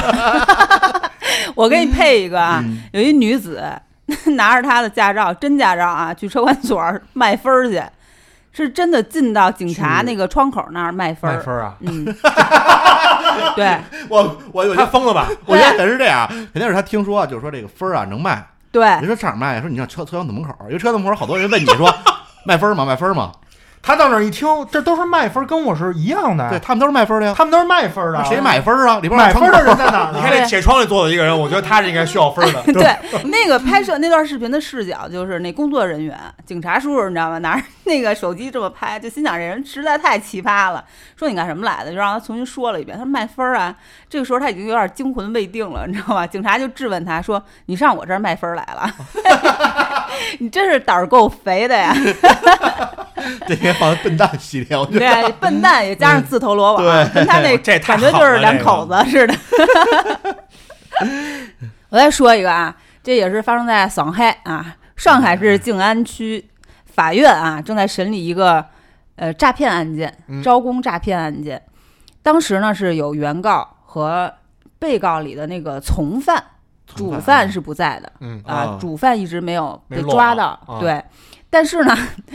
S2: 我给你配一个啊，
S4: 嗯
S2: 有一女子 拿着她的驾照，真驾照啊，去车管所卖分儿去，是真的进到警察
S4: 去
S2: 那个窗口那儿卖分
S4: 卖
S2: 儿。
S4: 分啊？
S2: 嗯， 对
S3: 我我我觉
S4: 他
S3: 得
S4: 疯了吧？
S3: 我觉得肯定是这样，肯定是他听说，就是说这个分儿啊能卖，
S2: 对
S3: 人说上哪儿卖？说你上车车厢子门口儿，因为车厢门口儿好多人问你说卖分儿吗？卖分儿吗？
S1: 他到那儿一听，这都是卖分，跟我是一样的
S3: 对，他们都是卖分的呀，
S1: 他们都是卖分的。
S3: 哎谁买分啊？里边
S1: 买分的人
S3: 在
S1: 在哪儿
S4: 你
S1: 呢？
S4: 看那铁窗里坐的一个人，我觉得他是应该需要分的。
S2: 对，那个拍摄那段视频的视角就是那工作人员，警察叔叔，你知道吗？拿着那个手机这么拍，就心想这人实在太奇葩了。说你干什么来的？就让他重新说了一遍。他说卖分儿啊。这个时候他已经有点惊魂未定了，你知道吗？警察就质问他说：“你上我这儿卖分儿来了？ 你真是胆儿够肥的呀！
S3: 这些好像笨蛋系列，我觉得
S2: 对，笨蛋也加上自投罗网，跟他那
S4: 嗯这太
S2: 感觉
S4: 好
S2: 就是
S4: 了
S2: 两
S4: 这
S2: 口 子似的。我再说一个啊，这也是发生在上海啊，上海市静安区法院啊正在审理一个呃诈骗案件，
S4: 嗯
S2: 招工诈骗案件。当时呢是有原告和被告里的那个从犯，
S3: 从
S2: 主
S3: 犯
S2: 犯是不在的，
S4: 嗯
S2: 啊
S3: 哦，
S2: 主犯一直没有
S4: 没
S2: 被
S4: 落
S2: 抓
S4: 网
S2: 到
S4: 啊，
S2: 对。但是呢，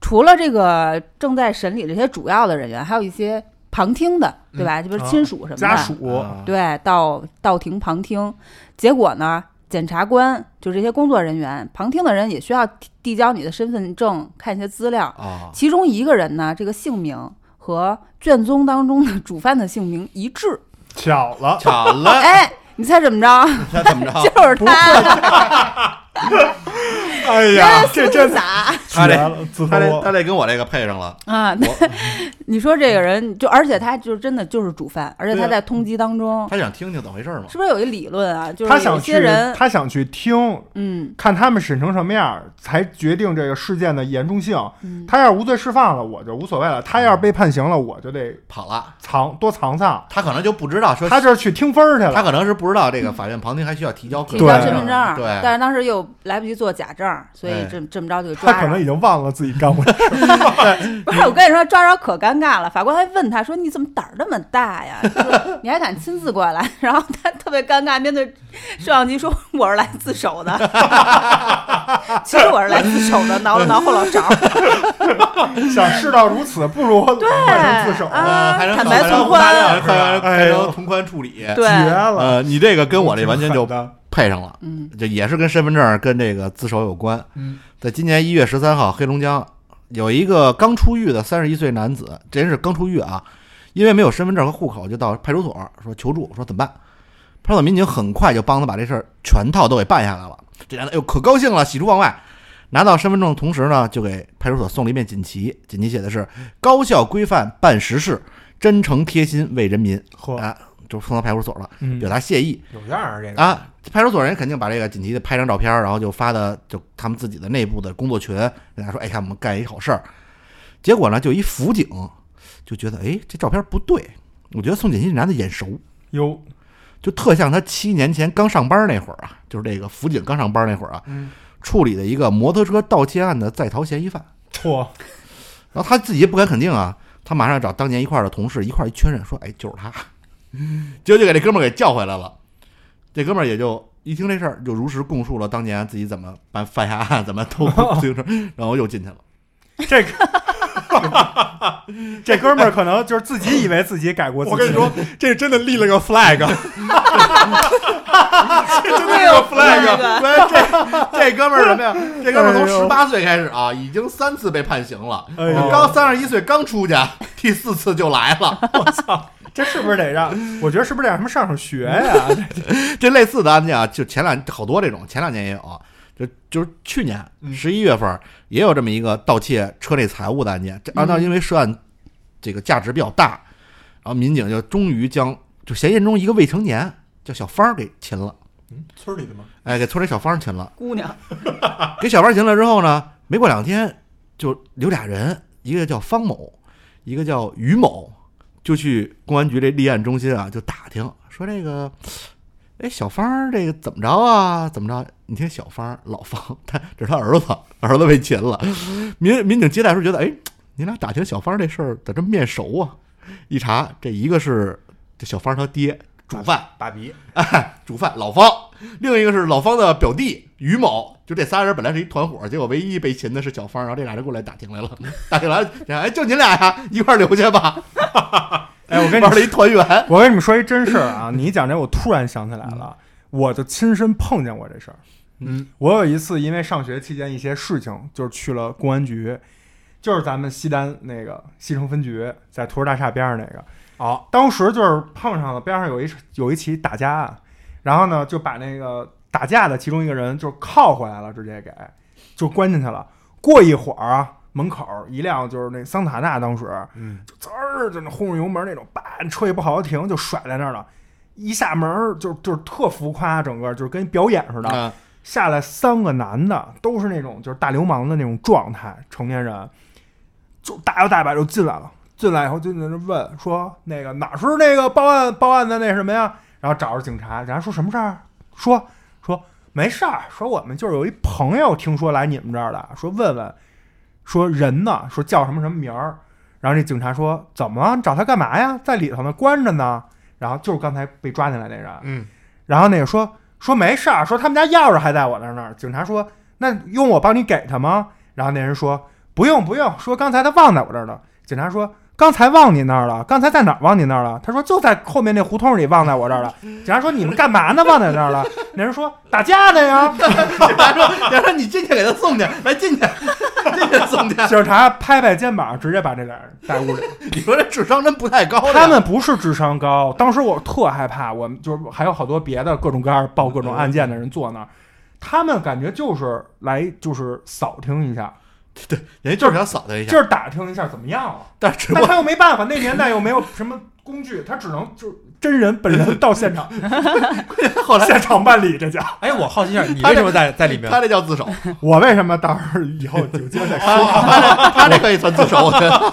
S2: 除了这个正在审理这些主要的人员，还有一些旁听的，对吧？就比如
S1: 啊
S2: 亲属什么的，
S1: 家属
S3: 啊
S2: 对，到到庭旁听，结果呢，检察官就这些工作人员，旁听的人也需要递递交你的身份证，看一些资料。
S3: 啊，
S2: 其中一个人呢，这个姓名和卷宗当中的主犯的姓名一致，
S1: 巧了，
S3: 巧了，
S2: 哎，你猜怎么着？
S3: 那怎么 着？
S2: 就是他，
S1: 哎呀，这真
S2: 咋？
S1: 绝了，自
S3: 他
S1: 投
S3: 得
S1: 罗
S3: 他
S1: 网。
S3: 得跟我这个配上了，
S2: 啊，那你说这个人就，而且他就真的就是主犯，而且
S3: 对
S2: 他
S3: 啊
S2: 在通缉当中，
S3: 他想听听怎么回事嘛
S2: 是？不是有一理论啊？就
S1: 嗯他
S2: 是有
S1: 想去
S2: 些人，，
S1: 他想去听，
S2: 嗯
S1: 看他们审成什么样儿，才决定这个事件的严重性。
S2: 嗯，
S1: 他要是无罪释放了，我就无所谓了；他要是被判刑了，我就得
S3: 跑了，
S1: 藏多藏藏。
S3: 他可能就不知道说
S1: 他这是去听分儿去了，
S3: 他可能是不知道这个法院旁听还需要提交
S2: 嗯
S3: 个
S2: 提
S3: 人
S2: 交
S1: 对
S2: 身份证儿，
S3: 对
S2: 但是当时又来不及做假证儿，所以
S3: 哎
S2: 这这么着就给抓
S1: 他可
S2: 着
S1: 能
S2: 了。
S1: 已经忘了自己干过。
S2: 不是，我跟你说，抓着可尴尬了。法官还问他说：“你怎么胆儿那么大呀？ 你说你还敢亲自过来？”然后他特别尴尬，面对摄像机说：“我是来自首的。” 其实我是来自首的，挠了挠后脑勺。
S1: 想事到如此，不如换成自首了，
S2: 啊
S3: 啊，还能
S2: 坦白从宽
S3: 还能还能
S1: 哎
S3: 还
S1: 呦
S3: 能从宽处理。
S2: 对，
S1: 绝啊了！
S3: 呃，你这个跟我这完全就
S1: 挺狠的
S3: 配上了，
S2: 嗯，
S3: 这也是跟身份证跟这个自首有关。
S1: 嗯，
S3: 在今年一月十三号，黑龙江有一个刚出狱的三十一岁男子，真是刚出狱啊，因为没有身份证和户口，就到派出所说求助，说怎么办？派出所民警很快就帮他把这事儿全套都给办下来了。这男的哎呦可高兴了，喜出望外。拿到身份证的同时呢，就给派出所送了一面锦旗，锦旗写的是“高效规范办实事，真诚贴心为人民”，
S1: 嚯，
S3: 啊，就送到派出所了，
S1: 嗯
S3: 表达谢意。
S4: 有样儿啊，这个
S3: 啊，派出所人肯定把这个锦旗拍张照片儿，然后就发的就他们自己的内部的工作群，跟大家说，哎，看我们干一好事儿。结果呢，就一辅警就觉得，哎，这照片不对，我觉得送锦旗这男的眼熟，
S1: 哟，
S3: 就特像他七年前刚上班那会儿啊，就是这个辅警刚上班那会儿啊，
S1: 嗯
S3: 处理的一个摩托车盗窃案的在逃嫌疑犯。
S1: 嚯，
S3: 然后他自己也不敢肯定啊，他马上找当年一块儿的同事一块儿一确认，说：“哎，就是他。” 结果就给这哥们儿给叫回来了。这哥们儿也就一听这事儿，就如实供述了当年自己怎么办犯下案，怎么 偷自行车，然后又进去了。
S1: 这个。这哥们儿可能就是自己以为自己改过自新。
S4: 我跟你说，这真的立 了个 flag，啊
S2: 没有
S3: 不是这这 哥们儿什么呀？这哥们儿从十八岁开始啊，已经三次被判刑了。
S1: 哎呦
S3: 刚三十一岁刚出去，第四次就来了。
S1: 这是不是得让？我觉得是不是得让他们上上学呀？
S3: 这类似的案件啊，就前两好多这种，前两年也有啊，就就是去年十一月份儿也有这么一个盗窃车内财物的案件，这案
S1: 嗯
S3: 件因为涉案这个价值比较大，然后民警就终于将就嫌疑人中一个未成年叫小芳儿给擒了，
S4: 村里的吗？
S3: 哎，给村里小芳儿擒了，
S2: 姑娘，
S3: 给小芳儿擒了之后呢，没过两天就有俩人，一个叫方某，一个叫于某，就去公安局这立案中心啊，就打听说这个，哎，小芳儿这个怎么着啊？怎么着？你听小芳儿老方，他这是他儿子，儿子被擒
S4: 嗯
S3: 了。民民警接待时候觉得，哎，你俩打听小芳儿这事儿咋这么面熟啊？一查，这一个是这小芳儿他爹主犯，
S4: 爸比，
S3: 主犯老方，另一个是老方的表弟于某，就这仨人本来是一团伙，结果唯一被擒的是小方，然后这俩人过来打听来了， 打听来了，哎，就你俩呀，一块儿留下吧，
S1: 哎，我跟你
S3: 玩
S1: 说
S3: 了一团圆，
S1: 我跟你们说一真事儿啊，你一讲这，我突然想起来了，我就亲身碰见过这事儿。
S4: 嗯，
S1: 我有一次因为上学期间一些事情，就是去了公安局，就是咱们西单那个西城分局在图书大厦边上那个，
S4: 哦，
S1: 当时就是碰上了边上有一有一起打架案，然后呢就把那个打架的其中一个人就铐回来了，直接给就关进去了。过一会儿啊，门口一辆就是那桑塔纳，当时
S4: 嗯，
S1: 就滋儿就那轰着油门那种，叭，车也不好好停，就甩在那儿了。一下门儿就就是特浮夸，整个就是跟表演似的。
S4: 啊
S1: 下来三个男的，都是那种就是大流氓的那种状态，成年人，就大摇大摆就进来了。进来以后就在那问说那个哪是那个报案报案的那什么呀？然后找着警察，警察说什么事儿？说说没事儿，说我们就是有一朋友听说来你们这儿了，说问问，说人呢，说叫什么什么名儿。然后这警察说怎么了？你找他干嘛呀？在里头呢，关着呢。然后就是刚才被抓进来那人，
S4: 嗯，
S1: 然后那个说说没事儿，说他们家钥匙还在我那儿呢。警察说那用我帮你给他吗？然后那人说不用不用，说刚才他忘在我这儿了。警察说刚才忘你那儿了，刚才在哪儿忘你那儿了？他说就在后面那胡同里忘在我这儿了。警察说你们干嘛呢？忘在那儿了？那人说打架呢呀。
S3: 他说：“他说你进去给他送去，来进去，进去送去。
S1: 警察拍拍肩膀，直接把这俩人带屋里。
S3: 你说这智商真不太高的呀。
S1: 他们不是智商高，当时我特害怕，我们就是还有好多别的各种各样报各种案件的人坐那儿，他们感觉就是来就是扫听一下，
S3: 人家就是想扫他一下，
S1: 就是打听一下怎么样了，
S3: 但只不
S1: 但
S3: 过
S1: 他又没办法，那年代又没有什么工具，他只能就是真人本人到现场，
S3: 后来
S1: 现场办理这叫。
S4: 哎，我好奇一下，你为什么在在里面？
S3: 他这叫自首，
S1: 我为什么到时候以后有机会再说？
S3: 他这可以算自首，我觉得。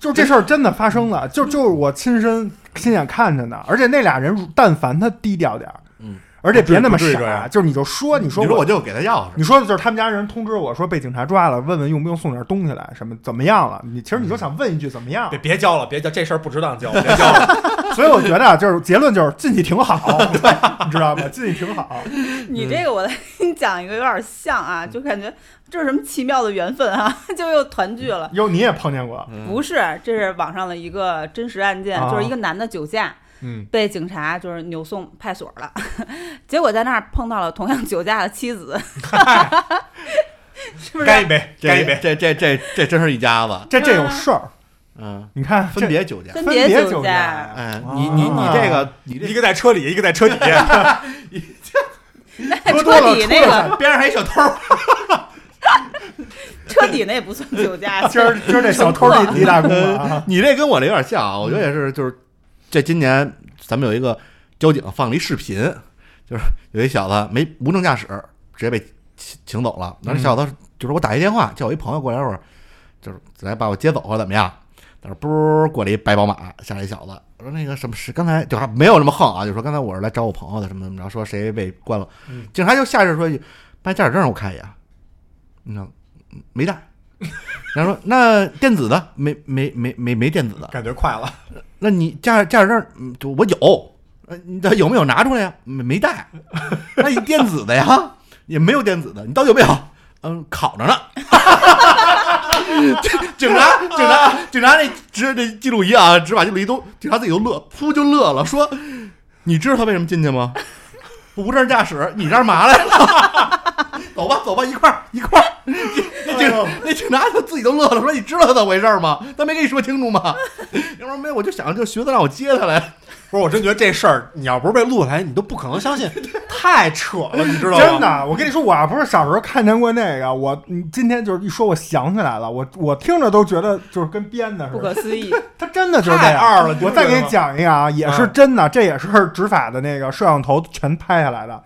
S1: 就这事儿真的发生了，就就是我亲身亲眼看见的，而且那俩人如但凡他低调点儿，
S3: 嗯，
S1: 而且别那么
S4: 不至于这
S1: 傻，
S4: 样
S1: 就是你就说， 你说
S3: 你说
S1: 我
S3: 我就给他钥匙，
S1: 你说的就是他们家人通知我说被警察抓了，问问用不用送点东西来，什么怎么样了？你其实你就想问一句怎么样
S4: 别？别交了，别交，这事儿不值当交，别交了。
S1: 所以我觉得啊，就是结论就是进去挺好，你知道吗？进去挺好。
S2: 你这个我来给你讲一个有点像啊，就感觉这是什么奇妙的缘分啊， 就又团聚了。
S1: 哟，你也碰见过？
S3: 嗯
S2: 不是，这是网上的一个真实案件，
S1: 啊
S2: 就是一个男的酒驾
S1: 嗯，
S2: 被警察就是扭送派出所了，结果在那儿碰到了同样酒驾的妻子，是不
S4: 嗯干一
S2: 是？
S4: 杯，干一
S3: 这
S4: 杯。
S3: 这这这这真是一家子，
S1: 这这有事儿，
S3: 嗯，
S1: 你看
S3: 分
S1: 这
S3: 别酒驾。
S2: 分
S1: 分
S2: 别
S1: 别
S2: 酒
S1: 驾，
S3: 哎，你你你这个你
S4: 一
S3: 这
S4: 个在车里，一个在车底下。
S1: 喝
S2: 车
S1: 多了
S2: 底
S1: 出
S2: 那
S1: 来
S2: 个
S1: 才。
S3: 边上还一小偷，
S2: 车底那也不算酒 驾，
S1: 今儿今儿这小偷立立大功了啊！
S3: 你这跟我这有点像啊，我觉得也是，就是这今年咱们有一个交警放了一视频，就是有一小子没无证驾驶，直接被请请走了。然后这小子就是我打一电话叫我一朋友过来一会儿，就是来把我接走或者怎么样。但是不过来一白宝马，下来一小子，我说那个什么是刚才就还没有那么横啊，就说刚才我是来找我朋友的，什么怎么着，说谁被关了，警察就下意识说一句：“把驾驶证让我看一眼。”你知道嗯没带。 然后说那电子的没没没没没电子的，
S4: 感觉快了，
S3: 那你驾驾驶证嗯就我有，呃，你的有没有拿出来呀？没没带，那你电子的呀 也没有电子的，你到底有没有？嗯，考着呢。 警察，警察，警察那执那记录仪啊，执法记录仪都，警察自己都乐，噗就乐了，说：“你知道他为什么进去吗？不无证驾驶，你这儿嘛来了？ 走吧，走吧，一块儿一块儿。”那警那警察他自己都乐了，说：“你知道他怎么回事儿吗？他没跟你说清楚吗？” 要不然没有，我就想就寻思让我接他 来，
S4: 不是我真觉得这事儿，你要不是被录下来，你都不可能相信， 太扯了，你知道吗？
S1: 真，的，我跟你说，我要啊不是小时候看见过那个，我你今天就是一说，我想起来了，我我听着都觉得就是跟编的
S2: 不
S1: 似的
S2: 可。思议。
S1: 他真的就是这
S4: 太
S1: 样。
S4: 二了，你知
S1: 我
S4: 道吗
S1: 再给你，讲一个啊，也是真的，这也是执法的那个摄像头全拍下来的，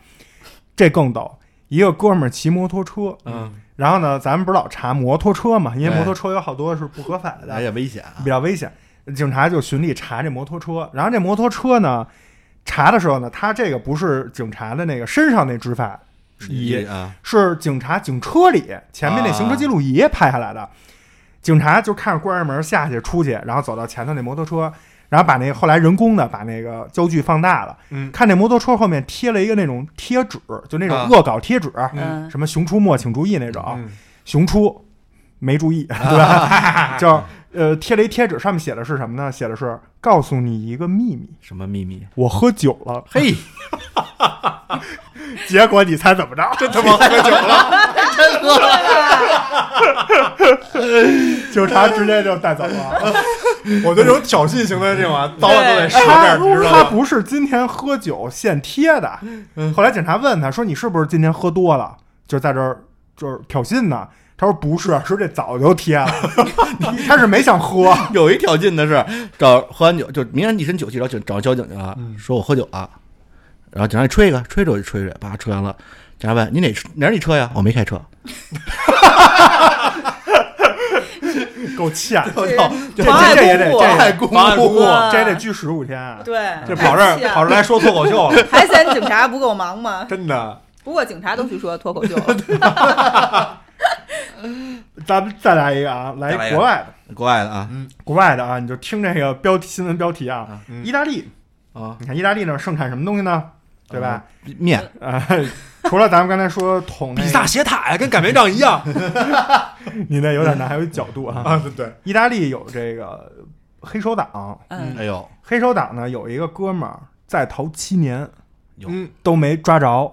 S1: 这更逗。一个哥们儿骑摩托车，
S4: 嗯，
S1: 然后呢，咱们不是老查摩托车嘛，因为
S3: 哎
S1: 摩托车有好多是不合法的，
S3: 哎呀，危险啊！
S1: 比较危险。警察就循例查这摩托车，然后这摩托车呢，查的时候呢，他这个不是警察的那个身上那执法仪，
S3: 啊，
S1: 是警察警车里前面那行车记录仪拍下来的。警察就看着关上门下去出去，然后走到前头那摩托车，然后把那个后来人工的把那个焦距放大了，
S4: 嗯
S1: 看那摩托车后面贴了一个那种贴纸，就那种
S3: 啊
S1: 恶搞贴纸，
S2: 嗯，
S1: 什么“熊出没，请注意”那种。
S4: 嗯
S1: 熊出 没注意，对吧？就是呃，贴了一贴纸，上面写的是什么呢？写的是告诉你一个秘密，
S3: 什么秘密？
S1: 我喝酒了。
S3: 嘿，
S1: 结果你猜怎 么着？真他妈喝酒了，真喝了！警察直接就带走了。
S4: 我对这种挑衅型的这种啊，早晚都
S2: 对
S4: 得 使点儿，你知
S1: 他
S4: 道
S1: 哎
S4: 吗？
S1: 不是今天喝酒现贴的。 后来警察问他说：“你是不是今天喝多了？就是在这儿就是挑衅呢？”他说：“不是，说这早就贴了， 他是没想喝。
S3: 有一条劲的是找喝完酒就明天一身酒气，然后警找交警去了，说我喝酒了，然后警察你吹一个，吹着我就吹着，叭吹完了，警察问你哪哪是你车呀？我没开车，”
S1: 够欠，
S3: 我
S2: 这
S3: 操，
S1: 这
S2: 妨碍
S1: 这这也得
S2: 公务
S1: 这也
S3: 太
S1: 得
S3: 公
S4: 妨碍公
S3: 务
S4: 务
S2: 哇
S1: 这也得拘十五天啊。
S2: 对， 啊
S4: 这跑这儿跑这儿来说脱口秀了，
S2: 还嫌警察不够忙吗？
S4: 真的。
S2: 不过警察都去说脱 口秀了，
S1: 咱们再来一个啊，
S3: 再来
S1: 来一
S3: 一个
S1: 国外的，
S3: 国外的啊
S1: 国外的啊，你就听这个标题新闻标题啊
S3: 啊，
S1: 意大利，
S3: 啊
S1: 你看意大利那儿盛产什么东西呢？对吧？
S3: 面
S1: 啊， 除了咱们刚才说捅那
S4: 比
S1: 个
S4: 萨斜塔呀，跟擀面杖一样
S1: 你那有点难，还有一角度啊。
S4: 啊！对对，
S1: 意大利有这个黑手党，
S2: 嗯，
S3: 哎呦
S1: 黑手党呢有一个哥们儿在逃七年
S4: 嗯，
S1: 都没抓着，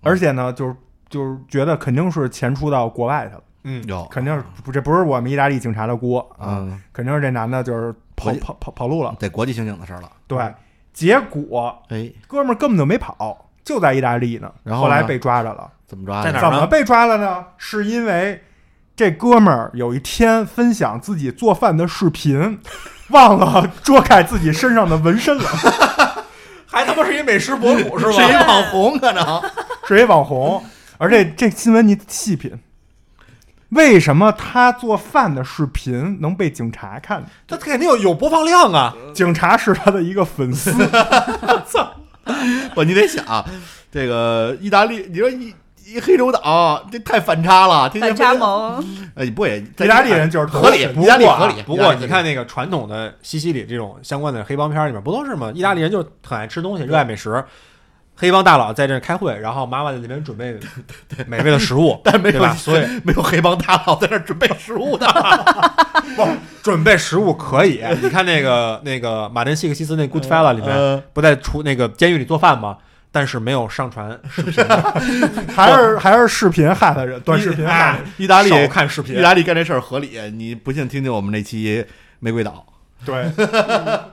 S1: 而且呢就是就是觉得肯定是潜出到国外去了，
S3: 呦，
S1: 肯定是不这不是我们意大利警察的锅啊，
S3: 嗯，
S1: 肯定是这男的就是跑嗯
S3: 我
S1: 跑跑跑路了。
S3: 啊得国际刑警的事儿了，
S1: 对，结果
S3: 哎，
S1: 哥们儿根本就没跑，就在意大利呢，
S3: 然后
S1: 后来
S3: 呢
S1: 被抓着了。
S3: 怎么啊抓
S4: 在
S3: 的？
S4: 哪儿
S1: 怎
S4: 呢
S1: 么被抓了呢？是因为这哥们儿有一天分享自己做饭的视频，忘了遮盖自己身上的纹身了，
S4: 还他妈是一美食博主是
S3: 是一
S4: 吧？
S3: 网红啊可能，
S1: 是一网红。而且这新闻你细品，为什么他做饭的视频能被警察看见？
S4: 他肯定有有播放量啊！
S1: 警察是他的一个粉丝，
S3: 不，你得想啊这个意大利，你说一一黑手党，这太反差了，天天
S2: 反差 萌，
S3: 哎，不也
S1: 意大利人就是
S3: 合理
S1: 头
S3: 意大利合理
S4: 不
S3: 意大利合
S4: 过
S3: 理
S4: 你看那个传统的西西里这种相关的黑帮片里面，不都是吗？意大利人就是很爱吃东西，热爱美食。黑帮大佬在这儿开会，然后妈妈在那边准备美味的食物，
S3: 但没
S4: 对
S3: 有
S4: 吧？所以
S3: 没有黑帮大佬在那儿准备食物的，
S4: 准备食物可以。你看那个那个马丁·西克西斯那《Goodfella》里面，
S3: 呃
S4: 不在厨那个监狱里做饭吗？但是没有上传视频，
S1: 还是还是视频害的人，短视频害的人。
S3: 哎意大利
S4: 少看视频
S3: 意。大利干这事儿合理，你不信听听我们那期玫瑰岛，
S1: 对，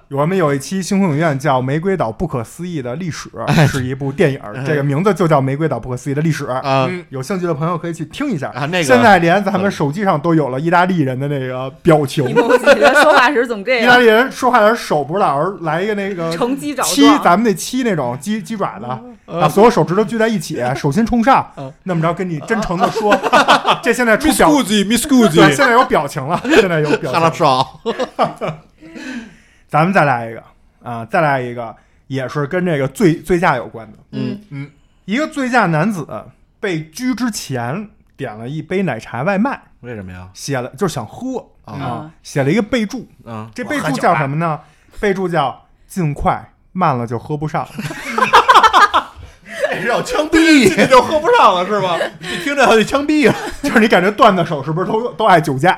S1: 我们有一期星空影院叫《玫瑰岛不可思议的历 史》，
S3: 哎
S1: 是一部电影儿，这个名字就叫《玫瑰岛不可思议的历史》
S3: 啊
S1: 嗯有兴趣的朋友可以去听一下
S3: 啊那个
S1: 现在连咱们手机上都有了意大利人的那个表情，
S3: 嗯
S2: 你我觉得说话时总 这
S1: 意
S2: 样
S1: 大，利人说话的时候手不是老是来一个那 个
S2: 乘机找
S1: 七，
S2: 撞，
S1: 咱们那七那种鸡鸡爪子，
S3: 嗯
S1: 把所有手指头聚在一起，手心冲上，那么着跟你真诚的 说，这现在出表。
S4: Miss
S1: 对，现在有表情了，现在有表情
S3: 哈拉
S1: 了。
S3: 少，
S1: 咱们再来一个啊，再来一个，也是跟这个醉醉驾有关的。
S3: 嗯
S1: 一个醉驾男子被拘之前点了一杯奶茶外卖，
S3: 为什么呀？
S1: 写了就是想喝
S3: 啊
S1: 写了一个备注，
S3: 嗯，
S1: 这备注叫什么呢？备注叫“尽快”。慢了就喝不上，
S3: 这是要枪毙，这就喝不上了 是吧？你听着要去枪毙了，
S1: 就是你感觉段子手是不是都都爱酒驾？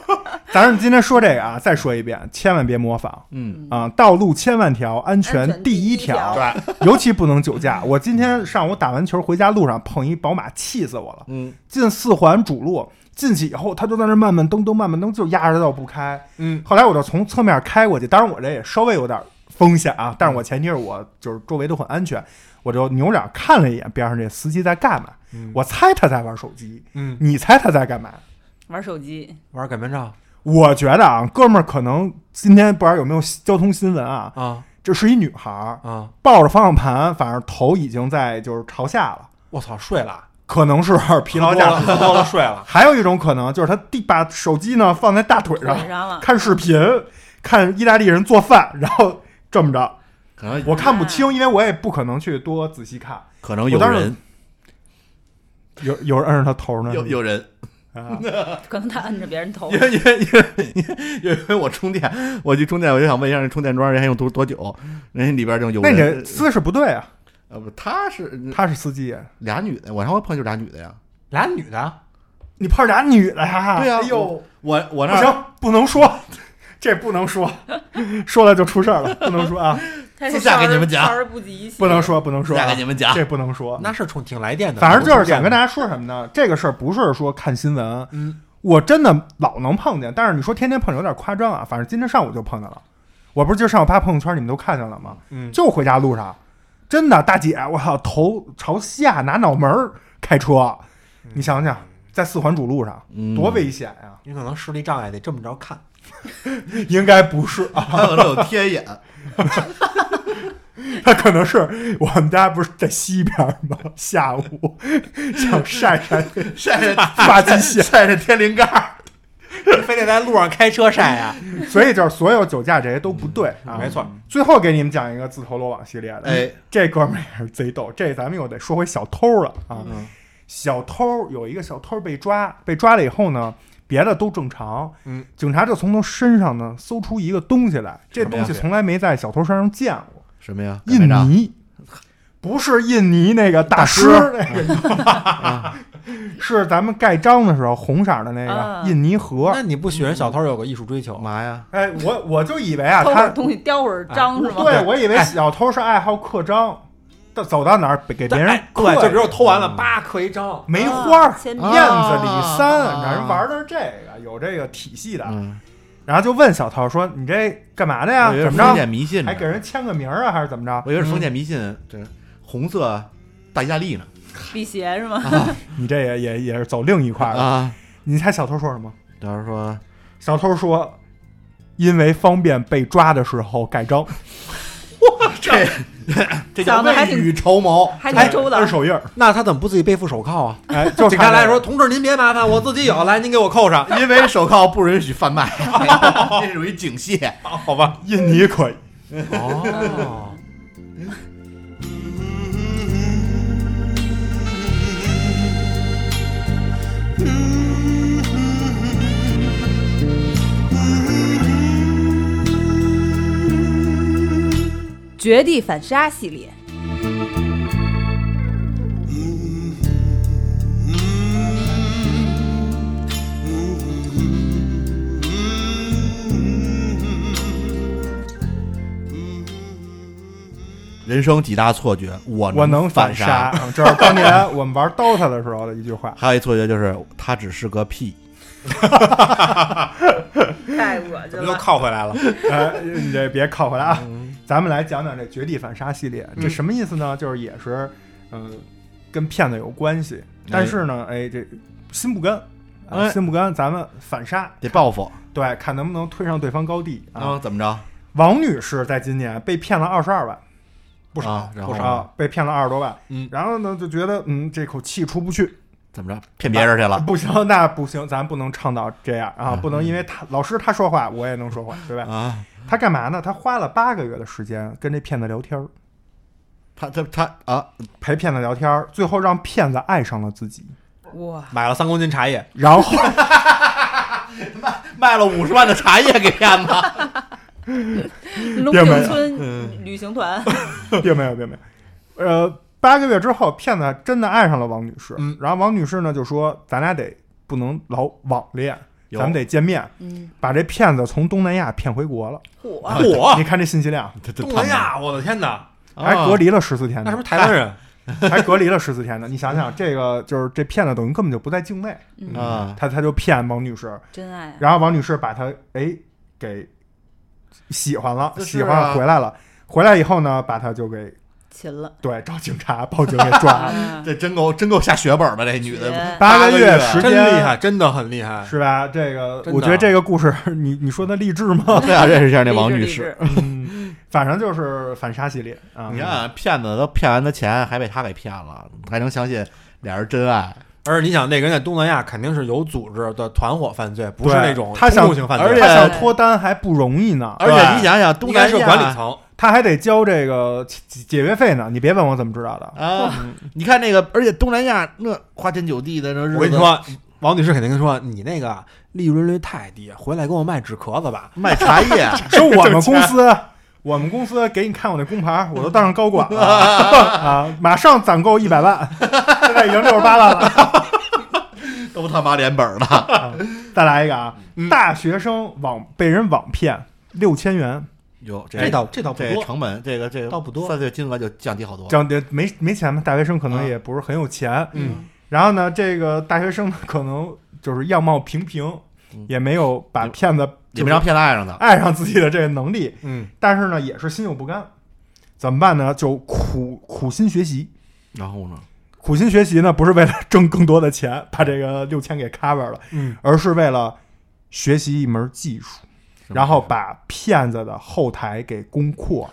S1: 咱们今天说这个啊，再说一遍，千万别模仿
S3: 嗯，
S1: 啊！道路千万条，安
S2: 安
S1: 全
S2: 全
S1: 第
S2: 第
S1: 一
S2: 一
S1: 条，
S2: 条
S1: 对， 尤其不能酒驾。我今天上午打完球回家路上碰一宝马，气死我了。
S3: 嗯，
S1: 进四环主路，进去以后，他就在那儿慢慢蹬蹬，慢慢蹬，就压着道不开。
S4: 嗯，
S1: 后来我就从侧面开过去，当然我这也稍微有点风险啊，但是我前提是我就是周围都很安全，我就扭脸看了一眼边上这司机在干嘛，
S3: 嗯
S1: 我猜他在玩手机，
S4: 嗯，
S1: 你猜他在干嘛？
S2: 玩手机，
S4: 玩擀面杖
S1: 我觉得啊，哥们儿可能今天不知道有没有交通新闻啊，
S4: 啊
S1: 这是一女孩儿
S4: 啊！
S1: 抱着方向盘，反正头已经在就是朝下了，
S4: 我操，睡了，
S1: 可能是疲劳驾
S4: 驾
S1: 驶
S4: 驶多了睡了。
S1: 还有一种可能就是他地把手机呢放在大腿上
S2: 腿上了
S1: 看视频，看意大利人做饭，然后这么着，
S3: 可能
S1: 我看不
S3: 哎
S1: 清，因为我也不可能去多仔细看。
S3: 可能有
S1: 我当时
S3: 人
S1: 有有人摁着他头呢，
S3: 有有人
S1: 啊，
S2: 可能他摁着别人头
S3: 因，为因为因为因为因为我充电，我去充电，我就想问一下，那充电桩人还用多多久？人家里边就有
S1: 那你
S3: 人
S1: 这，姿势不对啊，
S3: 呃不，他是
S1: 他是司机，啊
S3: 俩女的，我上回碰就俩女的呀。
S4: 俩女的，
S1: 你碰上俩女的呀？
S3: 对呀、
S1: 哎呦，
S3: 我
S1: 不
S3: 我那儿
S1: 行，不能说， 这不能说，说了就出事儿了，不能说啊，
S2: 他
S3: 私下给你们讲
S2: 少儿不及一心
S1: 不能说，不能说啊、
S3: 再给你们讲，
S1: 这不能说。
S4: 那是冲挺来电的，
S1: 反正就是想跟大
S4: 家，
S1: 家说什么呢？这个事儿不是说看新闻，
S4: 嗯，
S1: 我真的老能碰见，但是你说天天碰有点夸张啊。反正今天上午就碰见了，我不是今儿上午发朋友圈，你们都看见了吗？
S4: 嗯
S1: 就回家路上，真的大姐，我操，头朝下拿脑门儿开车，
S4: 嗯
S1: 你想想，在四环主路上
S3: 嗯
S1: 多危险呀、
S4: 你可能视力障碍得这么着看，
S1: 应该不是啊，
S3: 还有这种天眼，
S1: 他可能是我们家不是在西边儿吗？下午想晒晒
S3: 晒着
S1: 发际线，
S3: 晒着天灵盖儿，
S4: 非得在路上开车晒啊呀、
S1: 所以就是所有酒驾这些都不对啊，
S4: 嗯没错。
S1: 最后给你们讲一个自投罗网系列的，
S3: 哎，
S1: 这哥们儿也是贼逗。这咱们又得说回小偷了啊。
S4: 嗯
S1: 小偷有一个小偷被抓，被抓了以后呢，别的都正常。
S4: 嗯，
S1: 警察就从他身上呢搜出一个东西来，这
S3: 什么呀
S1: 东西从来没在小偷身上见过。
S3: 什么呀？
S1: 印尼，不是印尼那个大师 那个，是咱们盖章的时候红色的那
S2: 啊
S1: 个印尼盒。
S4: 那你不许人小偷有个艺术追求
S3: 干
S4: 吗？
S3: 嘛呀？
S1: 哎，我我就以为啊，
S2: 偷会
S1: 他
S2: 儿东西叼会儿章是吗？
S1: 对，我以为小偷是爱好刻章，到走到哪儿给别人
S4: 哎
S1: 刻
S4: 对，
S1: 呀，
S4: 就比如偷完了，叭刻一张，
S1: 梅花、
S2: 啊铅笔
S1: 燕子李三，
S3: 啊
S1: 人玩的是这个，有这个体系的。
S3: 嗯，
S1: 然后就问小偷说：“你这干嘛的呀？
S3: 我以为
S1: 怎
S3: 是
S1: 么
S3: 封
S1: 着？
S3: 建迷信呢，
S1: 还给人签个名儿啊，还是怎么着？”
S3: 我以为是封建迷信，这红色大意大利呢
S2: 辟邪是吗？
S1: 你这也也也是走另一块儿了。
S3: 啊！
S1: 你猜小偷说什么？
S3: 到时候说
S1: 小偷说：“因为方便被抓的时候盖 章，
S3: 这这叫
S2: 想得还
S3: 未
S2: 挺
S3: 雨绸缪，
S2: 还
S1: 哎
S2: 挺周到
S1: 二。手印儿。
S4: 那他怎么不自己背副手铐啊？”
S1: 哎，就
S4: 警察
S1: 差
S4: 来
S1: 这个
S4: 说：“同志，您别麻烦，我自己有，来，您给我扣上。
S3: 因为手铐不允许贩卖，这属于警械。
S1: 好吧，印尼可以。”
S4: 哦，
S2: 绝地反杀系列，
S3: 人生几大错觉，我
S1: 我能
S3: 反
S1: 杀，嗯这是当年我们玩 DOTA 的时候的一句话。
S3: 还有一错觉就是他只是个屁，
S2: 太恶心
S4: 又铐回来了。 嗯
S1: 哎，你这别靠回来啊！咱们来讲讲这绝地反杀系列，这什么意思呢？就是也是，嗯、跟骗子有关系，但是呢，哎，这心不甘，啊，
S3: 哎
S1: 心不甘，咱们反杀，
S3: 得报复
S1: 对，看能不能推上对方高地啊！
S4: 嗯
S3: 啊？怎么着？
S1: 王女士在今年被骗了二十二万，
S4: 不少
S3: 啊然后
S4: 不少，
S1: 啊，被骗了二十多万，
S4: 嗯
S1: 然后呢就觉得嗯这口气出不去，
S3: 怎么着？骗别人去了
S1: 不行，那不行，咱不能倡导这样啊，
S3: 嗯
S1: 不能因为他老师他说话，我也能说话，对吧？
S3: 啊？
S1: 他干嘛呢？他花了八个月的时间跟这骗子聊天儿。
S3: 他他他啊！
S1: 陪骗子聊天儿，最后让骗子爱上了自己，
S2: 哇！
S4: 买了三公斤茶叶，
S1: 然后
S3: 卖了五十万的茶叶给骗子，
S1: 并
S2: 龙井
S1: 没有
S2: 村旅行团，
S1: 并没有，并没有，呃，八个月之后，骗子真的爱上了王女士，
S4: 嗯
S1: 然后王女士呢就说：“咱俩得不能老网恋，
S3: 有
S1: 咱们得见面。”
S2: 嗯，
S1: 把这骗子从东南亚骗回国了。
S2: 嚯！
S4: 嚯
S1: 你，看这信息量，
S3: 这这
S4: 东南亚，哎我的天哪，
S3: 啊
S1: 还隔离了十四天
S4: 那是不
S1: 呢
S4: 是，台湾人？
S1: 还隔离了十四天呢。你想想，这个就是这骗子等于根本就不在境内，
S2: 嗯，
S3: 啊！
S1: 他他就骗王女士，
S2: 真爱啊，
S1: 然后王女士把他哎给喜欢了，
S3: 就是
S1: 喜欢
S3: 啊
S1: 了回来了，回来以后呢，把他就给
S2: 勤了。
S1: 对，找警察报警给抓 了，
S2: 啊
S3: 这真够真够下血本的，这女的
S2: 绝
S1: 八
S3: 个
S1: 个
S3: 月
S1: 月时
S4: 真
S1: 间
S4: 厉害，，真的很厉害。
S1: 是吧？这个
S4: 真的啊
S1: 我觉得这个故事，你你说的励志吗？
S3: 我啊想认识一下那
S2: 励
S3: 王
S2: 志
S3: 女
S2: 励志
S3: 士。
S1: 嗯，反正就是反杀系列啊。
S3: 你看，骗子都骗完他钱，还被他给骗了，还能相信俩人真爱？
S4: 而且你想，那个人在东南亚肯定是有组织的团伙犯罪，不是
S1: 对
S4: 那种
S1: 他
S4: 冲
S1: 想
S4: 动性犯罪，
S1: 而且
S3: 对
S1: 想脱单还不容易呢，
S3: 而且你想想，东
S4: 应该
S3: 南
S4: 是
S3: 亚
S4: 管理层。
S1: 他还得交这个解解约费呢。你别问我怎么知道 的，
S3: 啊！你看那个，而且东南亚那花天酒地的那日子，
S4: 我跟你说，王女士肯定跟你说，你那个利润率太低，回来给我卖纸壳子吧。
S3: 卖茶叶，
S1: 是我们公司。我们公司给你看我那工牌，我都当上高管 了啊！马上攒够一百万，现在已经六十八万了。
S3: 都都他妈连本儿的，
S1: 再来一个啊，
S3: 嗯
S1: 大学生网被人网骗六千元，
S3: 哟，
S4: 这倒这倒不
S3: 这
S4: 多，
S3: 成本，这个这个
S4: 倒不多
S3: 犯罪金额就降低好多。
S1: 这样的没没钱嘛，大学生可
S3: 啊
S1: 能也不是很有钱，
S4: 嗯，
S1: 然后呢，这个大学生呢可能就是样貌平平
S3: 嗯，
S1: 也没有把骗子
S3: 也没让骗子爱上的，
S1: 爱上自己的这个能力，
S4: 嗯，
S1: 但是呢也是心有不甘，怎么办呢？就苦苦心学习，
S3: 然后呢？
S1: 苦心学习呢不是为了挣更多的钱把这个六千给 cover 了，
S4: 嗯，
S1: 而是为了学习一门技术。然后把骗子的后台给攻破，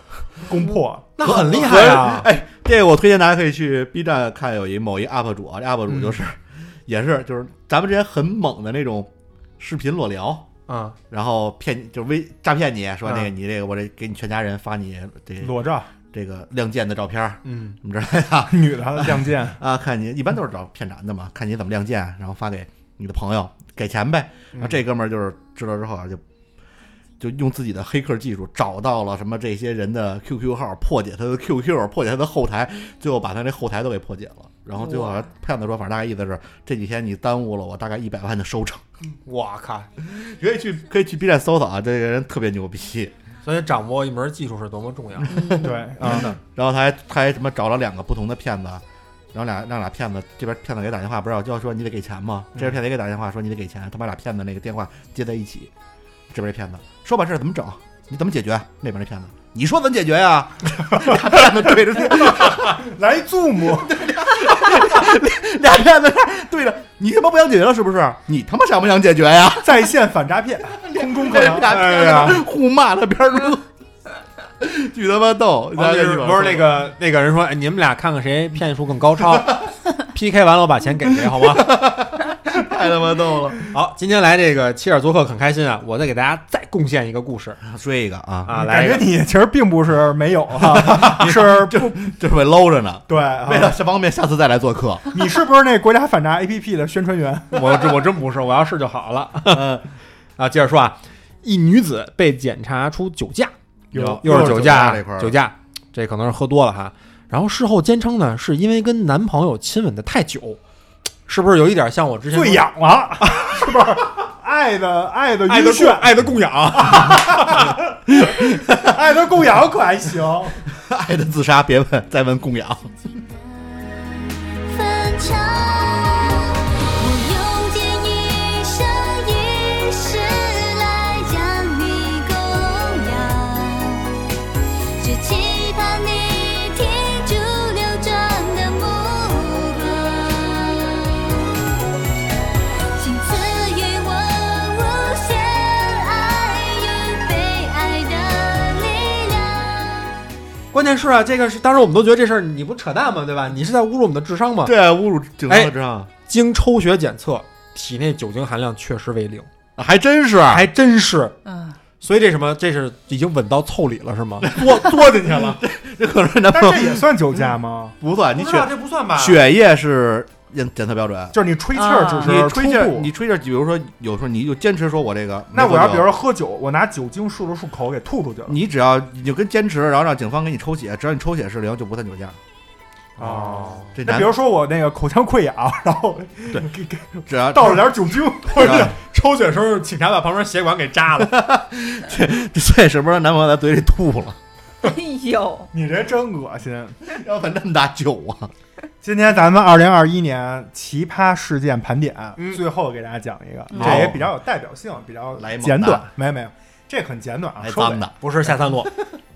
S1: 攻破。
S4: 那很厉害啊
S3: 我！哎，这个我推荐大家可以去 B 站看，有一某一 UP 主啊，这 UP 主
S4: 嗯
S3: 就是、也是就是咱们之前很猛的那种视频裸聊，
S4: 啊，
S3: 然后骗你就是微诈骗你说那个、你这个我这给你全家人发你这
S1: 裸照，
S3: 这个亮剑的照片儿
S4: 嗯，
S3: 什么之类的
S1: 女的亮剑，
S3: 啊，看你一般都是找骗男的嘛，看你怎么亮剑，然后发给你的朋友给钱呗。然后这哥们儿就是知道之后啊，就就用自己的黑客技术找到了什么这些人的 QQ 号，破解他的 QQ，破解他的后台，最后把他这后台都给破解了。然后最后好像骗子说，反正大概意思是这几天你耽误了我大概一百万的收成。
S4: 我靠！
S3: 可以去可以去 B 站搜搜啊，这个人特别牛逼。
S4: 所以掌握一门技术是多么重要。
S1: 对啊，
S3: 然后他还他还什么找了两个不同的骗子，然后俩让俩骗子这边骗子给打电话，不是要就要说你得给钱吗？这边骗子也给打电话说你得给钱，他把俩骗子那个电话接在一起，这边这骗子说把这事怎么整？你怎么解决？那边那骗子你说怎么解决呀、 俩骗子对着那
S1: 来 zoom，
S3: 俩骗子对着你他妈不想解决了是不是？你他妈想不想解决呀、
S1: 在线反诈骗，空中课
S3: 这俩
S1: 堂。哎
S3: 骗
S1: 呀，
S3: 子互骂他边儿乐，巨他妈逗！
S4: 然后哦就是不是那
S3: 个。
S4: 个那个人说，哎，你们俩看看谁骗术更高超，PK 完了我把钱给谁，好吗？
S3: 太他妈逗了！
S4: 好，今天来这个切尔做客很开心啊，我再给大家再贡献一个故事
S3: 追一个啊，
S4: 啊，
S1: 感
S4: 来一
S1: 觉
S4: 个，
S1: 你其实并不是没有啊，是不
S3: 这是被搂着呢。
S1: 对啊
S3: 为了这方便，下次再来做客。
S1: 你是不是那国家反诈 APP 的宣传员？
S4: 我这我真不是，我要是就好了。 啊，接着说啊，一女子被检查出酒驾，
S3: 有
S4: 又是
S3: 酒
S4: 酒驾
S3: 这块儿，
S4: 酒驾，这可能是喝多了哈。然后事后坚称呢，是因为跟男朋友亲吻的太久，是不是有一点像我之前说
S1: 最痒了，是不是？爱的爱的
S4: 爱
S1: 晕
S4: 的供
S1: 眩，
S4: 爱的供养？啊
S1: 爱的哎供养可还行。
S3: 爱的自杀，别问，再问供养。
S6: 翻唱，我用尽一生一世来将你供养，只期盼你停住流转的目光，请赐予我无限爱与被爱的力量。
S4: 关键是啊，这个是当时我们都觉得这事儿你不扯淡吗？对吧？你是在侮辱我们的智商吗？
S3: 对，侮辱警
S4: 哎
S3: 察知道，
S4: 经抽血检测，体内酒精含量确实为零，
S3: 还真是
S4: 还真是。
S2: 嗯，
S4: 所以这什么，这是已经稳到凑里了是吗？坐坐进去了，
S3: 啊 这可能是男
S1: 但
S3: 朋友
S1: 这也算酒驾吗？
S3: 不算，你
S4: 不知道
S3: 血
S4: 这不算吧？
S3: 血液是检检测标准。
S1: 就是你吹气儿只
S3: 你
S1: 是
S3: 吹气儿，
S1: 初步
S3: 你吹气儿，比如说有时候你就坚持说我这个，
S1: 那我要
S3: 没喝酒
S1: 比如说喝酒，我拿酒精漱了漱口给吐出去了
S3: 你只要你就跟坚持，然后让警方给你抽血，只要你抽血是零，就不算酒驾。
S1: 哦。
S3: 这
S1: 那
S3: 男
S1: 比如说我那个口腔溃疡，然后
S3: 对
S1: 给给
S3: 只要
S1: 倒了点酒精，
S3: 或者
S4: 抽血时候，警察把旁边血管给 扎了。
S3: 所以是不是男朋友在嘴里吐了，
S2: 哎 呦，
S1: 你这真恶心。
S3: 要喷那么大酒啊？
S1: 今天咱们二零二一年奇葩事件盘点，最后给大家讲一个，这
S3: 好
S1: 也比较有代表性，比较
S3: 来一猛
S1: 简
S3: 的
S1: 短，没有没有，这很简短啊，
S3: 还
S1: 收
S3: 脏
S1: 尾
S3: 的，
S4: 不是下三 路，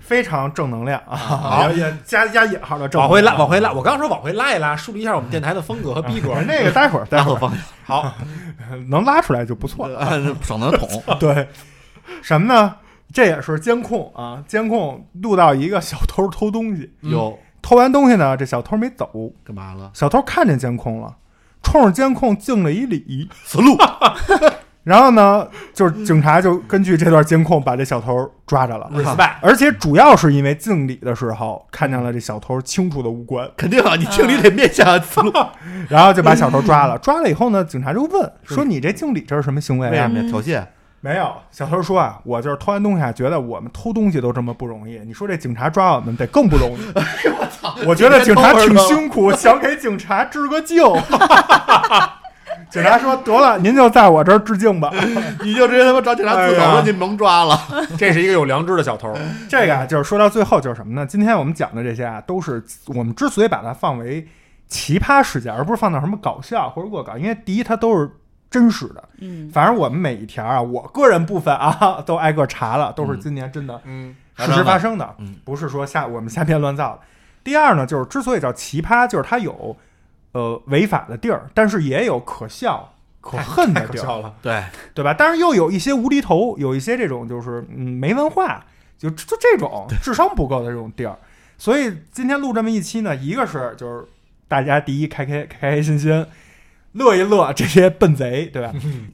S1: 非常正能量啊，好也加加引号的正
S4: 往
S1: 能量，
S4: 回拉，往回拉。我刚刚说往回拉一拉，梳理一下我们电台的风格和逼格。哎
S1: 啊那个待会儿待
S3: 然
S1: 会
S3: 后
S1: 儿
S3: 放
S4: 好，
S1: 能拉出来就不错了。
S3: 呃省得 捅。
S1: 对，什么呢？这也是监控啊，监控录到一个小偷偷东西，
S3: 哟，
S1: 偷完东西呢，这小偷没走，
S3: 干嘛了？
S1: 小偷看见监控了，冲着监控敬了一礼。
S3: 死路。
S1: 然后呢，就是警察就根据这段监控把这小偷抓着了，
S4: respect
S1: 而且主要是因为敬礼的时候看见了这小偷清楚的五官，
S3: 肯定啊，你敬礼得面向思
S4: 嗯
S3: 路，
S1: 然后就把小偷抓了。抓了以后呢，警察就问说：“你这敬礼这是什么行为
S3: 为
S2: 嗯
S3: 什
S1: 啊
S3: 么哎呀？挑衅？？”
S1: 没有，小偷说啊，我就是偷完东西啊，觉得我们偷东西都这么不容易，你说这警察抓我们得更不容 易。
S4: 哎
S1: 我觉得警察挺辛苦，想给警察致个敬。 警察说得了，您就在我这儿致敬吧。
S3: 你就直接他妈找警察自首
S4: 哎呀
S3: 了，你甭抓了。
S4: 这是一个有良知的小偷。
S1: 这个啊，就是说到最后就是什么呢？今天我们讲的这些啊，都是我们之所以把它放为奇葩事件，而不是放到什么搞笑或者恶搞，因为第一它都是真实的。
S2: 嗯，
S1: 反正我们每一条啊，我个人部分啊， 都挨个查了，都是
S3: 嗯
S1: 今年真的
S4: 嗯，
S1: 事实发生的，
S3: 嗯
S1: 不是说瞎我们瞎编乱造的。第二呢，就是之所以叫奇葩，就是它有呃违法的地儿，但是也有可笑、可恨的
S4: 太哎可
S1: 地儿。
S4: 笑了。
S3: 对，
S1: 对吧？但是又有一些无厘头，有一些这种就是嗯没文化，就就这种智商不够的这种地儿。所以今天录这么一期呢，一个是就是大家第一开开开开心心，乐一乐这些笨贼，对吧？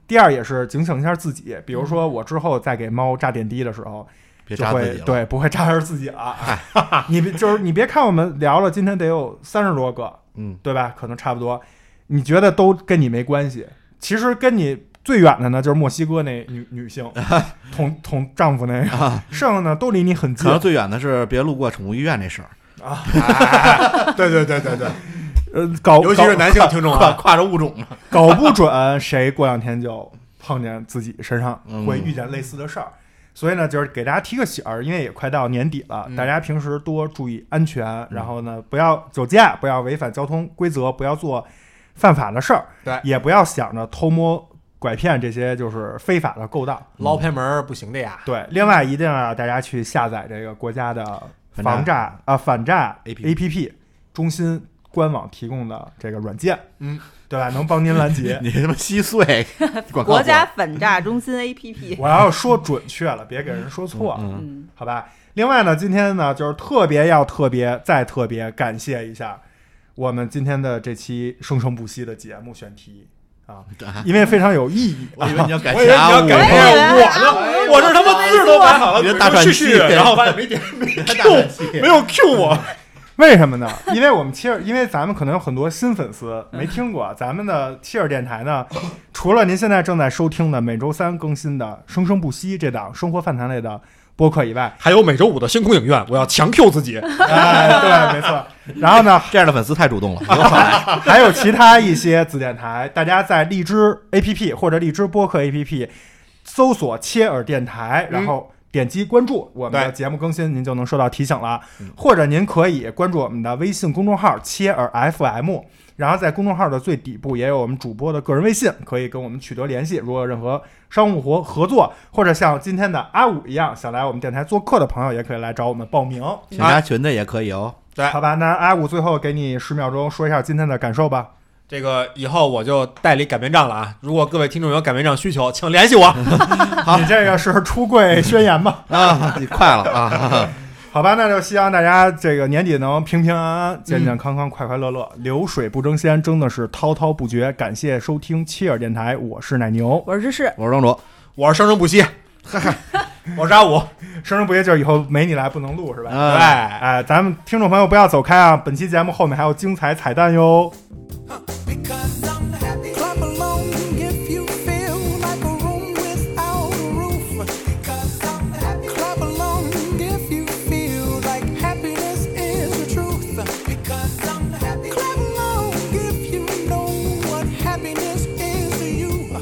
S1: 第二也是警醒一下自己，比如说我之后再给猫扎点滴的时候，
S3: 别
S1: 就
S3: 扎自
S1: 会
S3: 己了。哎
S1: 对不会扎着自己了。你别就是你别看我们聊了今天得有三十多个，
S3: 嗯，
S1: 对吧？可能差不多。你觉得都跟你没关系，其实跟你最远的呢就是墨西哥那女女 性捅捅丈夫那个，剩下呢都离你很
S3: 啊可
S1: 近
S3: 能。最远的是别路过宠物医院这事儿，
S4: 对对对对对，
S1: 呃，搞
S4: 尤其是男性听众
S3: 跨
S4: 啊，
S3: 跨着物种呢。
S1: 搞搞不准谁过两天就碰见自己身上
S3: 嗯
S1: 会遇见类似的事儿。所以呢，就是给大家提个醒儿，因为也快到年底了，
S4: 嗯
S1: 大家平时多注意安全，然后呢，不要酒驾，不要违反交通规则，不要做犯法的事儿，
S4: 对
S1: 也不要想着偷摸拐骗这些就是非法的勾当。
S4: 捞偏门儿不行的呀。
S1: 对，另外一定要大家去下载这个国家的防
S3: 反
S1: 诈啊、反诈
S3: APP
S1: A P P 中心官网提供的这个软件，
S4: 嗯，
S1: 对吧？能帮您拦 截。
S3: 你他妈稀碎，管
S2: 国家反诈中心 APP，
S1: 我要说准确了，别给人说错了，
S3: 嗯，
S2: 嗯，
S1: 好吧？另外呢，今天呢，就是特别要特别再特别感谢一下我们今天的这期生生不息的节目选题 啊，因为非常有意义。啊
S3: 我以为你要感
S4: 我以
S3: 谢
S4: 为
S3: 阿
S4: 你要
S3: 五
S4: 感
S2: 哎
S4: 谢
S3: 呢
S4: 我呢，我这他 妈字都摆好了，
S3: 你这大喘
S4: 去
S3: 气
S4: 去，然后发现没点
S3: 你还大胆气
S4: 没有 Q 我，
S1: 为什么呢？因为我们切尔，因为咱们可能有很多新粉丝没听过啊咱们的切尔电台 呢。除了您现在正在收听的每周三更新的《生生不息》这档生活饭堂类的播客以外，
S4: 还有每周五的星空影院，我要强 Q 自 己。
S1: 哎，对，没错。然后呢，
S3: 这样的粉丝太主动 了。
S1: 还有其他一些子电台，大家在荔枝 APP 或者荔枝播客 APP 搜索“切耳电台”，然后点击关注我们的
S4: 对
S1: 节目更新，您就能收到提醒了。或者您可以关注我们的微信公众号“切耳 FM”，然后在公众号的最底部也有我们主播的个人微信，可以跟我们取得联系。如果有任何商务活合作，或者像今天的阿五一样想来我们电台做客的朋友，也可以来找我们报名。
S3: 请加群的也可以哦。
S4: 对
S1: 好吧，那阿五最后给你十秒钟说一下今天的感受吧。
S4: 这个以后我就代理擀面杖了啊！如果各位听众有擀面杖需求，请联系 我。
S1: 你这个是出柜宣言吧？
S3: 啊，你快了啊！
S1: 好吧，那就希望大家这个年底能平平安安、健健康康、快快乐乐，流水不争先，真的是滔滔不绝。感谢收听切尔电台，我是奶牛，
S2: 我是芝士，
S3: 我是庄主，
S4: 我是生生不 息，我是阿五，
S1: 生生不息就是以后没你来不能录是吧？
S3: 嗯
S4: 哎，
S1: 哎，咱们听众朋友不要走开啊！本期节目后面还有精彩彩蛋哟。
S5: Because I'm happy. Clap along if you feel like a room without a roof. Because I'm happy. Clap along if you feel like happiness is the truth. Because I'm happy. Clap along if you know what happiness is to you.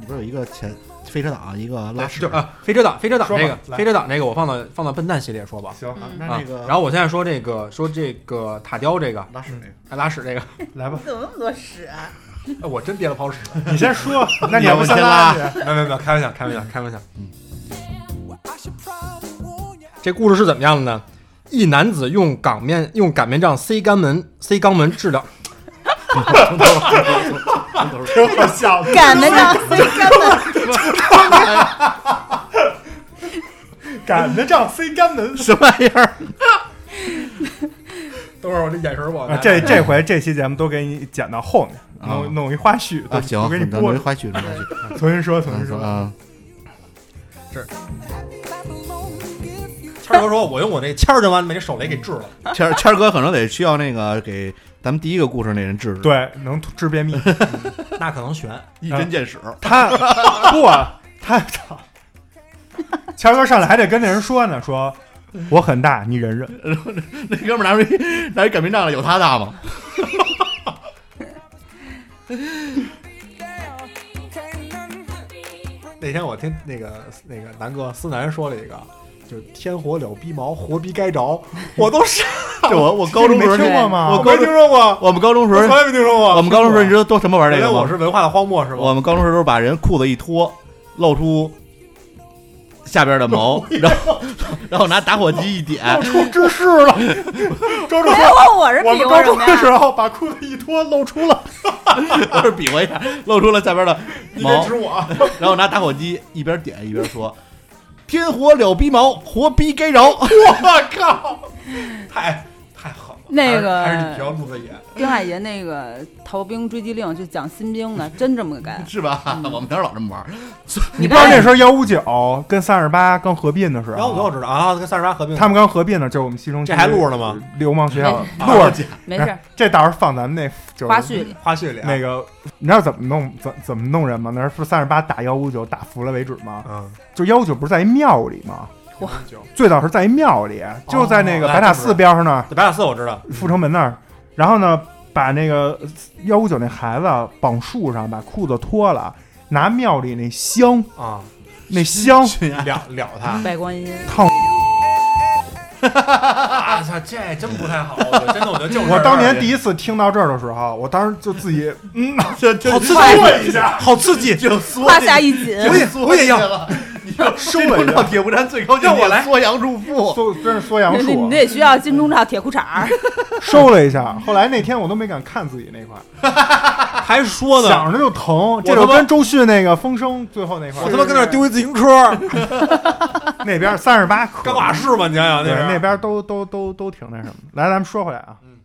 S3: 你不是有一个前飞车党，一个拉屎
S4: 就，啊，飞车党，飞车党
S1: 说吧
S4: 这个，
S1: 来
S4: 飞车党这个我放到放到笨蛋系列说吧。
S1: 行，
S3: 嗯
S1: 那
S4: 啊
S1: 那个、，
S4: 然后我现在说这个，说这个塔雕这个
S3: 拉屎那个，
S4: 哎拉屎这个，
S1: 来吧，
S2: 怎么那么多屎啊？
S4: 哎 我真憋了泡屎。
S1: 你先 说，那你
S3: 要
S1: 要
S3: 不
S1: 不
S3: 先
S1: 拉
S3: 拉
S1: 去？
S4: 没有没有没有，开玩笑，开玩笑，开玩笑。
S5: Well, I should probably warn you.
S4: 这故事是怎么样的呢？一男子用擀面用擀面杖塞肛门塞肛门治疗，
S1: 我 笑，
S2: 擀面杖塞肛门，
S1: 擀面杖塞肛门。
S3: 什么玩意儿？
S4: 等会儿我这眼神我
S1: 啊，这这回这期节目都给你剪到后面，
S3: 啊
S1: 弄弄一花絮，
S3: 啊，
S1: 都
S3: 行，
S1: 都给你
S3: 等
S1: 播
S3: 回
S1: 了。
S3: 花絮，等花絮。
S1: 重新说，重新
S3: 嗯
S1: 说。
S3: 啊，
S5: Clap along if you
S4: 谦儿哥说，我用我那谦儿针把你那手雷给治了。
S3: 谦儿谦儿哥可能得需要那个给咱们第一个故事那人治治，，
S1: 对，能治便秘。
S4: 那可能悬。
S3: 一针见血。
S1: 他不，他操！谦儿哥上来还得跟那人说呢，说我很大，你忍忍。
S3: 那哥们儿拿出一拿一擀面杖来，有他大吗？
S4: 那天我听那个那个南哥思南说了一个，就是天火燎逼毛，活逼该着，我都傻，
S3: 这我我高中
S1: 没
S3: 时候
S1: 听过吗？
S3: 我
S4: 没听说过，
S3: 我们高中时
S4: 啊我从
S3: 候
S4: 来没听说过。
S3: 我们高中时候你知道都什么玩
S4: 原
S3: 这
S4: 来
S3: 个
S4: 我
S3: 吗？
S4: 是文化的荒漠是吗？
S3: 我们高中时候都是把人裤子一脱，露出下边的毛，然后然后拿打火机一点，
S1: 出芝士 了，周周
S2: 没有
S1: 说，
S2: 我是
S1: 我
S2: 比
S1: 们
S2: 划
S1: 高
S2: 什
S1: 中
S2: 么
S1: 的时
S2: 呀？
S1: 候把裤子一脱露出了，
S3: 我是比划一下，露出了下边的
S1: 你别
S3: 毛
S1: 指，我啊，
S3: 然后拿打火机一边点一边说：“天火燎逼毛，活逼该着。”。
S4: 我靠，太太狠了。
S2: 那个
S4: 还是还是你学校路子野，
S2: 丁海寅那个《逃兵追击令》就讲新兵的，真这么干
S3: 是吧？
S4: 嗯
S3: 我们当时老这么玩儿，
S1: 你不知道那时候幺五九跟三二八刚合并的时候，
S4: 然后我就知道啊，跟三十八合并，
S1: 他们刚合并呢，就是我们西中
S4: 这还录着呢吗？
S1: 流氓学校
S4: 啊
S1: 录着，
S2: 没事，
S1: 这到时候放咱们那就是
S2: 花絮里
S4: 花絮里啊
S1: 那个，你知道怎么弄怎怎么弄人吗？那是不是三十八打幺五九打服了为止吗？
S4: 嗯，
S1: 就幺五九不是在一庙里吗？
S2: 哇
S4: 九
S1: 最早是在一庙里，
S4: 哦
S1: 就在那个白塔寺边上那儿，
S4: 白塔寺我知道，
S1: 阜成门那儿。然后呢，把那个幺五九那孩子绑树上，把裤子脱了，拿庙里那香
S4: 啊，
S1: 那香
S3: 去呀
S4: 了了他，
S2: 白 光阴。
S4: 啊操，这真不太好，我觉得真的，我觉得就
S1: 我当年第
S4: 一
S1: 一次听到这儿的时候，我当时就自 己嗯，
S3: 这这
S4: 好刺
S3: 缩
S4: 激，一下，好刺激，
S3: 就缩
S2: 胯下一紧，
S4: 我也我也要
S3: 了。你要
S1: 收了一下
S3: 到铁布衫最高境
S4: 让我
S3: 界，
S4: 来
S3: 缩阳入腹。
S1: 缩真是缩阳
S2: 你
S1: 术
S2: 你，得需要金钟罩铁裤衩儿，
S1: 收了一下。后来那天我都没敢看自己那块儿，
S4: 还说呢，
S1: 想着就疼。
S4: 我
S1: 这
S4: 他
S1: 就
S4: 妈
S1: 跟周迅那个《风声》最后那块
S4: 我
S1: 儿
S4: 他妈跟那儿丢一 自行车，
S1: 那边三十八
S4: 干瓦市嘛，你想想
S1: 对，
S4: 那
S1: 那
S4: 是
S1: 边都都都都挺那什么。来，咱们说回来啊，
S4: 嗯